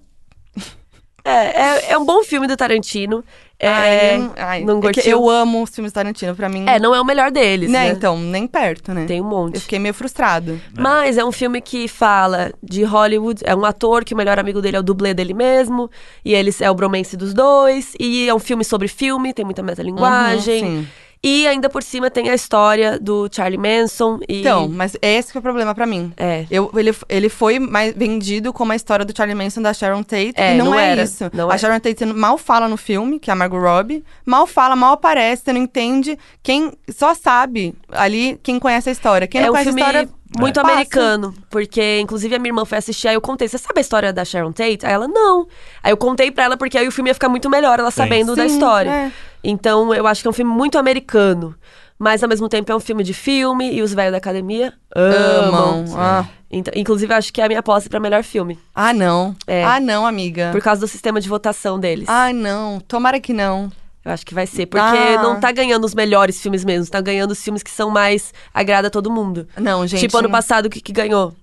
S3: É, é, é um bom filme do Tarantino. É,
S2: Ai, não- ai,
S3: não
S2: Ah, é que
S3: curtiu?
S2: eu amo os filmes Tarantino, pra mim.
S3: é, não é o melhor deles,
S2: né?
S3: né?
S2: Então, nem perto, né?
S3: Tem um monte.
S2: Eu fiquei meio frustrado.
S3: Mas é um filme que fala de Hollywood, é um ator que o melhor amigo dele é o dublê dele mesmo, e ele é o bromance dos dois, e é um filme sobre filme, tem muita metalinguagem.
S2: Uhum, sim.
S3: e ainda por cima tem a história do Charlie Manson e
S2: Então, mas esse que é o problema pra mim.
S3: é,
S2: Eu, ele, ele foi mais vendido como a história do Charlie Manson da Sharon Tate.
S3: É,
S2: e não,
S3: não
S2: é
S3: era,
S2: isso.
S3: não
S2: a
S3: era.
S2: Sharon Tate mal fala no filme, que é a Margot Robbie. Mal fala, mal aparece, você não entende. Quem só sabe ali, quem conhece a história. Quem
S3: é
S2: não
S3: um
S2: conhece
S3: filme
S2: a história. é.
S3: muito
S2: passa.
S3: americano, porque inclusive a minha irmã foi assistir, aí eu contei, você sabe a história da Sharon Tate? Aí ela não. Aí eu contei pra ela porque aí o filme ia ficar muito melhor ela sabendo da
S2: Sim,
S3: história.
S2: é.
S3: Então eu acho que é um filme muito americano, mas ao mesmo tempo é um filme de filme e os velhos da academia amam.
S2: Amam. Ah.
S3: Então, inclusive eu acho que é a minha aposta pra melhor filme,
S2: ah, não.
S3: É.
S2: Ah, não, amiga.
S3: por causa do sistema de votação deles.
S2: Ah, não. Tomara que não.
S3: Eu acho que vai ser, porque
S2: Ah.
S3: não tá ganhando os melhores filmes mesmo, tá ganhando os filmes que são mais agrada a todo mundo.
S2: Não, gente.
S3: tipo ano
S2: não-
S3: passado o que, que ganhou?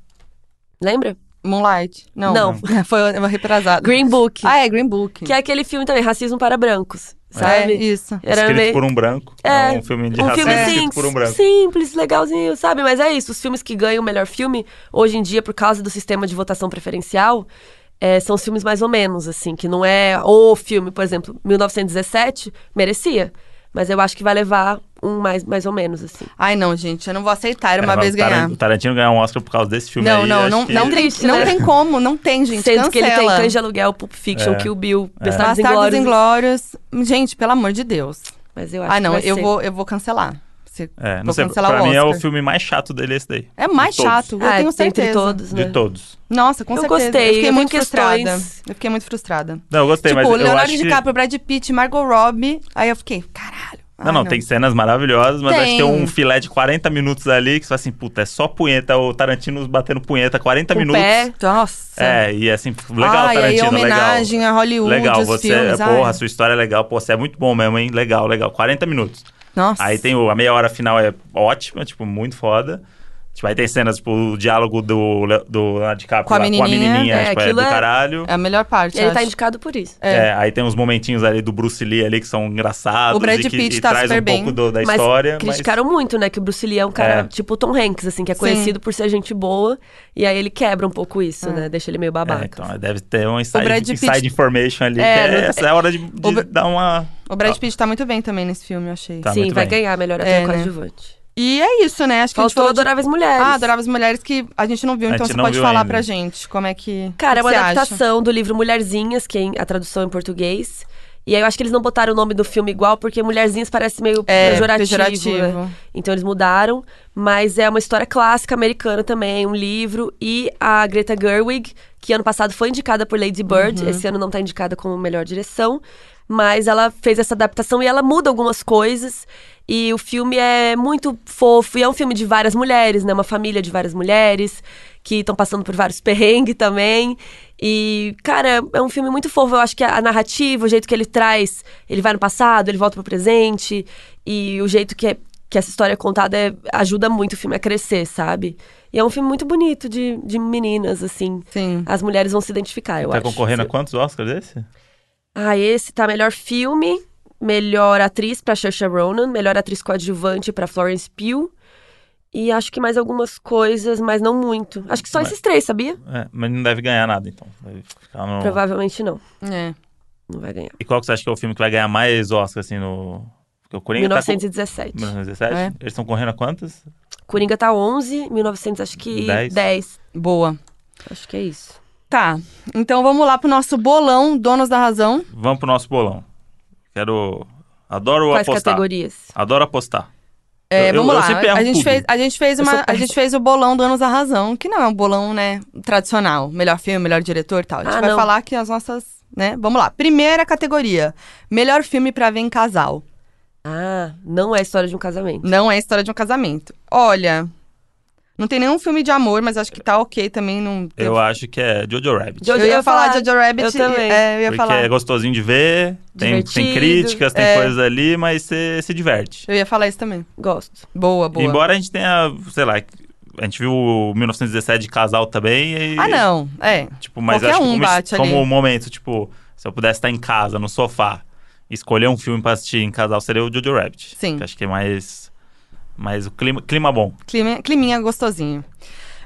S3: Lembra?
S2: Moonlight. Não.
S3: Não.
S2: Foi ano retrasado.
S3: Green Book,
S2: Ah, é, Green Book.
S3: que é aquele filme também, racismo para brancos,
S2: É,
S3: sabe?
S2: isso.
S3: Era
S1: Escrito
S3: meio-
S1: por um branco.
S3: É,
S1: É, um filme de
S3: um
S1: racismo
S3: filme
S1: escrito
S2: assim,
S3: sim-
S1: por um branco.
S3: simples, legalzinho, sabe? Mas é isso, os filmes que ganham o melhor filme, hoje em dia, por causa do sistema de votação preferencial, é, são os filmes mais ou menos, assim, que não é o filme, por exemplo, 1917, merecia. Mas eu acho que vai levar um mais, mais ou menos, assim.
S2: Ai, não, gente. Eu não vou aceitar era
S1: É,
S2: uma
S1: mas
S2: vez
S1: o Taran-
S2: ganhar.
S1: O Tarantino ganhar um Oscar por causa desse filme
S2: Não,
S1: aí.
S2: não,
S1: acho
S2: não,
S1: que-
S2: não, tem,
S3: Triste,
S2: não
S3: né?
S2: tem como, não tem, gente.
S3: Sendo que ele tem
S2: cancela.
S3: Cães de Aluguel, Pulp Fiction,
S1: É.
S3: Kill Bill, Bastardos
S2: Bastardos
S3: Inglórios.
S2: Inglórios. Gente, pelo amor de Deus.
S3: Mas eu acho
S2: Ah, não,
S3: que vai
S2: eu
S3: ser.
S2: vou, eu vou cancelar. Se-
S1: É, não
S2: vou
S1: sei,
S2: cancelar
S1: pra
S2: o
S1: mim é o
S2: Oscar.
S1: filme mais chato dele esse daí.
S2: É mais
S1: todos.
S2: chato, eu
S3: Ah,
S2: tenho
S3: entre
S2: certeza.
S3: todos, né?
S1: De todos.
S2: Nossa, com
S3: Eu
S2: certeza.
S3: gostei,
S2: Eu fiquei
S3: eu
S2: muito
S3: tenho
S2: frustrada.
S3: questões.
S2: Eu fiquei muito frustrada.
S1: Não, eu gostei,
S2: tipo,
S1: mas eu
S2: Leonardo
S1: acho que...
S2: DiCaprio, Brad Pitt, Margot Robbie. Aí eu fiquei, caralho.
S1: Não, não, tem cenas maravilhosas, mas acho que tem
S2: Ah, Tem.
S1: um filé de 40 minutos ali que você fala assim, puta, é só punheta, o Tarantino batendo punheta 40
S3: Com o
S1: minutos.
S3: pé.
S2: Nossa.
S1: É, e assim, legal,
S2: Ai, aí é
S1: Tarantino, legal.
S2: homenagem a Hollywood,
S1: Legal,
S2: os
S1: você,
S2: filmes. ah, ai.
S1: porra, a sua história é legal, pô, você é muito bom mesmo, hein? Legal, legal. 40 minutos.
S2: Nossa.
S1: Aí tem o, a meia hora final é ótima, tipo, muito foda. Tipo, aí tem cenas, tipo, o diálogo do, Le- do Leonardo DiCaprio
S2: Com a
S1: lá
S2: menininha,
S1: menininha,
S3: é,
S1: tipo, é
S3: aquilo
S1: do
S3: é-
S1: caralho.
S2: É a melhor parte,
S3: Ele tá
S2: acho.
S3: indicado por isso.
S2: É.
S1: É, aí tem uns momentinhos ali do Bruce Lee ali que são engraçados.
S2: O Brad
S1: e que,
S2: Pitt
S1: e
S2: tá
S1: traz
S2: super
S1: um
S2: bem.
S1: pouco do- da
S3: Mas
S1: história.
S3: criticaram muito, né? Que o Bruce Lee é um cara
S1: É.
S3: tipo o Tom Hanks, assim, que é
S2: Sim.
S3: conhecido por ser gente boa. E aí ele quebra um pouco isso, né? Deixa ele meio
S1: mas,
S3: babaca.
S1: é, então, deve ter um inside,
S2: Brad Pitt-
S1: inside information ali.
S3: É,
S1: que
S3: não-
S1: é, essa é a hora de, de
S2: O Bra-
S1: dar uma.
S2: O Brad Pitt tá muito bem também nesse filme, eu achei.
S1: Ah. Tá.
S3: Sim,
S1: muito
S3: vai
S1: bem.
S3: ganhar melhor ator
S2: É, né?
S3: coadjuvante.
S2: E é isso, né? Acho que
S3: Faltou
S2: a gente falou de...
S3: Adoráveis Mulheres.
S2: Ah, Adoráveis Mulheres que a gente não viu,
S1: A
S2: então
S1: gente
S2: você
S1: não
S2: pode
S1: viu
S2: falar
S1: ainda.
S2: pra gente como é que
S3: Cara, é
S2: o
S3: uma
S2: que você
S3: adaptação do livro Mulherzinhas, que é em- a tradução em português. E aí eu acho que eles não botaram o nome do filme igual, porque Mulherzinhas parece meio
S2: É,
S3: pejorativo.
S2: pejorativo.
S3: né? Então eles mudaram. Mas é uma história clássica americana também, um livro. E a Greta Gerwig, que ano passado foi indicada por Lady Bird, esse ano não tá indicada como melhor direção. Mas ela fez essa adaptação e ela muda algumas coisas. E o filme é muito fofo. E é um filme de várias mulheres, né? Uma família de várias mulheres que estão passando por vários perrengues também. E, cara, é um filme muito fofo. Eu acho que a a narrativa, o jeito que ele traz, ele vai no passado, ele volta pro presente. E o jeito que é que essa história contada é- ajuda muito o filme a crescer, sabe? E é um filme muito bonito de, de meninas, assim.
S2: Sim.
S3: As mulheres vão se identificar, eu
S1: Tá
S3: acho.
S1: concorrendo a
S3: Sim.
S1: quantos Oscars esse?
S3: Ah, esse tá melhor filme, melhor atriz pra Saoirse Ronan, melhor atriz coadjuvante pra Florence Pugh. E acho que mais algumas coisas, mas não muito. Acho que só
S1: Mas-
S3: esses três, sabia?
S1: É, mas não deve ganhar nada, então. Deve ficar no-
S3: Provavelmente não.
S2: É.
S3: Não vai ganhar.
S1: E qual que você acha que é o filme que vai ganhar mais Oscar, assim, no... Porque o Coringa tá
S3: 1917.
S1: com... 1917?
S2: É.
S1: Eles estão correndo a quantas?
S3: Coringa tá 11, 1900 acho que
S1: Dez.
S3: 10.
S2: Boa.
S3: Acho que é isso.
S2: Tá, então vamos lá pro nosso bolão, donos da razão.
S1: Vamos pro nosso bolão. Quero... Adoro
S3: Quais
S1: apostar.
S3: categorias?
S1: Adoro apostar.
S2: É,
S1: Eu- eu-
S2: vamos
S1: eu
S2: lá.
S1: sempre erro
S2: a, gente
S1: tudo.
S2: fez, a gente fez
S3: Eu sou
S2: uma, a
S3: péssima.
S2: gente fez o bolão donos da razão, que não é um bolão, né, tradicional, melhor filme, melhor diretor, e tal. A gente
S3: Ah,
S2: vai
S3: não.
S2: falar que as nossas, né? Vamos lá. Primeira categoria, melhor filme pra ver em casal.
S3: Ah, não é a história de um casamento.
S2: Não é a história de um casamento. Olha, não tem nenhum filme de amor, mas acho que tá OK também, não
S1: Eu acho que é Jojo Rabbit.
S3: Jojo-
S2: Eu ia
S3: eu
S2: falar
S3: falar.
S2: de Jojo Rabbit.
S3: Eu também.
S2: é, eu ia
S1: Porque
S2: falar.
S1: é gostosinho de ver, tem, tem
S3: Divertido,
S1: críticas, tem
S2: é.
S1: coisas ali, mas você se diverte.
S2: Eu ia falar isso também.
S3: Gosto.
S2: Boa, boa.
S1: Embora a gente tenha, sei lá, a gente viu o 1917 de casal também. E,
S2: Ah, não. É.
S1: Tipo, mas
S2: Qualquer
S1: acho que
S2: um
S1: como,
S2: bate ali.
S1: como momento, tipo, se eu pudesse estar em casa, no sofá, escolher um filme pra assistir em casal, seria o Jojo Rabbit.
S2: Sim.
S1: Que acho que é mais. mais o clima, clima bom.
S2: Clima, climinha gostosinho.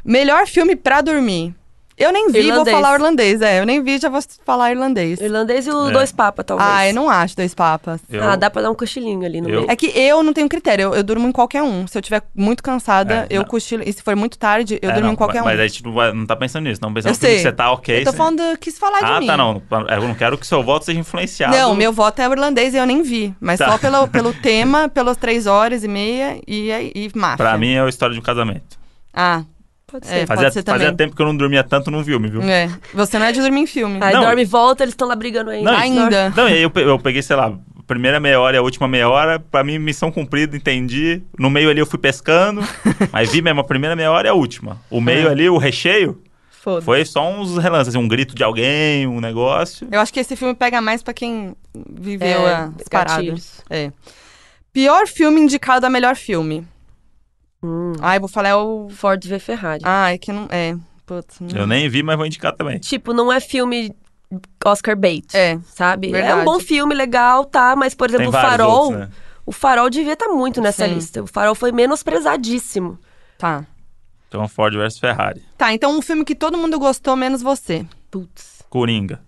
S2: Melhor filme pra dormir. Eu nem vi,
S3: Irlandês.
S2: vou falar irlandês. É, eu nem vi, já vou falar irlandês.
S3: Irlandês e o
S1: É.
S3: Dois Papas, talvez.
S2: Ah, eu não acho Dois Papas.
S1: Eu-
S3: Ah, dá pra dar um cochilinho ali no
S1: Eu-
S3: meio.
S2: É que eu não tenho critério, eu, eu durmo em qualquer um. Se eu tiver muito cansada,
S1: É,
S2: eu
S1: não.
S2: cochilo. E se for muito tarde, eu
S1: é,
S2: durmo
S1: não,
S2: em qualquer
S1: Mas
S2: um.
S1: a gente não, vai- não tá pensando nisso, não. Pensando
S2: Eu
S1: no filme que
S2: sei.
S1: você tá ok.
S2: eu tô
S1: você-
S2: falando, quis falar de
S1: Ah,
S2: mim.
S1: tá, não. Eu não quero que seu voto seja influenciado.
S2: Não, meu voto é irlandês e eu nem vi. Mas
S1: Tá.
S2: só pelo, pelo tema, pelas três horas e meia e, e máfia.
S1: Pra mim é a história de um casamento.
S2: Ah,
S3: Pode
S2: É,
S3: ser.
S1: Fazia,
S2: ser
S1: fazia
S2: também.
S1: tempo que eu não dormia tanto num filme, viu?
S2: é. Você não é de dormir em filme.
S3: Aí
S1: Não.
S3: dorme e volta, eles estão lá brigando ainda.
S1: Não,
S2: Ainda.
S1: Não, e aí eu, pe- eu peguei, sei lá, a primeira meia hora e a última meia hora, pra mim, missão cumprida, entendi. No meio ali eu fui pescando, mas vi mesmo a primeira meia hora e a última. O meio
S2: É.
S1: ali, o recheio,
S3: Foda-se.
S1: foi só uns relances, assim, um grito de alguém, um negócio.
S2: Eu acho que esse filme pega mais pra quem viveu
S3: É,
S2: as paradas.
S3: gatilhos.
S2: É. Pior filme indicado a melhor filme. Ai, vou falar é o.
S3: Ford v Ferrari.
S2: Ai, que não. É. Putz. não-
S1: Eu nem vi, mas vou indicar também.
S3: Tipo, não é filme Oscar bait,
S2: É.
S3: sabe?
S2: Verdade.
S3: É um bom filme, legal, tá? Mas, por exemplo,
S1: Tem
S3: o
S1: vários
S3: Farol...
S1: outros, né?
S3: O Farol devia estar muito nessa
S2: Sim.
S3: lista. O Farol foi menosprezadíssimo.
S2: Tá.
S1: Então, Ford versus Ferrari.
S2: Tá, então um filme que todo mundo gostou, menos você.
S3: Putz.
S1: Coringa.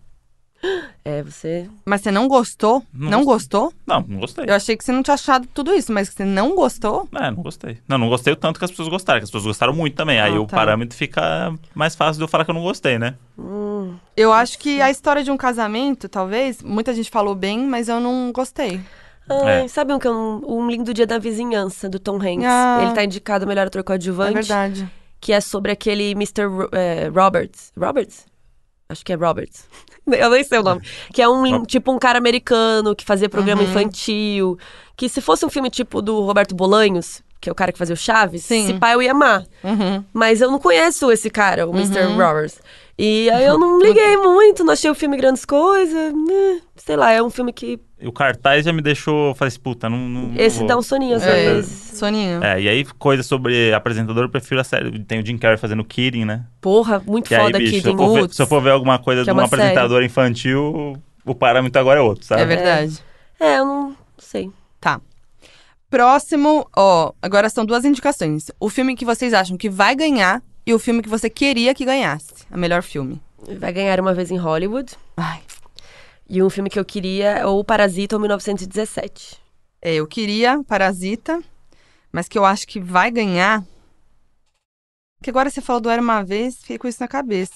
S3: É, você...
S2: Mas você não gostou?
S1: Não
S2: Não, gostou?
S1: Não, não gostei.
S2: Eu achei que você não tinha achado tudo isso, mas que você não gostou?
S1: É, não gostei. Não, não gostei o tanto que as pessoas gostaram, que as pessoas gostaram muito também. Aí
S2: Ah,
S1: o
S2: tá.
S1: parâmetro fica mais fácil de eu falar que eu não gostei, né?
S2: Eu acho que a história de um casamento, talvez, muita gente falou bem, mas eu não gostei.
S3: Ai,
S1: É.
S3: Sabe um que é um, um lindo dia da vizinhança, do Tom Hanks?
S2: Ah.
S3: Ele tá indicado melhor ator
S2: É
S3: coadjuvante.
S2: verdade.
S3: que é sobre aquele Mr. Ro- eh, Roberts. Roberts? Acho que é Roberts. Eu nem sei o nome. Que é um
S1: Rob-
S3: tipo um cara americano que fazia programa infantil. Que se fosse um filme tipo do Roberto Bolanhos, que é o cara que fazia o Chaves,
S2: Sim.
S3: se pá, eu ia amar.
S2: Uhum.
S3: Mas eu não conheço esse cara, o Mr. Roberts. E aí eu não liguei muito, não achei o filme grandes coisas. né? Sei lá, é um filme que.
S1: E o cartaz já me deixou, falei assim, puta, não, não não
S3: Esse
S1: vou.
S3: dá um soninho às
S2: É.
S3: vezes.
S2: Soninho.
S1: É, e aí, coisa sobre apresentador, eu prefiro a série. Tem o Jim Carrey fazendo Kidding, né?
S3: Porra, muito
S1: Que aí,
S3: foda
S1: bicho,
S3: aqui,
S1: se eu, for ver,
S2: Putz.
S1: se eu for ver alguma coisa
S3: Que
S1: de
S3: é
S1: um
S3: uma
S1: apresentador infantil, o parâmetro agora é outro, sabe?
S2: É verdade.
S3: É, eu não sei.
S2: Tá. Próximo, ó, agora são duas indicações. O filme que vocês acham que vai ganhar e o filme que você queria que ganhasse. A melhor filme.
S3: Vai ganhar uma vez em Hollywood.
S2: Ai.
S3: E um filme que eu queria é o Parasita ou 1917.
S2: É, eu queria Parasita, mas que eu acho que vai ganhar. Que agora você falou do Era uma vez, fiquei com isso na cabeça.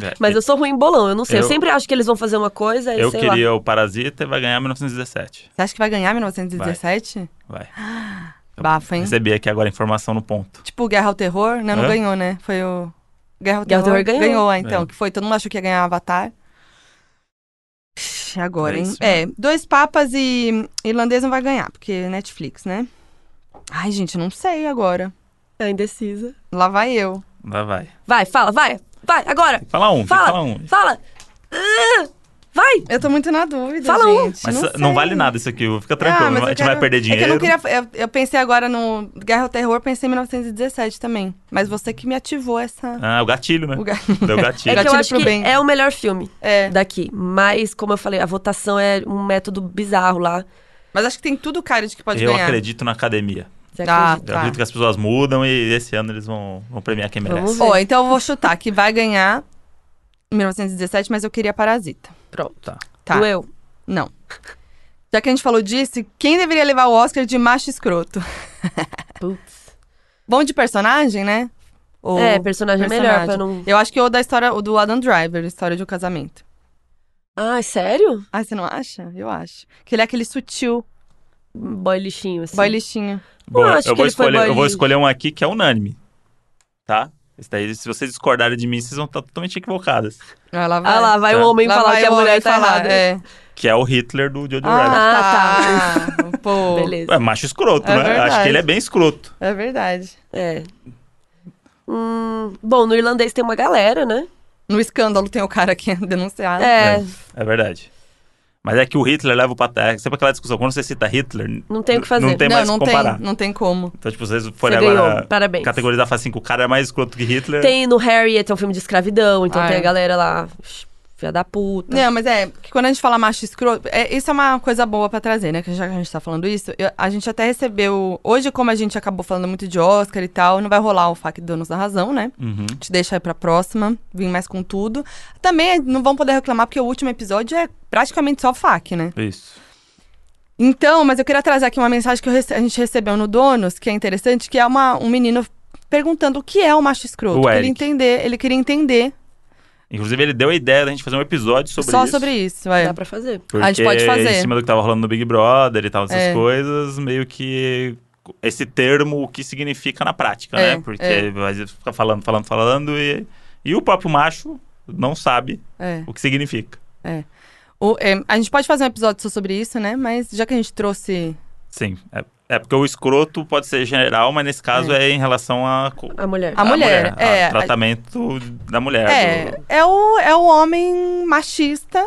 S1: É.
S3: Mas eu sou ruim em bolão, eu não sei. Eu,
S1: Eu-
S3: sempre acho que eles vão fazer uma coisa e
S1: Eu
S3: sei lá.
S1: queria o Parasita e vai ganhar 1917.
S2: Você acha que vai ganhar 1917?
S1: Vai.
S2: Bafo, hein?
S1: Recebi aqui agora a informação no ponto.
S2: Tipo Guerra ao Terror, né? Não
S1: Hã?
S2: ganhou, né? Foi o. Guerra ao
S3: Guerra
S2: Terror,
S3: ao Terror ganhou.
S2: ah, então.
S1: É.
S2: Que foi, todo mundo achou que ia ganhar Avatar. Ixi, Agora,
S1: É
S2: hein?
S1: isso,
S2: É, Dois Papas e Irlandês não vai ganhar, porque é Netflix, né? Ai, gente, não sei agora.
S3: É indecisa.
S2: Lá vai eu.
S1: Lá vai.
S3: Vai, fala, vai, vai, agora!
S1: Fala um, tem que
S3: Fala,
S1: falar um.
S3: fala! Ah, Vai!
S2: Eu tô muito na dúvida,
S3: Fala um.
S2: gente.
S1: Mas
S2: não,
S1: não, vale nada isso aqui, fica
S2: Ah,
S1: tranquilo.
S2: mas
S1: a
S2: eu
S1: gente vai
S2: quero-
S1: perder dinheiro.
S2: É que eu não queria... Eu, eu pensei agora no Guerra ao Terror, pensei em 1917 também. Mas você que me ativou essa...
S1: Ah, o gatilho, né?
S2: o ga-
S1: Deu gatilho.
S3: É que eu
S2: Gatilho
S3: acho
S2: pro
S3: que
S2: bem.
S3: é o melhor filme
S2: É.
S3: daqui. Mas, como eu falei, a votação é um método bizarro lá.
S2: Mas acho que tem tudo cara de que pode
S1: eu
S2: ganhar.
S1: acredito na academia.
S3: Você
S2: Ah,
S3: acredita?
S1: Eu
S2: Tá.
S1: acredito que as pessoas mudam e esse ano eles vão, vão premiar quem merece.
S3: Vamos ver.
S2: Ó, então eu vou chutar que vai ganhar 1917, mas eu queria Parasita.
S3: Pronto.
S1: Tá.
S2: Tá.
S3: Doeu.
S2: Não. Já que a gente falou disso, quem deveria levar o Oscar de macho escroto?
S3: Putz.
S2: Bom de personagem, né? Ou
S3: É, personagem, é melhor pra não.
S2: Eu acho que o da história, o do Adam Driver, História de um Casamento.
S3: Ah, sério?
S2: Ah, você não acha? Eu acho. Que ele é aquele sutil,
S3: Boy lixinho, assim.
S2: boy lixinho.
S1: Boa,
S3: acho
S1: eu,
S3: que
S1: vou
S3: ele foi
S1: escolher, eu vou
S3: bolinho.
S1: escolher um aqui que é unânime. Tá? Esse daí, se vocês discordarem de mim, vocês vão estar totalmente equivocadas.
S2: Ah, lá vai.
S3: Ah lá, vai
S1: Tá.
S3: um homem
S2: Lá
S3: falar
S2: vai
S3: que a
S2: o homem
S3: mulher tá
S2: falar,
S3: errada.
S2: É.
S1: Que é o Hitler do Jojo Rabbit.
S3: Ah,
S2: Ah, tá. Pô,
S3: Beleza.
S1: É macho escroto,
S2: É
S1: né? Acho
S2: verdade.
S1: que ele é bem escroto.
S2: é verdade.
S3: É. Hum, bom, no irlandês tem uma galera, né?
S2: No escândalo tem o cara que é denunciado.
S3: É,
S1: É verderdade. Mas é que o Hitler leva o patamar. É sempre aquela discussão. Quando você cita Hitler.
S3: Não tem o que fazer.
S1: Não tem
S2: não,
S1: mais o
S2: não
S1: que comparar.
S2: tem, não tem como.
S1: Então, tipo, vocês forem
S3: Você
S1: agora
S3: ganhou, parabéns.
S1: categorizar e falar assim que o cara é mais escroto que Hitler.
S3: tem no Harriet, é um filme de escravidão, então
S2: Ah,
S3: tem a
S2: é.
S3: galera lá, filha da
S1: Tá.
S3: puta.
S2: Não, mas é, que quando a gente fala macho escroto, é, isso é uma coisa boa pra trazer, né? Que já que a gente tá falando isso, eu- a gente até recebeu. Hoje, como a gente acabou falando muito de Oscar e tal, não vai rolar o FAC Donos da Razão, né?
S1: Uhum.
S2: A gente deixa aí pra próxima, vim mais com tudo. Também não vão poder reclamar, porque o último episódio é praticamente só FAC, né?
S1: Isso.
S2: Então, mas eu queria trazer aqui uma mensagem que eu rece- a gente recebeu no Donos, que é interessante, que é uma, um menino perguntando o que é o macho escroto.
S1: O
S2: Que ele
S1: Eric.
S2: entender, ele queria entender
S1: Inclusive, ele deu a ideia da gente fazer um episódio sobre
S2: só
S1: isso.
S2: sobre isso. é.
S3: Dá pra fazer.
S1: Porque
S2: gente pode fazer.
S1: Em cima do que tava rolando no Big Brother e tal, essas
S2: É.
S1: coisas, meio que esse termo, o que significa na prática,
S2: É,
S1: né? Porque
S2: é.
S1: às vezes fica falando, falando, falando e, e o próprio macho não sabe
S2: É.
S1: o que significa.
S2: O- é, a gente pode fazer um episódio só sobre isso, né? Mas já que a gente trouxe.
S1: Sim. É, é porque o escroto pode ser general, mas nesse caso é, em relação a. co-
S3: A mulher.
S2: A
S1: à
S2: mulher, é,
S1: ao
S2: a-
S1: tratamento da mulher. do-
S2: É, é o, é o homem machista,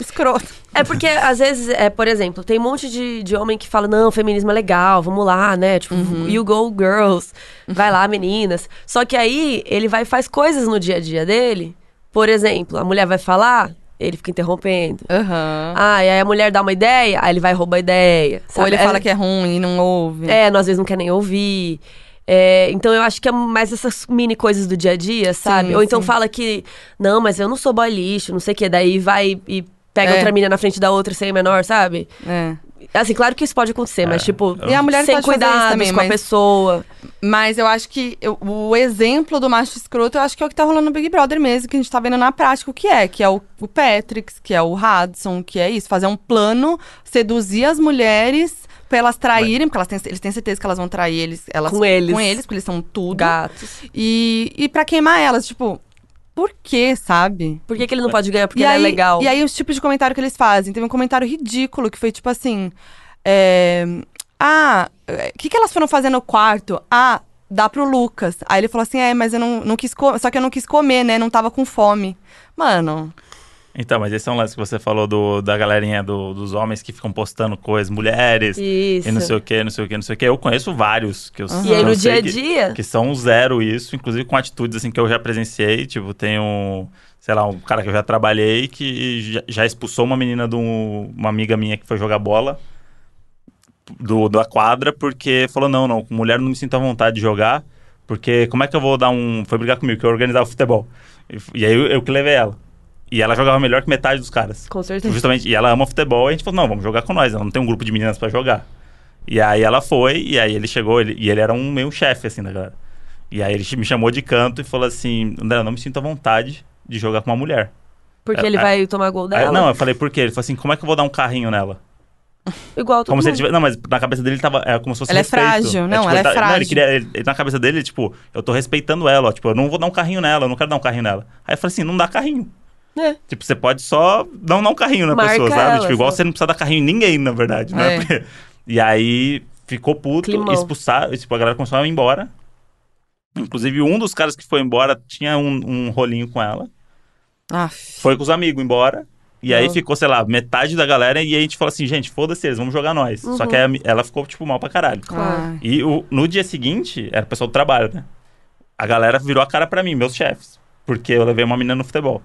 S2: escroto.
S3: É porque, às vezes, é, por exemplo, tem um monte de, de homem que fala, não, feminismo é legal, vamos lá, né? Tipo,
S2: Uhum.
S3: you go girls, vai lá, meninas. Só que aí ele vai e faz coisas no dia a dia dele. Por exemplo, a mulher vai falar, ele fica interrompendo.
S2: Aham.
S3: Ah, e aí a mulher dá uma ideia, aí ele vai roubar a ideia.
S2: Ou
S3: sabe?
S2: ele
S3: É-
S2: fala que é ruim e não ouve.
S3: É, não, às vezes não quer nem ouvir. É, então eu acho que é mais essas mini coisas do dia a dia, sabe? Ou então
S2: sim.
S3: fala que, não, mas eu não sou boy lixo, não sei o quê. Daí vai e pega
S2: É.
S3: outra mina na frente da outra sem menor, sabe?
S2: É.
S3: Assim, claro que isso pode acontecer, mas tipo,
S2: E a mulher
S3: sem
S2: pode fazer isso
S3: cuidados
S2: também,
S3: com a
S2: mas-
S3: pessoa.
S2: Mas eu acho que eu- o exemplo do macho escroto, eu acho que é o que tá rolando no Big Brother mesmo, que a gente tá vendo na prática o que é, que é o, o Patrix, que é o Hudson, que é isso, fazer um plano, seduzir as mulheres pra elas traírem, porque elas têm, eles têm certeza que elas vão trair eles, elas
S3: Com eles.
S2: com eles, porque eles são tudo.
S3: Gatos.
S2: E, e para queimar elas, tipo, por quê, sabe?
S3: Por que, que ele não pode ganhar? Porque
S2: e
S3: ele
S2: aí,
S3: é legal.
S2: E aí, os tipos de comentário que eles fazem. Teve um comentário ridículo que foi tipo assim: é, Ah, o que, que elas foram fazer no quarto? Ah, dá pro Lucas. Aí ele falou assim: É, mas eu não, não quis comer. Só que eu não quis comer, né? Não tava com fome. Mano,
S1: Então, mas esse é um lance que você falou do, da galerinha do- dos homens que ficam postando coisas, mulheres,
S3: Isso.
S1: E não sei o que, não sei o que, não sei o que. Eu conheço vários que eu
S3: E aí
S1: eu
S3: no
S1: sei
S3: dia a
S1: que-
S3: dia?
S1: Que são zero isso, inclusive com atitudes assim que eu já presenciei. Tipo, tem um, sei lá, um cara que eu já trabalhei que já, já expulsou uma menina de um- uma amiga minha que foi jogar bola do, da quadra porque falou: não, não, com mulher eu não me sinto à vontade de jogar. Porque como é que eu vou dar um. Foi brigar comigo, que eu organizava futebol. E, f- e aí eu, eu que levei ela. E ela jogava melhor que metade dos caras.
S3: Com certeza.
S1: Justamente, e ela ama futebol, e a gente falou, não, vamos jogar com nós, ela não tem um grupo de meninas pra jogar. E aí ela foi, e aí ele chegou, ele- e ele era um meio chefe, assim, da galera. E aí ele me chamou de canto e falou assim, André, eu não me sinto à vontade de jogar com uma mulher.
S3: Porque ele
S1: É,
S3: vai tomar gol
S1: Aí eu-
S3: dela.
S2: é
S1: não, eu falei, por quê? Ele falou assim, como é que eu vou dar um carrinho nela?
S3: Igual todo
S1: Como se ele
S3: mundo.
S1: tivesse... Não, mas na cabeça dele tava... É como se fosse
S2: Ela é
S1: respeito.
S2: frágil, não, ela
S1: ele
S2: é
S1: tá- ele
S2: frágil.
S1: queria- ele- ele- na cabeça dele, tipo, eu tô respeitando ela, ó. Tipo, eu não vou dar um carrinho nela, eu não quero dar um carrinho nela. Aí eu falei assim, não dá carrinho.
S3: É.
S1: Tipo, você pode só não dar um carrinho na
S3: Marca
S1: pessoa, sabe?
S3: ela,
S1: tipo, igual
S3: só.
S1: você não precisa dar carrinho em ninguém, na verdade,
S2: É.
S1: né? Porque- E aí ficou puto,
S3: Climão.
S1: expulsaram, tipo, a galera começou a ir embora. Inclusive, um dos caras que foi embora tinha um, um rolinho com ela.
S2: ah,
S1: Foi com os amigos embora. E aí ficou, sei lá, metade da galera e aí a gente falou assim, gente, foda-se eles, vamos jogar nós.
S3: Uhum.
S1: Só que aí a mi- ela ficou, tipo, mal pra caralho.
S2: Claro.
S1: E o- no dia seguinte, era o pessoal do trabalho, né? A galera virou a cara pra mim, meus chefes. Porque eu levei uma menina no futebol.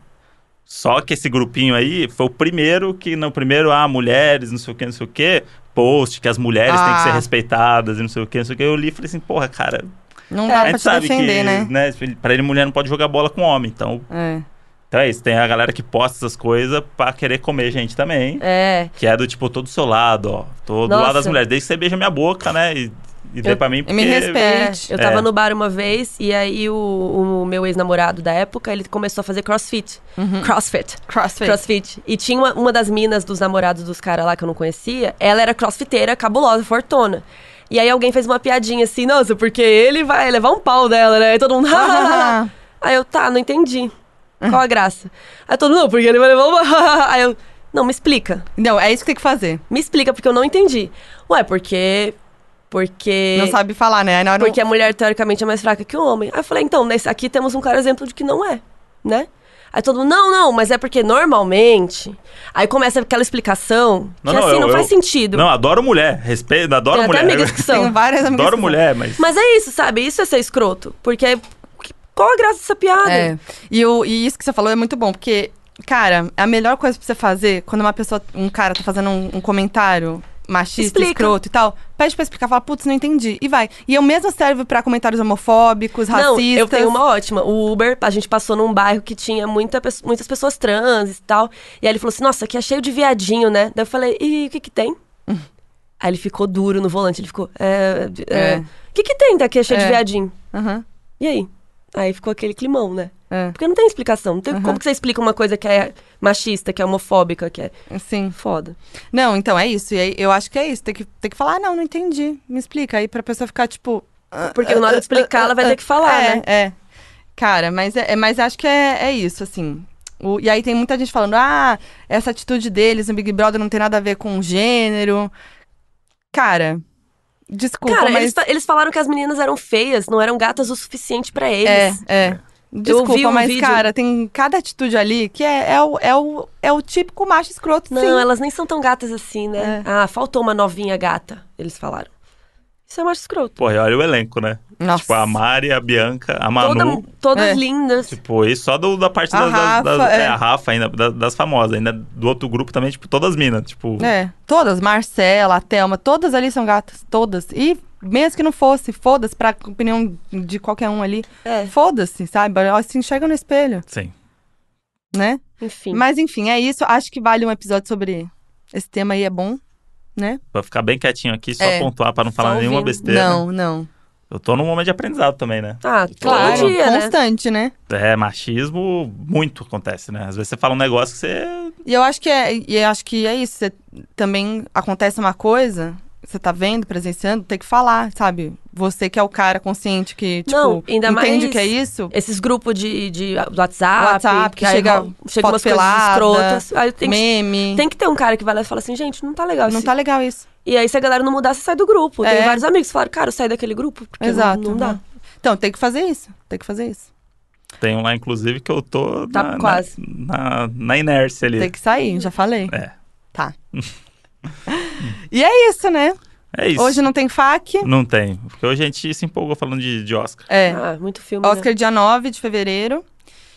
S1: Só que esse grupinho aí foi o primeiro que, no primeiro, ah, mulheres, não sei o que, não sei o que, post, que as mulheres têm que
S2: Ah.
S1: ser respeitadas e não sei o que, não sei o que. Eu li e falei assim, porra, cara,
S3: É.
S2: Não
S1: a
S2: dá pra
S1: gente
S2: te
S1: sabe
S2: defender,
S1: que,
S2: né?
S1: pra ele mulher não pode jogar bola com homem. Então,
S2: É.
S1: então é isso, tem a galera que posta essas coisas pra querer comer gente também.
S3: É.
S1: Que é do tipo, tô do seu lado, ó. Tô do
S3: Nossa.
S1: lado das mulheres. Desde que você beija minha boca, né? E, e dê
S3: Eu-
S1: pra mim
S2: e
S1: porque...
S2: me respeita.
S3: É,
S2: Gente.
S3: eu tava
S1: É.
S3: no bar uma vez e aí o, o meu ex-namorado da época, ele começou a fazer crossfit. Crossfit.
S2: Uhum. Crossfit.
S3: Crossfit. E tinha uma, uma das minas dos namorados dos caras lá que eu não conhecia, ela era crossfiteira, cabulosa, fortona. E aí alguém fez uma piadinha assim, nossa, porque ele vai levar um pau dela, né? E todo mundo. "Ah". aí eu, tá, não entendi.
S2: Uhum.
S3: Qual a graça? Aí todo mundo, não, porque ele vai levar um pau. aí eu, não, me explica.
S2: Não, é isso que tem que fazer.
S3: Me explica, porque eu não entendi. Ué, porque. Porque.
S2: Não sabe falar, né? Aí na hora
S3: Porque a mulher, teoricamente, é mais fraca que o homem. Aí eu falei, então, nesse aqui temos um claro exemplo de que não é, né? Aí todo mundo, não, não, mas é porque normalmente. Aí começa aquela explicação que
S1: Não, não,
S3: assim
S1: eu-
S3: não faz
S1: eu-
S3: sentido.
S1: Não, adoro mulher. Respeito, adoro
S3: Tem até
S1: mulher.
S3: amigas que
S2: tem
S3: são.
S2: várias amigas.
S1: adoro
S2: que-
S1: mulher, mas...
S3: Mas é isso, sabe? Isso é ser escroto. Porque que- qual a graça dessa piada?
S2: É. E, o, e isso que você falou é muito bom, porque, cara, a melhor coisa pra você fazer quando uma pessoa, um cara tá fazendo um, um comentário machista,
S3: Explica.
S2: escroto e tal, pede pra explicar, fala, putz, não entendi. E vai. E eu mesmo serve pra comentários homofóbicos,
S3: Não,
S2: racistas.
S3: eu tenho uma ótima. O Uber, a gente passou num bairro que tinha muita, pe- muitas pessoas trans e tal. E aí ele falou assim: Nossa, aqui é cheio de viadinho, né? Daí eu falei: E o que que tem? aí ele ficou duro no volante. Ele ficou: É. é,
S2: É.
S3: O que que tem daqui é cheio
S2: É.
S3: de viadinho?
S2: Aham,
S3: E aí? Aí ficou aquele climão, né?
S2: É.
S3: Porque não tem explicação. Não tem- Como que você explica uma coisa que é machista, que é homofóbica, que é
S2: Sim.
S3: foda?
S2: Não, então é isso. E aí, eu acho que é isso. Tem que, tem que falar, ah, não, não entendi. Me explica. Aí pra pessoa ficar, tipo. ah,
S3: Porque na hora de explicar, ela vai ter que falar,
S2: é,
S3: né?
S2: É. Cara, mas, é, é- mas acho que é, é isso, assim. O- e aí tem muita gente falando, ah, essa atitude deles no Big Brother não tem nada a ver com gênero. Cara, desculpa,
S3: Cara,
S2: mas...
S3: eles, fa- eles falaram que as meninas eram feias, não eram gatas o suficiente pra eles.
S2: É, é.
S3: ouvi
S2: Desculpa,
S3: um
S2: mas,
S3: vídeo-
S2: cara, tem cada atitude ali que é, é, o, é, o, é o típico macho escroto,
S3: Não,
S2: sim.
S3: elas nem são tão gatas assim, né?
S2: É.
S3: Ah, faltou uma novinha gata, eles falaram. Isso é mais escroto.
S1: Porra, e olha o elenco, né?
S2: Nossa.
S1: Tipo, a Mari, a Bianca, a Manu.
S3: Toda- todas
S2: É.
S3: lindas.
S1: Tipo, e só do- da parte
S2: A
S1: das, das- das-
S2: Rafa,
S1: é,
S2: é.
S1: a Rafa ainda, da- das, famosas. Ainda do outro grupo também, tipo, todas minas. Tipo,
S2: É, todas, Marcela, a Thelma, todas ali são gatas, todas. E mesmo que não fosse, foda-se pra opinião de qualquer um ali.
S3: É.
S2: Foda-se, sabe? Elas se enxergam no espelho,
S1: sim.
S2: né?
S3: Enfim.
S2: Mas enfim, é isso. Acho que vale um episódio sobre esse tema aí, é bom?
S1: Pra ficar bem quietinho aqui, só
S2: É.
S1: pontuar pra não falar nenhuma
S3: ouvindo.
S1: besteira.
S2: Não, não.
S1: Eu tô num momento de aprendizado também, né?
S3: Ah,
S1: Claro.
S3: todo dia, né?
S2: Constante, né?
S1: É, machismo muito acontece, né? Às vezes você fala um negócio que você.
S2: E eu acho que é, e eu acho que é isso. Você também acontece uma coisa, você tá vendo, presenciando, tem que falar, sabe? Você que é o cara consciente que, tipo,
S3: Não, ainda
S2: entende
S3: mais
S2: que é isso,
S3: Esses grupos de, de WhatsApp,
S2: WhatsApp, que
S3: aí
S2: chega
S3: ro- chega
S2: foto
S3: umas
S2: pelada,
S3: coisas escrotas. Aí tem, que-
S2: meme.
S3: tem que ter um cara que vai lá e fala assim, gente, não tá legal
S2: Não
S3: isso.
S2: tá legal isso.
S3: E aí, se a galera não mudar, você sai do grupo. Tem
S2: É.
S3: vários amigos que falaram, cara, eu saí daquele grupo, porque
S2: Exato.
S3: não, não dá.
S2: Então, tem que fazer isso. Tem que fazer isso.
S1: Tem um lá, inclusive, que eu tô.
S3: Tá
S1: na,
S3: quase.
S1: Na, na, na inércia ali.
S2: Tem que sair, já falei.
S1: É.
S2: Tá. e é isso, né?
S1: É isso.
S2: Hoje não tem fac.
S1: Não tem. Porque hoje a gente se empolgou falando de, de Oscar.
S2: É.
S3: Ah, muito filme, né?
S2: Oscar dia 9 de fevereiro.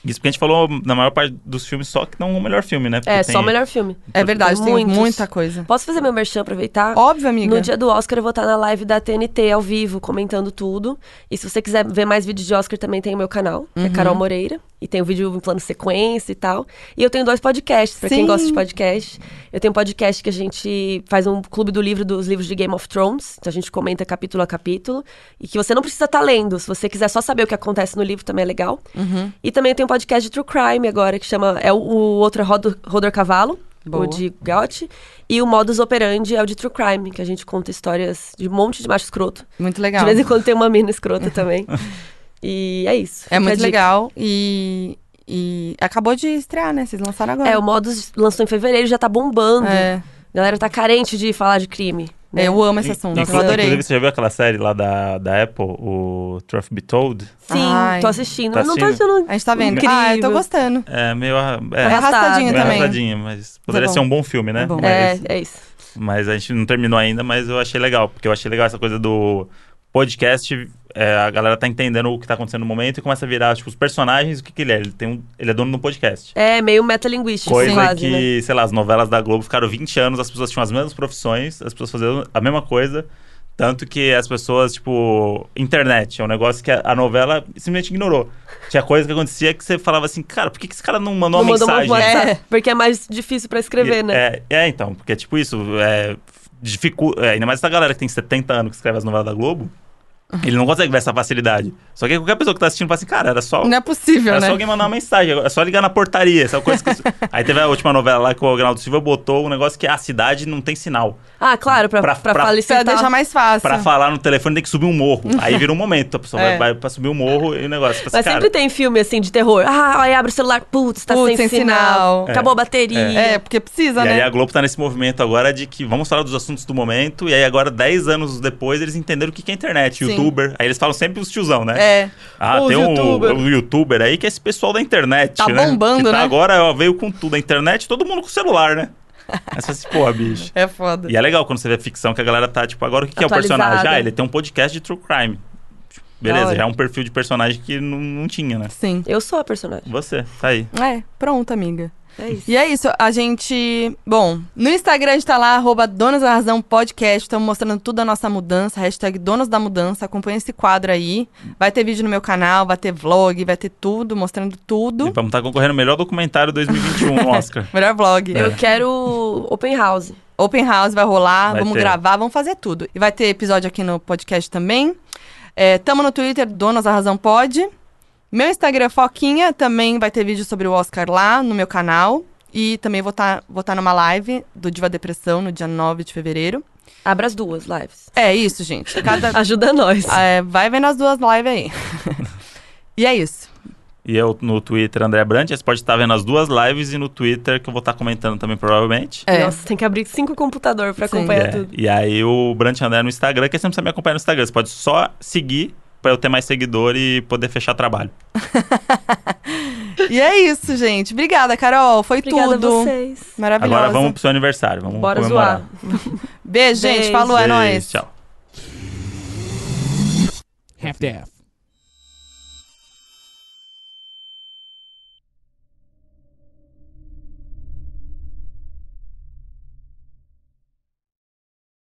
S1: Isso porque a gente falou na maior parte dos filmes só que não o melhor filme, né? Porque
S3: É,
S1: tem-
S3: só o melhor filme.
S2: É verdade, tem
S3: Muitos.
S2: muita coisa.
S3: Posso fazer meu merchan, aproveitar?
S2: Óbvio, amiga.
S3: No dia do Oscar eu vou estar na live da TNT ao vivo, comentando tudo. E se você quiser ver mais vídeos de Oscar, também tem o meu canal, que é
S2: Uhum.
S3: Carol Moreira. E tem o vídeo em plano sequência e tal. E eu tenho dois podcasts, pra quem
S2: Sim.
S3: gosta de podcast. Eu tenho um podcast que a gente faz um clube do livro dos livros de Game of Thrones. Então a gente comenta capítulo a capítulo. E que você não precisa estar lendo. Se você quiser só saber o que acontece no livro, também é legal. E também eu tenho um podcast de True Crime agora, que chama. É o, o outro é Rodor, Rodor Cavalo,
S2: Boa.
S3: o de Gotti. E o modus operandi é o de True Crime, que a gente conta histórias de um monte de macho escroto.
S2: Muito legal.
S3: De vez em quando tem uma mina escrota também. E é isso. Fica
S2: É
S3: a
S2: muito
S3: dica.
S2: legal. E, e acabou de estrear, né? Vocês lançaram agora.
S3: É, o modus lançou em fevereiro já tá bombando.
S2: É. um-
S3: A galera tá carente de falar de crime. né?
S2: Eu amo esse assunto, eu
S1: Inclusive,
S2: adorei.
S1: você já viu aquela série lá da, da Apple, o Truth Be Told?
S3: Sim,
S2: Ai.
S3: tô assistindo.
S1: Tá
S3: não tô
S1: assistindo?
S3: achando.
S2: A gente tá vendo.
S3: Incrível.
S2: Ah, eu tô gostando.
S1: É meio, a-
S2: É
S1: é,
S3: Arrastado.
S2: arrastadinho
S1: meio
S2: também.
S1: arrasadinha, mas poderia
S2: bom.
S1: ser um bom filme, né?
S2: É bom.
S1: Mas,
S3: É, é isso.
S1: mas a gente não terminou ainda, mas eu achei legal. Porque eu achei legal essa coisa do podcast... é, a galera tá entendendo o que tá acontecendo no momento e começa a virar, tipo, os personagens, o que que ele é? Ele, tem um, ele é dono de um podcast.
S3: É meio metalinguístico,
S1: Coisa
S3: quase,
S1: que,
S3: né?
S1: sei lá, as novelas da Globo ficaram 20 anos, as pessoas tinham as mesmas profissões, as pessoas faziam a mesma coisa. Tanto que as pessoas, tipo, internet é um negócio que a, a novela simplesmente ignorou. Tinha coisa que acontecia que você falava assim, cara, por que, que esse cara não mandou
S3: Não
S1: uma
S3: mandou
S1: mensagem?
S3: um WhatsApp. Porque é mais difícil pra escrever, né?
S1: É, é, então, porque tipo isso, é, dificu- é, ainda mais essa galera que tem 70 anos que escreve as novelas da Globo, ele não consegue ver essa facilidade. Só que qualquer pessoa que tá assistindo fala assim, cara, era só
S2: Não é possível,
S1: é
S2: né?
S1: só alguém mandar uma mensagem, é só ligar na portaria. Essa coisa que... Aí teve a última novela lá que o Agnaldo Silva botou um negócio que a cidade não tem sinal.
S3: Ah, claro, pra,
S1: Pra-
S3: pra, tá.
S1: pra-
S2: Pra
S3: facilitar.
S2: deixar mais fácil.
S1: Pra falar no telefone tem que subir um morro. Aí vira um momento, a pessoa
S2: É.
S1: vai, vai pra subir um morro e o negócio. Fala assim,
S3: Mas
S1: cara,
S3: sempre tem filme assim de terror. Ah, aí abre o celular, putz, tá
S2: Putz,
S3: sem,
S2: sem
S3: sinal.
S2: sinal.
S3: Acabou a bateria.
S2: É, porque precisa,
S1: E
S2: né?
S1: aí a Globo tá nesse movimento agora de que vamos falar dos assuntos do momento. E aí agora, 10 anos depois, eles entenderam o que que é internet,
S2: Sim.
S1: youtuber. Aí eles falam sempre os tiozão, né?
S2: É.
S1: Ah,
S2: Os
S1: tem um,
S2: youtuber.
S1: um youtuber aí que é esse pessoal da internet,
S2: Tá
S1: né? que
S2: bombando,
S1: tá
S2: né?
S1: agora ó, veio com tudo. A internet, todo mundo com celular, né? Aí você fala assim, porra, bicho.
S2: É foda.
S1: E é legal quando você vê ficção que a galera tá, tipo, agora o que, que é o
S3: Atualizada.
S1: personagem? Ah, ele tem um podcast de true crime.
S2: Da
S1: Beleza,
S2: hora.
S1: já é um perfil de personagem que não, não tinha, né?
S2: Sim.
S3: Eu sou a personagem.
S1: Você, tá aí.
S2: É, pronto, amiga.
S3: É isso.
S2: E é isso, a gente. Bom, no Instagram a gente tá lá, arroba Donas da Razão Podcast. Estamos mostrando tudo da nossa mudança, hashtag Donas da Mudança. Acompanha esse quadro aí. Vai ter vídeo no meu canal, vai ter vlog, vai ter tudo, mostrando
S1: E
S2: tudo.
S1: vamos estar concorrendo ao melhor documentário 2021 no um, Oscar.
S2: Melhor vlog.
S3: Eu quero open house.
S2: Open House vai rolar,
S1: Vai
S2: vamos
S1: ter.
S2: gravar, vamos fazer tudo. E vai ter episódio aqui no podcast também. É, tamo no Twitter, Donas da Razão Pode. Meu Instagram é Foquinha, também vai ter vídeo sobre o Oscar lá no meu canal. E também vou estar vou tá numa live do Diva Depressão no dia 9 de fevereiro.
S3: Abra as duas lives.
S2: É isso, gente. Cada,
S3: Ajuda nós.
S2: é, vai vendo as duas lives aí. e é isso.
S1: E eu no Twitter, André Brandt. Você pode estar vendo as duas lives e no Twitter, que eu vou estar comentando também, provavelmente.
S2: É.
S3: Nossa, tem que abrir cinco computadores pra
S2: Sim.
S3: acompanhar
S1: É,
S3: tudo.
S1: E aí o Brandt André no Instagram, que você não precisa me acompanhar no Instagram. Você pode só seguir pra eu ter mais seguidor e poder fechar trabalho.
S2: E é isso, gente. Obrigada, Carol. Foi
S3: Obrigada
S2: tudo.
S3: a vocês.
S2: Maravilhosa.
S1: Agora vamos pro seu aniversário. Vamos
S3: Bora
S1: comemorar.
S3: zoar.
S2: Beijo, gente. é
S3: Beijo.
S2: Falou, é
S1: Beijo,
S2: nóis.
S1: Tchau.
S5: half-daff.